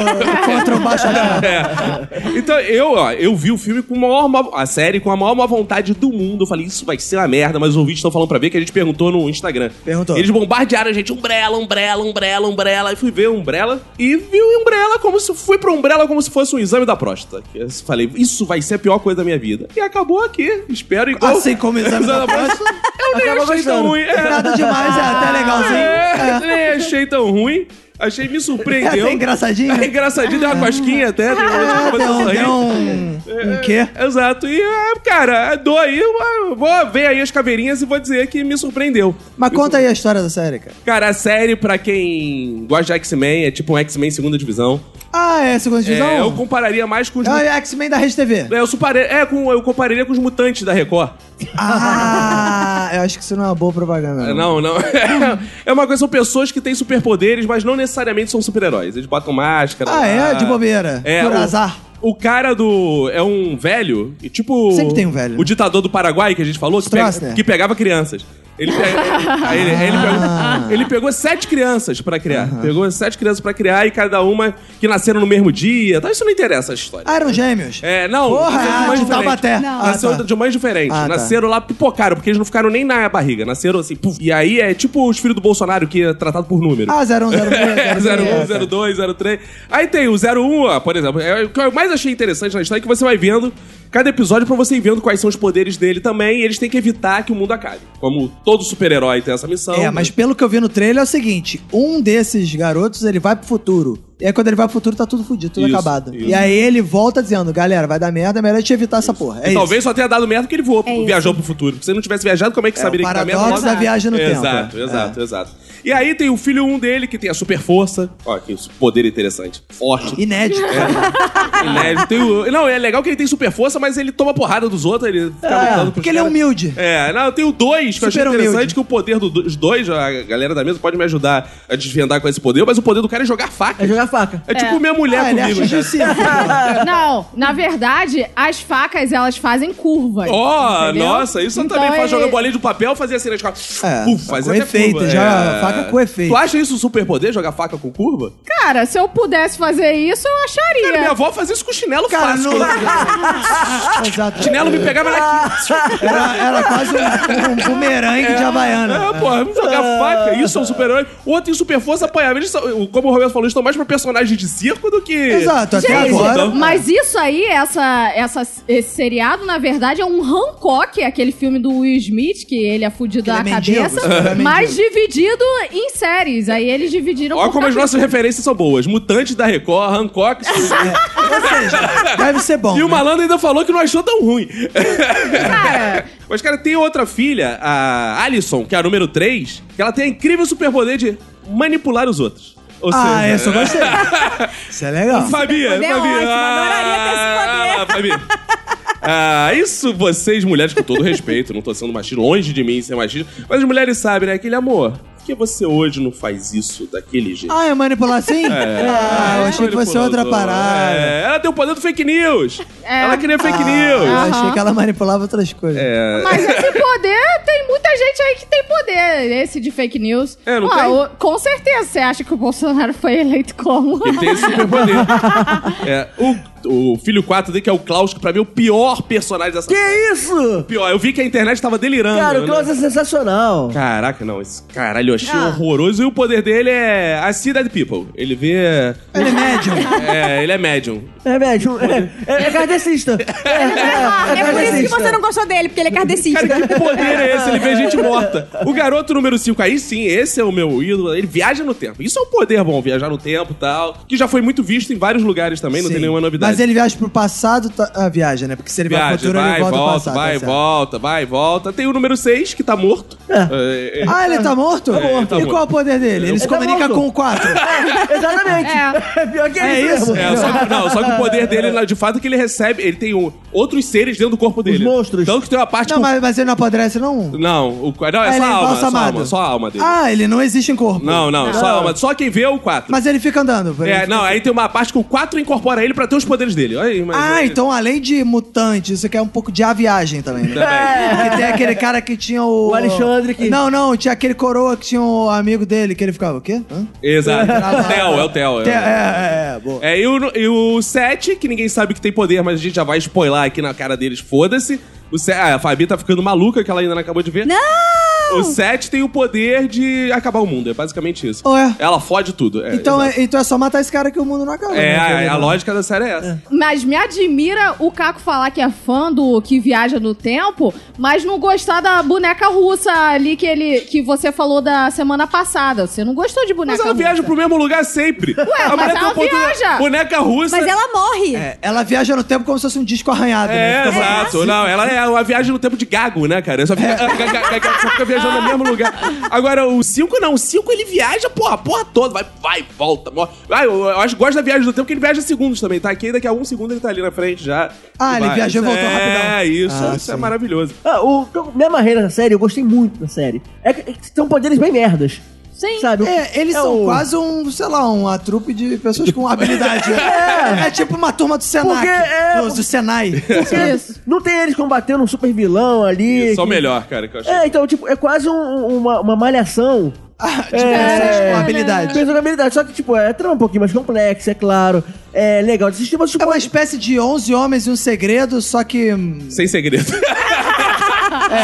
contra o Baixo da...
É. Então, eu, ó, eu vi o filme com a maior má- a série com a maior má vontade do mundo. Eu falei, isso vai ser uma merda, mas os ouvintes estão falando pra ver que a gente perguntou no Instagram.
Perguntou.
Eles bombardearam a gente, Umbrella, Umbrella, Umbrella, Umbrella. E fui ver Umbrella e vi o Umbrella como se. Fui pra Umbrella como se fosse um exame da próstata. Eu falei, isso vai ser a pior coisa da minha vida. E acabou aqui. Espero igual.
Assim como o exame da próstata.
Eu nem
acaba
achei tão
gostando.
ruim. É.
Nada demais, é até legalzinho.
É, nem achei tão ruim. Achei, me
É
surpreendeu.
até engraçadinho.
É engraçadinho, deu uma cosquinha até. Tem
É,
gente que
deu
começou a
um,
rir.
deu um,
É.
um quê?
Exato. E, é, cara, dou aí, uma- vou ver aí as caveirinhas e vou dizer que me surpreendeu.
Mas conta aí a história da série, cara.
Cara, a série, pra quem gosta de X-Men, é tipo um X-Men segunda divisão.
Ah, é a segunda divisão?
É, eu compararia mais com os...
Ah,
mu-
é a X-Men da Rede TV.
É, eu, supare... é com, eu compararia com os mutantes da Record.
Ah, eu acho que isso não é uma boa propaganda.
É, Não, não. É uma coisa, são pessoas que têm superpoderes, mas não necessariamente são super-heróis. Eles botam máscara.
Ah, é?
lá.
De bobeira.
É,
Por
o-
azar.
O cara do. É um velho. E tipo.
Sempre tem um velho, né?
O ditador do Paraguai que a gente falou, que,
Stroessner.
que pegava crianças. Ele, pe-
Ah.
aí ele- ele pegou, ele pegou sete crianças pra criar. Pegou sete crianças pra criar e cada uma que nasceram no mesmo dia. Tá? Isso não interessa a história.
Ah, eram gêmeos?
É, não.
Porra,
nasceram de mães
de
diferentes.
Taubaté.
Não.
Ah,
Nasceram
tá.
de mães diferentes.
Ah, tá.
nasceram lá, pipocaram, porque eles não ficaram nem na barriga. Nasceram assim. puf. E aí é tipo os filhos do Bolsonaro, que é tratado por número.
Ah,
É,
0103.
01, 02, 03. Aí tem o 01, ó, por exemplo. É, o que eu mais achei interessante na história é que você vai vendo cada episódio pra você ir vendo quais são os poderes dele também. E eles têm que evitar que o mundo acabe. Como todo super-herói tem essa missão. né?
É, mas pelo que eu vi no trailer é o seguinte: um desses garotos ele vai pro futuro. E aí, quando ele vai pro futuro, tá tudo fudido, tudo
Isso,
acabado.
isso.
E aí ele volta dizendo: galera, vai dar merda, é melhor a gente evitar essa porra. É
E
isso.
talvez só tenha dado merda porque ele voou,
isso.
viajou pro futuro. Porque se ele não tivesse viajado, como é que
É,
saberia
o
que tá merda?
paradoxo da viagem no tempo,
Exato,
é.
exato, exato. E aí tem o filho um dele que tem a super força. Ó, que poder interessante. Forte.
Inédito.
Inédito. Tem o- Não, é legal que ele tem super força, mas ele toma porrada dos outros, ele fica
É,
lutando pros
porque ele é
caras.
humilde.
É, não, tem o 2, que eu achei
Super
interessante
humilde.
que o poder do- dos dois, a galera da mesa pode me ajudar a desvendar com esse poder, mas o poder do cara é jogar faca.
É jogar faca.
É tipo minha mulher
Ah, ele
comigo.
acha
cara.
justiça.
Ah,
É, Não, na verdade, as facas, elas fazem curvas.
Ó,
entendeu?
nossa, isso
Então
também faz
ele-
jogar bolinha de papel, fazia assim na escola.
É,
Uf, fazia
com
até
efeito,
curva. É.
já faca com efeito.
Tu acha isso um superpoder, jogar faca com curva?
Cara, se eu pudesse fazer isso, eu acharia.
Cara, minha avó fazia isso com chinelo
Cara,
fácil.
não. Exato.
Chinelo me pegava na
Era, era quase um, um bumerangue de havaiana.
É, porra, vamos jogar faca. Isso é um super-herói. Outro em super força apanhava. Eles são- como o Roberto falou, estão mais pra personagem de circo do que.
Exato, até
Gente,
então.
agora.
mas isso aí, essa, essa, esse seriado, na verdade, é um Hancock, aquele filme do Will Smith, que ele é fudido
ele
da
é mendigo,
cabeça,
sabe? Ele é
mas dividido em séries. Aí eles dividiram
Olha
por
como é as
capítulo.
nossas referências são boas. Mutante da Record, Hancock.
Ou seja, deve ser bom.
e o
né?
malandro ainda falou que não achou tão ruim.
Cara,
Mas, cara, tem outra filha, a Alison, que é a número 3, que ela tem a incrível superpoder de manipular os outros. Ou
Ah,
seja,
essa eu gostei. Isso é legal.
Fabia,
Esse poder é
Fabia.
ótimo, adoraria
ter esse poder. Fabia. Ah, isso vocês, mulheres, com todo respeito, não tô sendo machista, longe de mim ser machista, mas as mulheres sabem, né? Aquele amor, por que você hoje não faz isso daquele jeito?
Ah, é manipular assim? Ah, eu achei que fosse outra
É Manipulador.
parada. Ah,
É, ela tem o poder do fake news. Ela queria fake
Eu
news.
achei que ela manipulava outras coisas.
É,
mas esse poder, tem muita gente aí que tem poder, esse de fake news.
É, não
Ó,
tem?
o- com certeza, você acha que o Bolsonaro foi eleito como?
Ele tem esse superpoder. é, o, o filho 4 dele, que é o Klaus, que pra mim é o pior personagem dessa
Que isso?
Pior, eu vi que a internet tava delirando.
Cara, o
né?
Klaus é sensacional.
Caraca, não, esse caralho, eu achei horroroso. E o poder dele é a See Dead People. Ele vê.
Ele é médium.
É, ele é médium.
É médium. É, é, é kardecista. É, é, é
É por isso que
kardecista.
você não gostou dele, porque ele é kardecista.
Cara, que poder é esse? Ele vê gente morta. O garoto número 5 aí, sim, esse é o meu ídolo. Ele viaja no tempo. Isso é um poder bom, viajar no tempo e tal. Que já foi muito visto em vários lugares também, não
Sim.
tem nenhuma novidade.
Mas ele viaja pro passado, tá, a viagem, né? Porque se ele vai pro
Viaja,
futuro,
vai,
ele volta,
volta,
pro passado.
vai,
tá certo.
volta, vai, volta. Tem o número 6, que tá morto. É, é,
Ah, ele tá morto?
É, ele tá
e
morto.
qual é o poder dele? Ele se
tá
comunica
morto.
com o 4.
Exatamente. É. pior que
É isso?
mesmo.
É, só que, não, só que o poder dele, lá, de fato, é que ele recebe. Ele tem um- outros seres dentro do corpo dele.
monstros.
Tanto que tem uma parte.
Não,
com-
mas, mas ele não apodrece, não?
Não, o, não,
Ah,
é
ele
só
é
a alma. Só a
embalsamado.
alma, só a alma dele.
Ah, ele não existe em corpo.
Não, não, só a alma. Só quem vê é o 4.
Mas ele fica andando. por
É,
aí.
não, aí tem uma parte que o 4 incorpora ele pra ter os poderes dele. Olha aí, mas. é.
Ah, então além de mutante, você quer um pouco de a viagem também,
é,
né?
Também.
Porque tem aquele cara que tinha o.
O Alexandre que-
Não, não, tinha aquele coroa que tinha um amigo dele, que ele ficava, o quê? Hã?
Exato. O Theo, é o Theo.
Tem-
é.
É, é, é, boa.
É, e o, e o 7, que ninguém sabe que tem poder, mas a gente já vai spoiler aqui na cara deles, foda-se. O se- ah, a Fabi tá ficando maluca, que ela ainda não acabou de ver. Não! O 7 tem o poder de acabar o mundo, é basicamente isso.
Ué.
Ela fode tudo. É,
então,
exato.
é, então é só matar esse cara que o mundo não acaba.
É,
né?
a, a lógica da série é essa.
Mas me admira o Caco falar que é fã do que viaja no tempo, mas não gostar da boneca russa ali que ele que você falou da semana passada. Você não gostou de boneca
Mas ela
russa.
viaja pro mesmo lugar sempre. Ué,
mas ela viaja.
Boneca russa.
Mas ela morre.
É, ela viaja no tempo como se fosse um disco arranhado.
É,
né?
exato. Não, ela é uma viagem no tempo de gago, né, cara? Só fica, só fica viajando no mesmo lugar. Agora, o 5 não. O 5 ele viaja, porra, a porra toda. Vai, vai, volta. morre. Vai, eu, eu acho que gosto da viagem do tempo, que ele viaja segundos também, tá? Que daqui a alguns segundos ele tá ali na frente já.
Ah,
E
ele
vai.
viajou e
Isso
voltou
é,
rapidão.
É, isso.
Ah,
isso é
sim.
maravilhoso.
Ah, o, minha barreira na série, eu gostei muito da série. É que, é que são poderes bem merdas.
Sim.
Sabe?
É, eles
É
são
o-
quase um, sei lá, uma trupe de pessoas com habilidade. é. tipo uma turma do Senac.
Porque é-
do, do Senai.
Porque
Isso.
não tem eles combatendo um super vilão ali.
Isso é o
que-
melhor, cara, que eu achei.
É, então, tipo, é quase um- uma, uma malhação.
Ah, de
É.
pessoas com habilidade.
Pessoa com habilidade. Só que, tipo, é a trama um pouquinho mais complexa, é claro. É legal de assistir, mas, tipo,
É uma espécie de 11 homens e um segredo, só que. hum,
Sem segredo.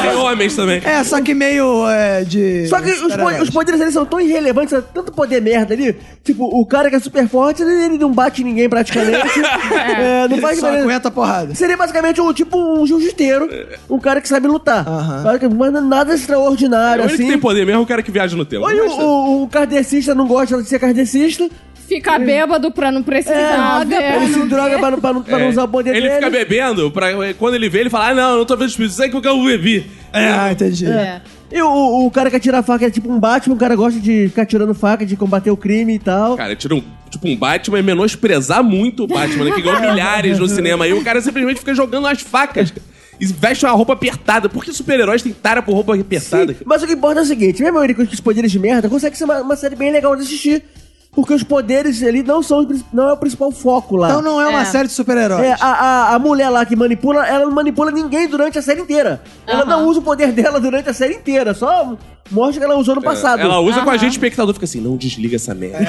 Tem homens também.
É, só que meio é, de.
Só que os, po-
super-heróis.
os poderes ali são tão irrelevantes, é tanto poder merda ali. Tipo, o cara que é super forte, ele, ele não bate em ninguém praticamente. É, não faz
Só
diferença.
aguenta a porrada.
Seria basicamente um, tipo um jiu-jiteiro, um cara que sabe lutar.
Aham.
Claro que- Mas nada
O
extraordinário,
único que
assim.
tem poder mesmo é o cara que viaja no tempo.
Olha, o, o, o kardecista não gosta de ser kardecista.
Fica bêbado pra não precisar
É, ele
ver.
se droga pra, não- pra, não- pra não usar o poder
É. ele
dele.
fica bebendo, pra, quando ele vê, ele fala: Ah, não, eu não tô vendo espírito, sei que eu bebi.
Ah, entendi.
É.
E o, o cara que atira a faca é tipo um Batman, o cara gosta de ficar tirando faca, de combater o crime e tal.
Cara, tira um, tipo um Batman e menosprezar muito o Batman, né? Que ganhou milhares no cinema. E o cara simplesmente fica jogando as facas e veste uma roupa apertada. Por que super-heróis têm tara por roupa apertada?
Mas o que importa é o seguinte: mesmo ele com os poderes de merda, consegue ser uma, uma série bem legal de assistir. porque os poderes ali não são os princi- não é o principal foco lá.
Então não é uma
É.
série de super-heróis.
É, a, a, a mulher lá que manipula, ela não manipula ninguém durante a série inteira. Ela
Aham.
não usa o poder dela durante a série inteira, só mostra que ela usou no passado.
É, Ela usa com a
Aham.
gente, o espectador fica assim, não desliga essa merda.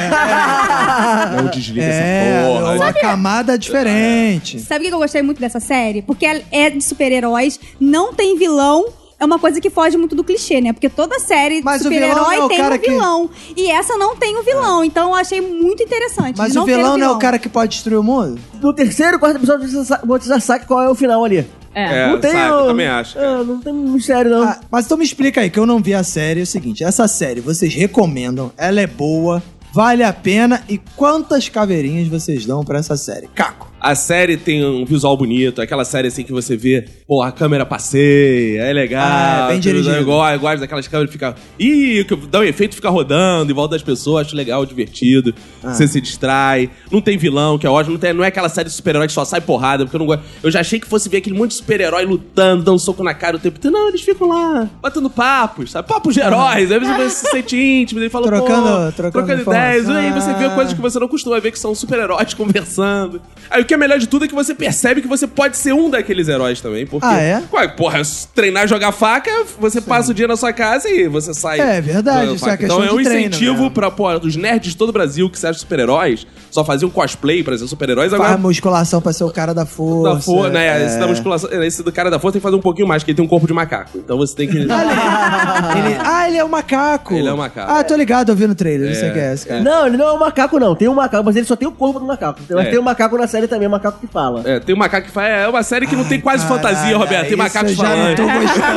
Não desliga
É,
essa porra.
uma camada diferente.
Sabe o que eu gostei muito dessa série? Porque ela é de super-heróis, não tem vilão. É uma coisa que foge muito do clichê, né? Porque toda série de
Mas o vilão
super-herói
não é o
tem
cara
um
que-
vilão. E essa não tem um vilão. Então eu achei muito interessante.
Mas
de
o
ter um
vilão não é o cara que pode destruir o mundo?
No terceiro, quarto episódio, você sa- você já sabe qual é o final ali.
É.
É,
não tem
sabe,
o-
eu também acho. cara.
É, não tem mistério, não.
Ah, mas então me explica aí, que eu não vi a série. É o seguinte, essa série vocês recomendam, ela é boa, vale a pena. E quantas caveirinhas vocês dão pra essa série? Caco.
A série tem um visual bonito, aquela série assim que você vê, pô, a câmera passeia, é legal.
Ah, bem
tudo,
dirigido.
né? Eu gosto, eu gosto daquelas câmeras que fica. Ih, que dá um efeito, fica rodando em volta das pessoas, acho legal, divertido.
Ah.
Você se distrai. Não tem vilão, que é ótimo. Não, tem- não é aquela série de super-herói que só sai porrada, porque eu não gosto. Eu já achei que fosse ver aquele monte de super-herói lutando, dando soco na cara o tempo inteiro. Não, eles ficam lá, batendo papos, sabe? Papos de heróis. Aí você se sente íntimo, ele fala,
Ah. Trocando-
pô,
trocando
ideias.
informação.
Aí você vê
Ah.
coisas que você não costuma ver que são super-heróis conversando. Aí o que é melhor de tudo é que você percebe que você pode ser um daqueles heróis também. Porque,
Ah, é?
Ué, porra, treinar e jogar faca, você passa o dia na sua casa e você sai.
É verdade,
jogando
isso
faca.
é questão
Então é um
de treino,
incentivo
né?
pra, porra, dos nerds de todo o Brasil que se acham super-heróis, só faziam cosplay pra ser super-heróis.
Faz
Agora, tá
musculação pra ser o cara da força.
da for, né,
é.
esse da musculação, esse do cara da força tem que fazer um pouquinho mais, porque ele tem um corpo de macaco. Então você tem que...
Ele- ah, ele é um macaco.
Ele é um macaco.
Ah, tô ligado, eu vi no trailer, não sei o que é esse cara.
Não, ele não é um macaco, não. Tem um macaco, mas ele só tem o corpo do macaco. Mas
É.
tem um macaco na série também, um macaco que fala.
É, tem um macaco que faz... É uma série que não tem quase
Caralho,
fantasia, Roberto. Tem
isso
macacos
eu já não
falando.
tô gostando.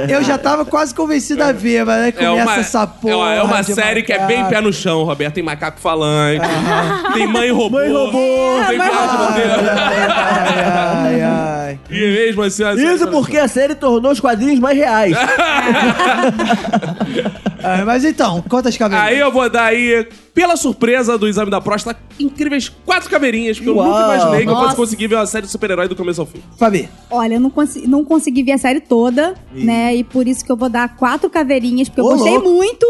Eu já tava quase convencido a ver, mas aí começa essa porra.
é uma- é uma
de
série que é bem
macaco.
pé no chão, Roberto. Tem macaco falante, tem mãe robô.
Mãe robô.
tem
mãe
viagem no tempo.
É, Ai, ai, ai.
E mesmo assim, a É. série
Isso
tá-
porque a série tornou os quadrinhos mais reais.
Ah, mas então, quantas caveirinhas?
Aí eu vou dar aí, pela surpresa do exame da próstata, incríveis quatro caveirinhas, porque eu nunca
Uau.
imaginei que eu fosse
Nossa.
conseguir ver uma série de super-herói do começo ao fim.
Fabi,
Olha, eu não, consi- não consegui ver a série toda, né? E por isso que eu vou dar quatro caveirinhas, porque
Ô,
eu gostei
louco.
muito.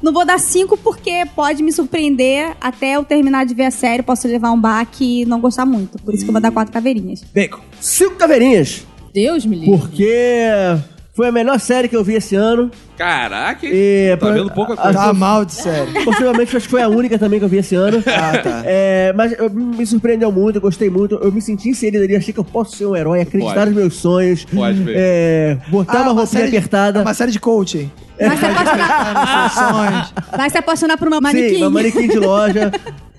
Não vou dar cinco, porque pode me surpreender até eu terminar de ver a série. Posso levar um baque e não gostar muito. Por isso que eu vou dar quatro caveirinhas.
bacon.
Cinco caveirinhas.
Deus me livre.
Porque foi a melhor série que eu vi esse ano.
Caraca,
E,
tá
pra-
vendo pouca coisa.
é Tá mal de sério.
Possivelmente acho que foi a única também que eu vi esse ano.
Ah, tá.
É, mas eu- me surpreendeu muito, eu gostei muito. Eu me senti inserido ali, achei que eu posso ser um herói, acreditar
Pode.
nos meus sonhos.
Pode mesmo.
É, botar uma roupinha
de-
apertada.
É uma Ah, série de coaching.
Vai se apaixonar,
Ações.
vai se apaixonar por uma
Sim,
manequim.
uma manequim de loja.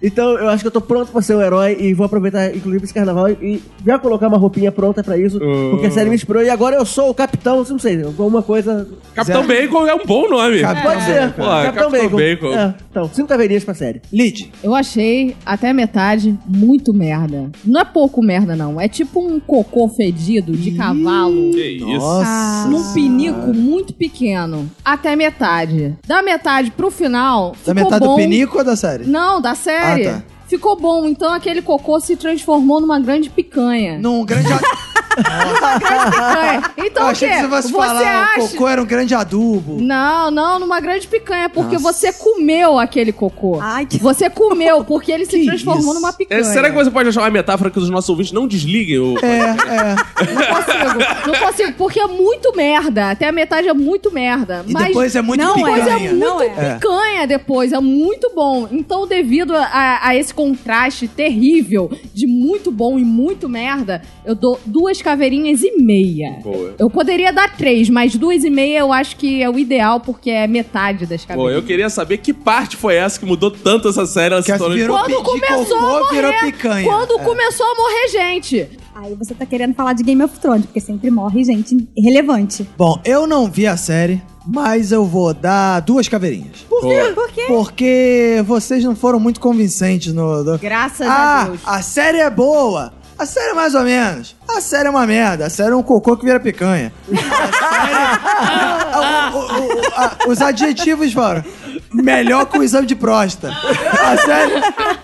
Então, eu acho que eu tô pronto pra ser um herói e vou aproveitar, inclusive, esse carnaval e já colocar uma roupinha pronta pra isso, porque a série me inspirou. E agora eu sou o capitão, não sei, alguma coisa.
Capitão Bacon é um bom nome.
Capitão
Pode ser,
Pô, Capitão Bacon.
É, então, cinco caveirinhas pra série.
Lid,
Eu achei até a metade muito merda. Não é pouco merda, não. É tipo um cocô fedido de cavalo.
Que isso.
Ah.
nossa.
Num pinico muito pequeno. Até metade. Da metade pro final.
Da Tá
ficou
metade
bom.
do pinico ou da série?
Não, da série.
Ah, tá.
Ficou bom, então aquele cocô se transformou numa grande picanha.
Num grande... a-
Picanha. Então
eu
o quê?
achei que você fosse falar,
acha...
o cocô era um grande adubo.
Não, não, numa grande picanha, porque
Nossa.
você comeu aquele cocô.
Ai, que...
Você comeu, porque ele se
Que isso?
transformou numa picanha.
É, será que você pode achar uma metáfora que os nossos ouvintes não desliguem? O...
É, é.
Não consigo, não consigo, porque é muito merda. Até a metade é muito merda.
E
mas
depois é muito
não
depois
picanha.
é
picanha. Não
muito
é.
picanha depois, é muito bom. Então, devido a, a esse contraste terrível de muito bom e muito merda, eu dou duas caveirinhas e meia.
Boa.
Eu poderia dar três, mas duas e meia eu acho que é o ideal, porque é metade das
Bom, eu
caveirinhas.
queria saber que parte foi essa que mudou tanto essa série. Ela
Que
se tornou...
virou
Quando
pe- de
começou
cocô,
a morrer,
virou picanha.
Quando
É.
começou a morrer gente.
Aí você tá querendo falar de Game of Thrones, porque sempre morre gente irrelevante.
Bom, eu não vi a série, mas eu vou dar duas caveirinhas.
Por quê? Por quê?
Porque vocês não foram muito convincentes no... no-
Graças a
Ah,
Tá, Deus.
a série é boa. A série é mais ou menos. A série é uma merda. A série é um cocô que vira picanha. A série... O- o- o- a- os adjetivos foram melhor com o exame de próstata. A série,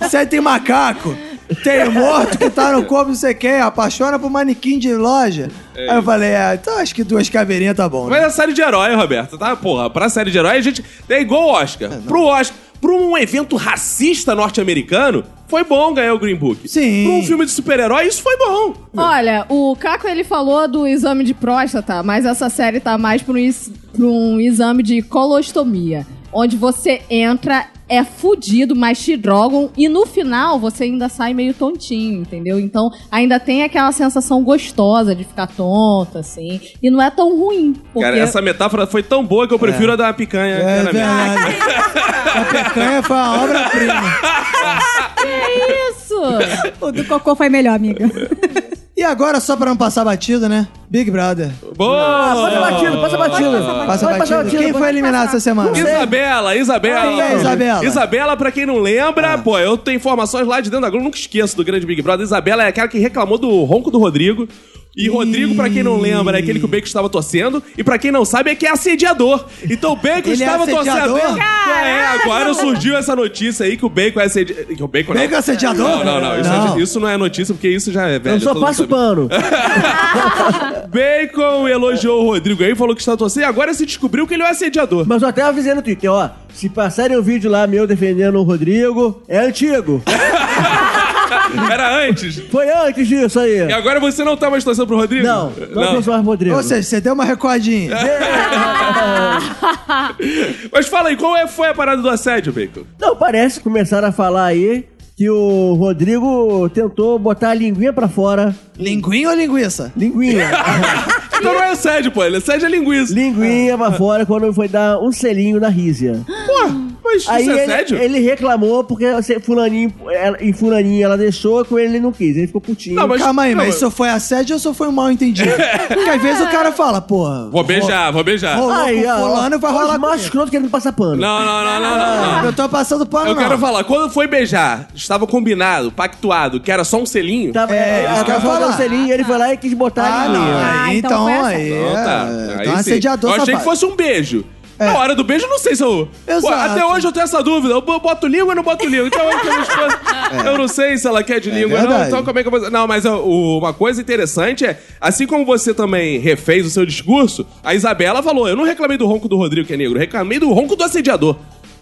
a série tem macaco. Tem morto que tá no corpo, não sei quem. Apaixona pro manequim de loja. Aí eu falei, ah, então acho que duas caveirinhas tá bom.
Mas
Né?
é série de herói, Roberto, tá? Porra, pra série de herói a gente. É igual o Oscar. Pro Oscar. Pra um evento racista norte-americano, foi bom ganhar o Green Book.
Sim.
Pra um filme de super-herói, isso foi bom.
Olha, o Caco ele falou do exame de próstata, mas essa série tá mais pra um, is- pra um exame de colostomia. Onde você entra, é fudido, mas te drogam e no final você ainda sai meio tontinho, entendeu? Então ainda tem aquela sensação gostosa de ficar tonta, assim. E não é tão ruim. Porque...
Cara, essa metáfora foi tão boa que eu prefiro a da picanha. que
É
era minha.
verdade. A pecanha foi a obra-prima.
Isso!
O do cocô foi melhor, amiga.
E agora, só pra não passar batida, né? Big Brother.
Boa!
Passa batida, passa batida.
Passa
Pode passar
batida. Quem
pode-
foi eliminado essa semana?
Isabela, Isabela.
Quem é Isabela? Ah.
Isabela, pra quem não lembra, pô, eu tenho informações lá de dentro da Globo, nunca esqueço do grande Big Brother. Isabela é aquela que reclamou do ronco do Rodrigo. E Rodrigo, pra quem não lembra, é aquele que o Bacon estava torcendo. E pra quem não sabe, é que é assediador. Então o Bacon
Ele é
estava torcendo.
assediador?
É, agora surgiu essa notícia aí que o Bacon é assediador. Que o Bacon, não.
Bacon é assediador?
Não, não, não. Isso,
Não.
É, isso não é notícia, porque isso já é velho.
Eu só
todo mundo
passo o
sabe.
pano.
Bacon elogiou o Rodrigo aí, falou que está torcendo. E agora se descobriu que ele é um assediador.
Mas eu até avisei no Twitter, ó. Se passarem um vídeo lá meu defendendo o Rodrigo, é antigo.
Era antes.
Foi antes disso aí.
E agora você não tá mais torcendo pro Rodrigo?
Não, não, não. sou mais
é
Rodrigo.
Ou seja, você deu uma recordinha.
Mas fala aí, qual é, foi a parada do assédio, Bacon?
Não, parece que começaram a falar aí que o Rodrigo tentou botar a linguinha pra fora.
Linguinha ou linguiça?
Linguinha.
Então não é assédio, pô. Ele assédio é linguiça.
linguinha pra fora quando foi dar um selinho na Rízia.
Pô, mas
Aí
isso é
ele,
assédio?
ele reclamou porque esse fulaninho, ela, em fulaninho ela deixou, com ele ele não quis. Ele ficou putinho.
Não, mas-
Calma aí,
não,
mas isso foi assédio ou só foi um mal entendido? Porque às vezes o cara fala, porra.
Vou beijar, vou beijar.
Rolou
Aí,
com
ó,
fulano vai
olha os
rolar com
machos escroto querendo passar pano.
Não, não, não, não, não. não.
Eu tô passando pano,
Eu
não.
quero falar, quando foi beijar, estava combinado, pactuado, que era só um selinho?
Tava,
É,
é,
isso
ela
que eu ia
tava falando
falar.
do selinho e ele foi lá e quis botar a
Ah, não.
linguinha.
aí,
Ah, então
então,
foi essa.
aí.
Então tá.
é,
Aí
Então
sim.
assediador,
Eu achei que
safado.
fosse um beijo. Na hora do beijo, eu não sei se eu.
Exato.
Pô, até hoje eu tenho essa dúvida. Eu boto língua ou não boto língua? Então eu, que a minha esposa- eu não sei se ela quer de língua. Não,
É. verdade.
então como é que eu vou. Não, mas ó, o- uma coisa interessante é: assim como você também refez o seu discurso, a Isabela falou: eu não reclamei do ronco do Rodrigo, que é negro, eu reclamei do ronco do assediador.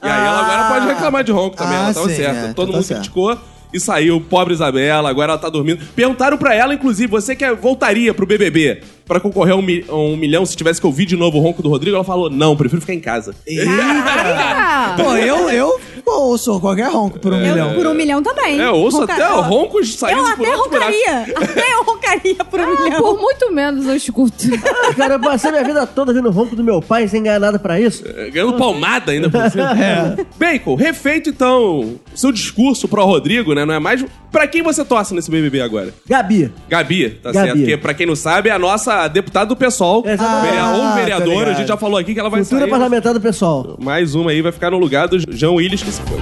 E aí ela agora
Ah.
pode reclamar de ronco também.
Ah,
ela tava
sim,
certa.
é,
Todo
tá
mundo
certo.
criticou. E saiu, pobre Isabela, agora ela tá dormindo. Perguntaram pra ela, inclusive, você que é, voltaria pro BBB pra concorrer a um, mi- a um milhão se tivesse que ouvir de novo o ronco do Rodrigo? Ela falou, não, prefiro ficar em casa.
Ah,
Pô, eu, eu pô, ouço qualquer ronco por um
Eu,
milhão.
por um milhão também.
É, eu ouço
Ronca-
até o ronco saindo
Eu
por
até
outro buraco.
roncaria. Até eu roncaria por um milhão.
Ah, por muito menos eu escuto.
é.
Cara, eu passei minha vida toda vendo o ronco do meu pai sem ganhar nada pra isso.
É, Ganhando palmada ainda por cima.
É.
Bacon, refeito então seu discurso pro Rodrigo, né? Não é mais. Pra quem você torce nesse BBB agora?
Gabi.
Gabi, tá
Gabi.
certo? Porque, pra quem não sabe, é a nossa deputada do PSOL.
Exatamente.
verea- ou
Ah, tá
vereadora,
ligado.
a gente já falou aqui que ela vai
Cultura
sair. né?
parlamentar do pessoal.
Mais uma aí vai ficar no lugar do João Willis que se foi.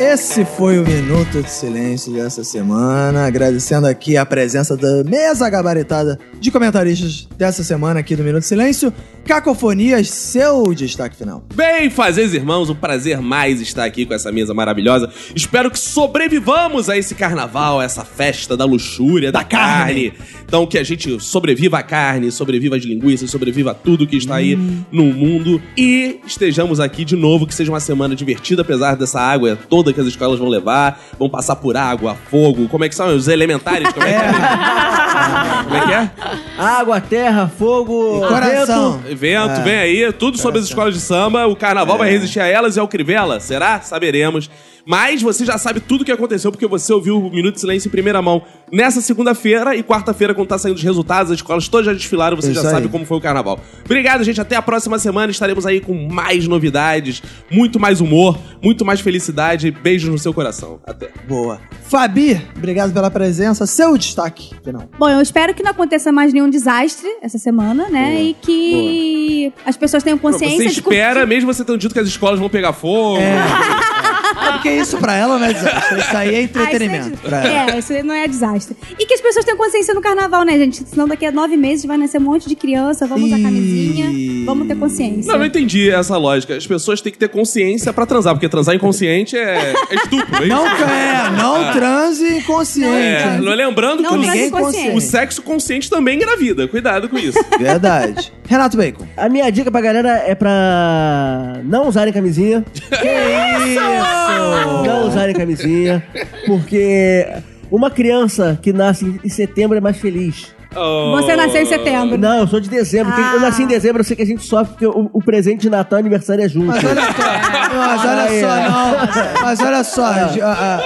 Esse foi o Minuto de Silêncio dessa semana. Agradecendo aqui a presença da mesa gabaritada de comentaristas dessa semana aqui do Minuto de Silêncio. Cacofonias, seu destaque final.
Bem, fazeres irmãos, um prazer mais estar aqui com essa mesa maravilhosa. Espero que sobrevivamos a esse carnaval, a essa festa da luxúria, da, carne. Então que a gente sobreviva à carne, sobreviva às linguiças, sobreviva a tudo que está aí no mundo e estejamos aqui de novo, que seja uma semana divertida, apesar dessa água toda que as escolas vão levar, vão passar por água, fogo, como é que são os elementares? Como é que é? Como é que é?
Água, terra, fogo,
Coração.
vento.
Vento,
É.
vem aí, tudo sobre as escolas de samba. O carnaval vai resistir a elas e ao Crivella? Será? Saberemos. Mas você já sabe tudo o que aconteceu porque você ouviu o Minuto de Silêncio em primeira mão nessa segunda-feira e quarta-feira, quando tá saindo os resultados, as escolas todas já desfilaram, você
É Isso
já sabe
aí.
como foi o carnaval. Obrigado, gente. Até a próxima semana. Estaremos aí com mais novidades, muito mais humor, muito mais felicidade. Beijos no seu coração. Até.
Boa. Fabi, obrigado pela presença. Seu destaque final.
Bom, eu espero que não aconteça mais nenhum desastre essa semana, né? E que as pessoas tenham
Você
consciência de
espera, mesmo você tendo dito que as escolas vão pegar fogo.
É porque isso pra ela não é desastre. Isso aí é
Ah, isso
entretenimento
é-
pra ela.
É, isso aí não é desastre. E que as pessoas tenham consciência no carnaval, né, gente? Senão daqui a nove meses vai nascer um monte de criança, vamos usar
Ih.
camisinha, vamos ter consciência.
Não, eu não entendi essa lógica. As pessoas têm que ter consciência pra transar, porque transar inconsciente é, é estupro, é isso?
Não, é, não transe inconsciente.
É, lembrando
Não
que
transe
ninguém
inconsciente.
o, o sexo consciente também engravida. Cuidado com isso.
Verdade. Renato Bacon.
A minha dica pra galera é pra não usarem camisinha.
Isso!
Não usarem camisinha. Porque uma criança que nasce em setembro é mais feliz.
Oh.
Você nasceu em
então,
setembro.
Não, eu sou de dezembro. Tem- Eu
Ah.
nasci em dezembro, eu sei que a gente sofre porque o, o presente de Natal e aniversário é junto.
Mas olha só, mas olha só, não. Mas olha só, ah,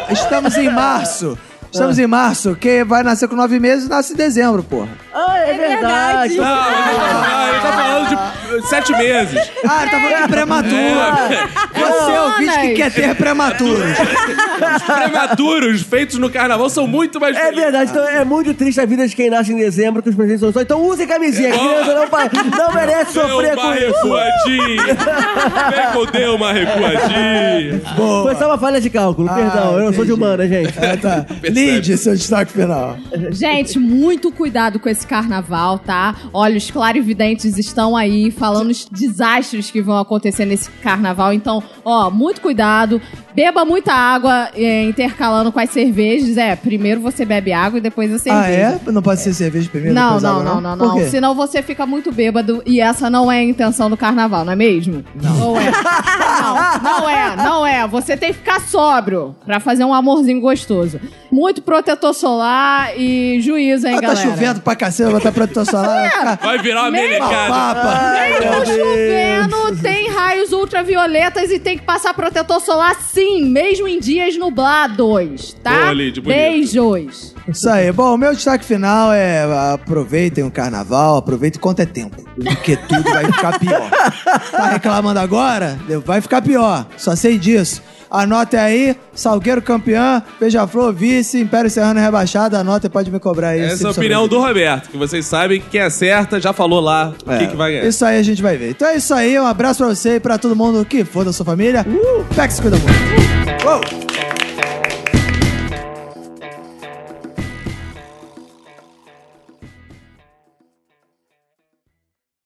ah, estamos em março. Estamos em março, que vai nascer com nove meses nasce em dezembro, porra.
Ah, é, verdade.
Não, não, ele tá falando de sete meses.
Ah, ele tá falando de prematuro. Você é o bicho que quer ter prematuros.
Os prematuros feitos no carnaval são muito mais
É
felizes.
verdade, então é muito triste a vida de quem nasce em dezembro, que os presentes são só. Então use camisinha, criança não, pa- não merece
Deu
sofrer
uma
com
recuadinha. Bacon deu uma recuadinha.
Foi só uma falha de cálculo,
Ah,
perdão. Eu não sou de
entendi.
humana, gente.
Ah, tá. Lid, seu destaque final.
Gente, muito cuidado com esse carnaval, tá? Olha, os clarividentes estão aí falando os desastres que vão acontecer nesse carnaval. Então, ó, muito cuidado. Beba muita água é, intercalando com as cervejas. É, primeiro você bebe água e depois a cerveja.
Ah, é? Não pode ser cerveja primeiro?
Não,
depois
não,
água,
não, não,
Por
não.
quê?
Senão você fica muito bêbado e essa não é a intenção do carnaval, não é mesmo? Não. Ou é? Não, não é, não é. Você tem que ficar sóbrio pra fazer um amorzinho gostoso. Muito protetor solar e juízo, hein,
Ah, tá
galera?
chovendo pra cacete, vai estar protetor solar. vai ficar
Vai virar uma
Nem-
melecada.
Papa.
Mesmo Tá chovendo, tem raios ultravioletas e tem que passar protetor solar sim, mesmo em dias nublados, tá?
Boa, Lid, bonito.
Beijos.
Isso aí. Bom, o meu destaque final é aproveitem o carnaval, aproveitem quanto é tempo. Porque tudo vai ficar pior. Tá reclamando agora? Vai ficar pior. Só sei disso. Anotem aí, Salgueiro campeão, Beija-Flor vice, Império Serrano rebaixado, anota e pode me cobrar aí. se
Essa é a
você
opinião
não
do Roberto, que vocês sabem que quem acerta já falou lá o
É.
que, que vai ganhar.
Isso aí a gente vai ver. Então é isso aí, um abraço pra você e pra todo mundo que foda a sua família. Uh! Pega e se cuida muito. Uou!